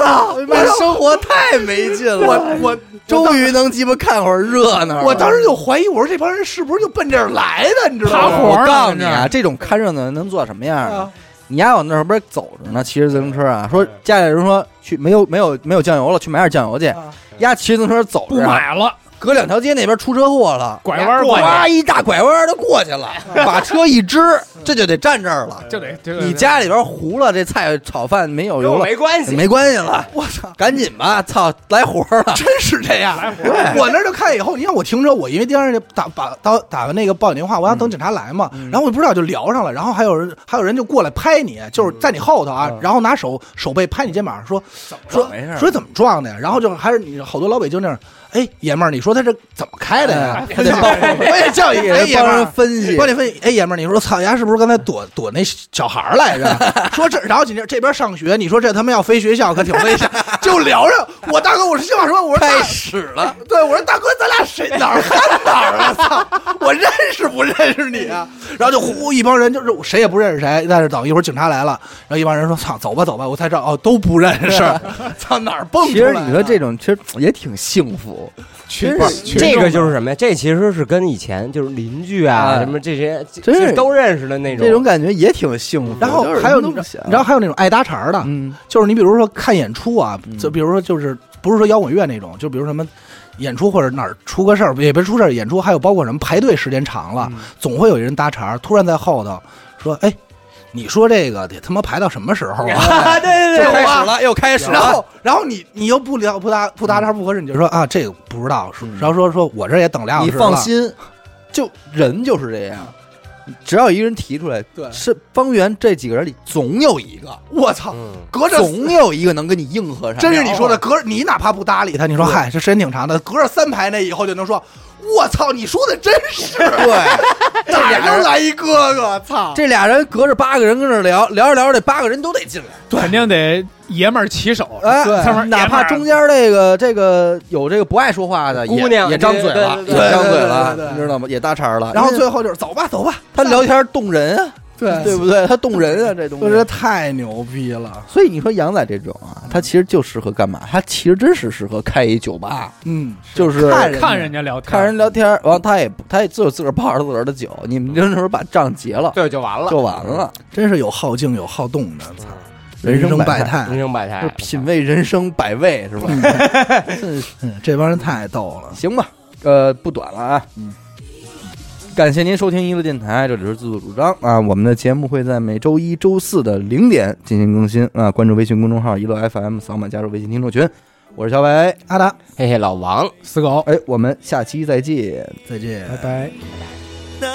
Speaker 2: 操！他妈生活太没劲了。
Speaker 3: 我我
Speaker 2: 终于能鸡巴看会儿热闹了。
Speaker 3: 我当时就怀疑，我说这帮人是不是就奔这儿来的？你知道
Speaker 5: 爬
Speaker 3: 吗？
Speaker 5: 火
Speaker 2: 我
Speaker 5: 儿呢
Speaker 2: 告诉你
Speaker 5: 在这
Speaker 2: 啊，
Speaker 5: 儿
Speaker 2: 这种看热闹的能做什么样啊
Speaker 3: 啊？
Speaker 2: 你丫往那边走着呢，骑着自行车啊，说家里人说去没有没有没有酱油了，去买点酱油去
Speaker 3: 啊。
Speaker 2: 丫骑自行车走
Speaker 5: 不
Speaker 2: 着啊，
Speaker 5: 买了，
Speaker 2: 隔两条街那边出车祸了，
Speaker 5: 拐弯儿过去
Speaker 2: 哇一大拐弯就过去了，把车一支，这就得站这儿了。
Speaker 5: 就得就得
Speaker 2: 你家里边糊了，这菜炒饭没有
Speaker 4: 跟
Speaker 2: 油
Speaker 4: 我
Speaker 2: 了，
Speaker 4: 没关系，
Speaker 2: 没关系了，
Speaker 3: 我操！
Speaker 2: 赶紧吧，操，来活儿了。
Speaker 3: 真是这样，我那儿就看以后，你看我停车，我因为当时打把打打完那个报警电话，我
Speaker 2: 嗯
Speaker 3: 想等警察来嘛，然后我不知道就聊上了，然后还有人还有人就过来拍你，
Speaker 2: 嗯
Speaker 3: 就是在你后头啊，然后拿手手背拍你肩膀，说说
Speaker 2: 没事儿
Speaker 3: 说怎么撞的呀？然后就还是你好多老北京那样，哎爷们儿，你说他这怎么开的呀？
Speaker 2: 哎他得帮
Speaker 3: 我也叫一个哎
Speaker 2: 人
Speaker 3: 爷们
Speaker 2: 帮人
Speaker 3: 儿。
Speaker 2: 分析
Speaker 3: 帮，你分析，哎，爷们儿，你说操，丫是不是刚才躲躲那小孩儿来着？ 说这，然后紧接着这边上学，你说这他妈要非学校可挺危险， 就聊着。我大哥，我是心话说，我说
Speaker 2: 开
Speaker 3: 大
Speaker 2: 始了。
Speaker 3: 对，我说大哥，咱俩谁哪儿看哪儿啊？操，我认识不认识你啊？然后就呼一帮人，就是我谁也不认识谁，在这等一会儿警察来了，然后一帮人说操，走吧走吧，我才知道哦，都不认识，操哪儿蹦
Speaker 2: 其
Speaker 3: 出来
Speaker 2: 实
Speaker 3: 的？
Speaker 2: 你说这种其实也挺幸福，
Speaker 5: 群
Speaker 4: 不是这个就是什么呀？这其实是跟以前就是邻居啊
Speaker 2: 哎
Speaker 4: 什么这些这
Speaker 2: 真是
Speaker 4: 这都认识的那种。
Speaker 2: 这种感觉也挺幸福。
Speaker 3: 然后
Speaker 2: 就是
Speaker 3: 还有
Speaker 2: 都
Speaker 3: 你
Speaker 2: 不
Speaker 3: 知
Speaker 2: 想
Speaker 3: 道，然后还有那种爱搭茬儿的，
Speaker 2: 嗯，
Speaker 3: 就是你比如说看演出啊，就比如说就是不是说摇滚乐那种，就比如什么演出或者哪儿出个事儿，也别出事儿，演出还有包括什么排队时间长
Speaker 2: 嗯
Speaker 3: 了，总会有一人搭茬儿，突然在后头说：“哎，你说这个得他妈排到什么时候啊
Speaker 4: 啊， 对对
Speaker 2: 又
Speaker 4: 对，
Speaker 2: 开始了，又开？”始
Speaker 3: 然
Speaker 2: 了。
Speaker 3: 后，然后你你又不聊不搭不搭茬儿不合适，你就说啊这个不知道，说
Speaker 2: 嗯
Speaker 3: 然后说说我这也等俩小
Speaker 2: 你
Speaker 3: 时了
Speaker 2: 放，心，就人就是这样，只要一个人提出来，
Speaker 3: 对
Speaker 2: 是方圆这几个人里总有一个，
Speaker 3: 我操，
Speaker 4: 嗯
Speaker 3: 隔着
Speaker 2: 总啊有一个能跟你硬核上。
Speaker 3: 真是你说的，
Speaker 2: 然后，
Speaker 3: 隔着你哪怕不搭理他，你说嗨，这时间挺长的，隔着三排那以后就能说，我操，你说的真是， 对，哪儿能来一哥 哥，操，
Speaker 2: 这俩人隔着八个人跟这聊聊着聊着，这八个人都得进来。
Speaker 5: 肯定得爷们儿骑手，
Speaker 2: 哎
Speaker 5: 上面，
Speaker 2: 哪怕中间这个这个有这个不爱说话的，也
Speaker 4: 姑娘
Speaker 2: 也张嘴了，
Speaker 4: 对对对
Speaker 2: 也张嘴
Speaker 3: 对对对对
Speaker 2: 了，
Speaker 3: 对
Speaker 2: 你知道吗？也搭茬了。
Speaker 3: 然后
Speaker 2: 因为
Speaker 3: 最后就是走吧，走吧，
Speaker 2: 他聊天动人啊，
Speaker 3: 对
Speaker 2: 对，不对？他动人啊，这东西。
Speaker 3: 我觉得太牛逼了，
Speaker 2: 所以你说杨仔这种啊，他其实就适合干嘛？他其实真是适合开一酒吧，
Speaker 3: 嗯，
Speaker 2: 就是
Speaker 3: 看人
Speaker 5: 看人家聊天，
Speaker 2: 看人聊天儿，完了他也不他也自个儿自个儿泡着自个儿的酒，你们就那时候把账结了
Speaker 4: 对，就完了，
Speaker 2: 就完了，
Speaker 3: 真是有好静有好动的，操，
Speaker 2: 人生
Speaker 3: 生
Speaker 2: 百
Speaker 3: 态
Speaker 4: 人，生百态
Speaker 2: 就，品味人生百味是吧？真是
Speaker 3: 嗯，这帮人太逗了，
Speaker 2: 行吧，呃，不短了啊，嗯。感谢您收听娱乐电台，这里是自作主张啊。我们的节目会在每周一周四的零点进行更新啊。关注微信公众号“娱乐 FM”，扫码加入微信听众群。我是小伟，
Speaker 3: 阿达，
Speaker 4: 嘿嘿，老王。
Speaker 5: 死狗，
Speaker 3: 啊
Speaker 2: 哎，我们下期再见。
Speaker 3: 再见
Speaker 5: 拜拜。
Speaker 8: 那。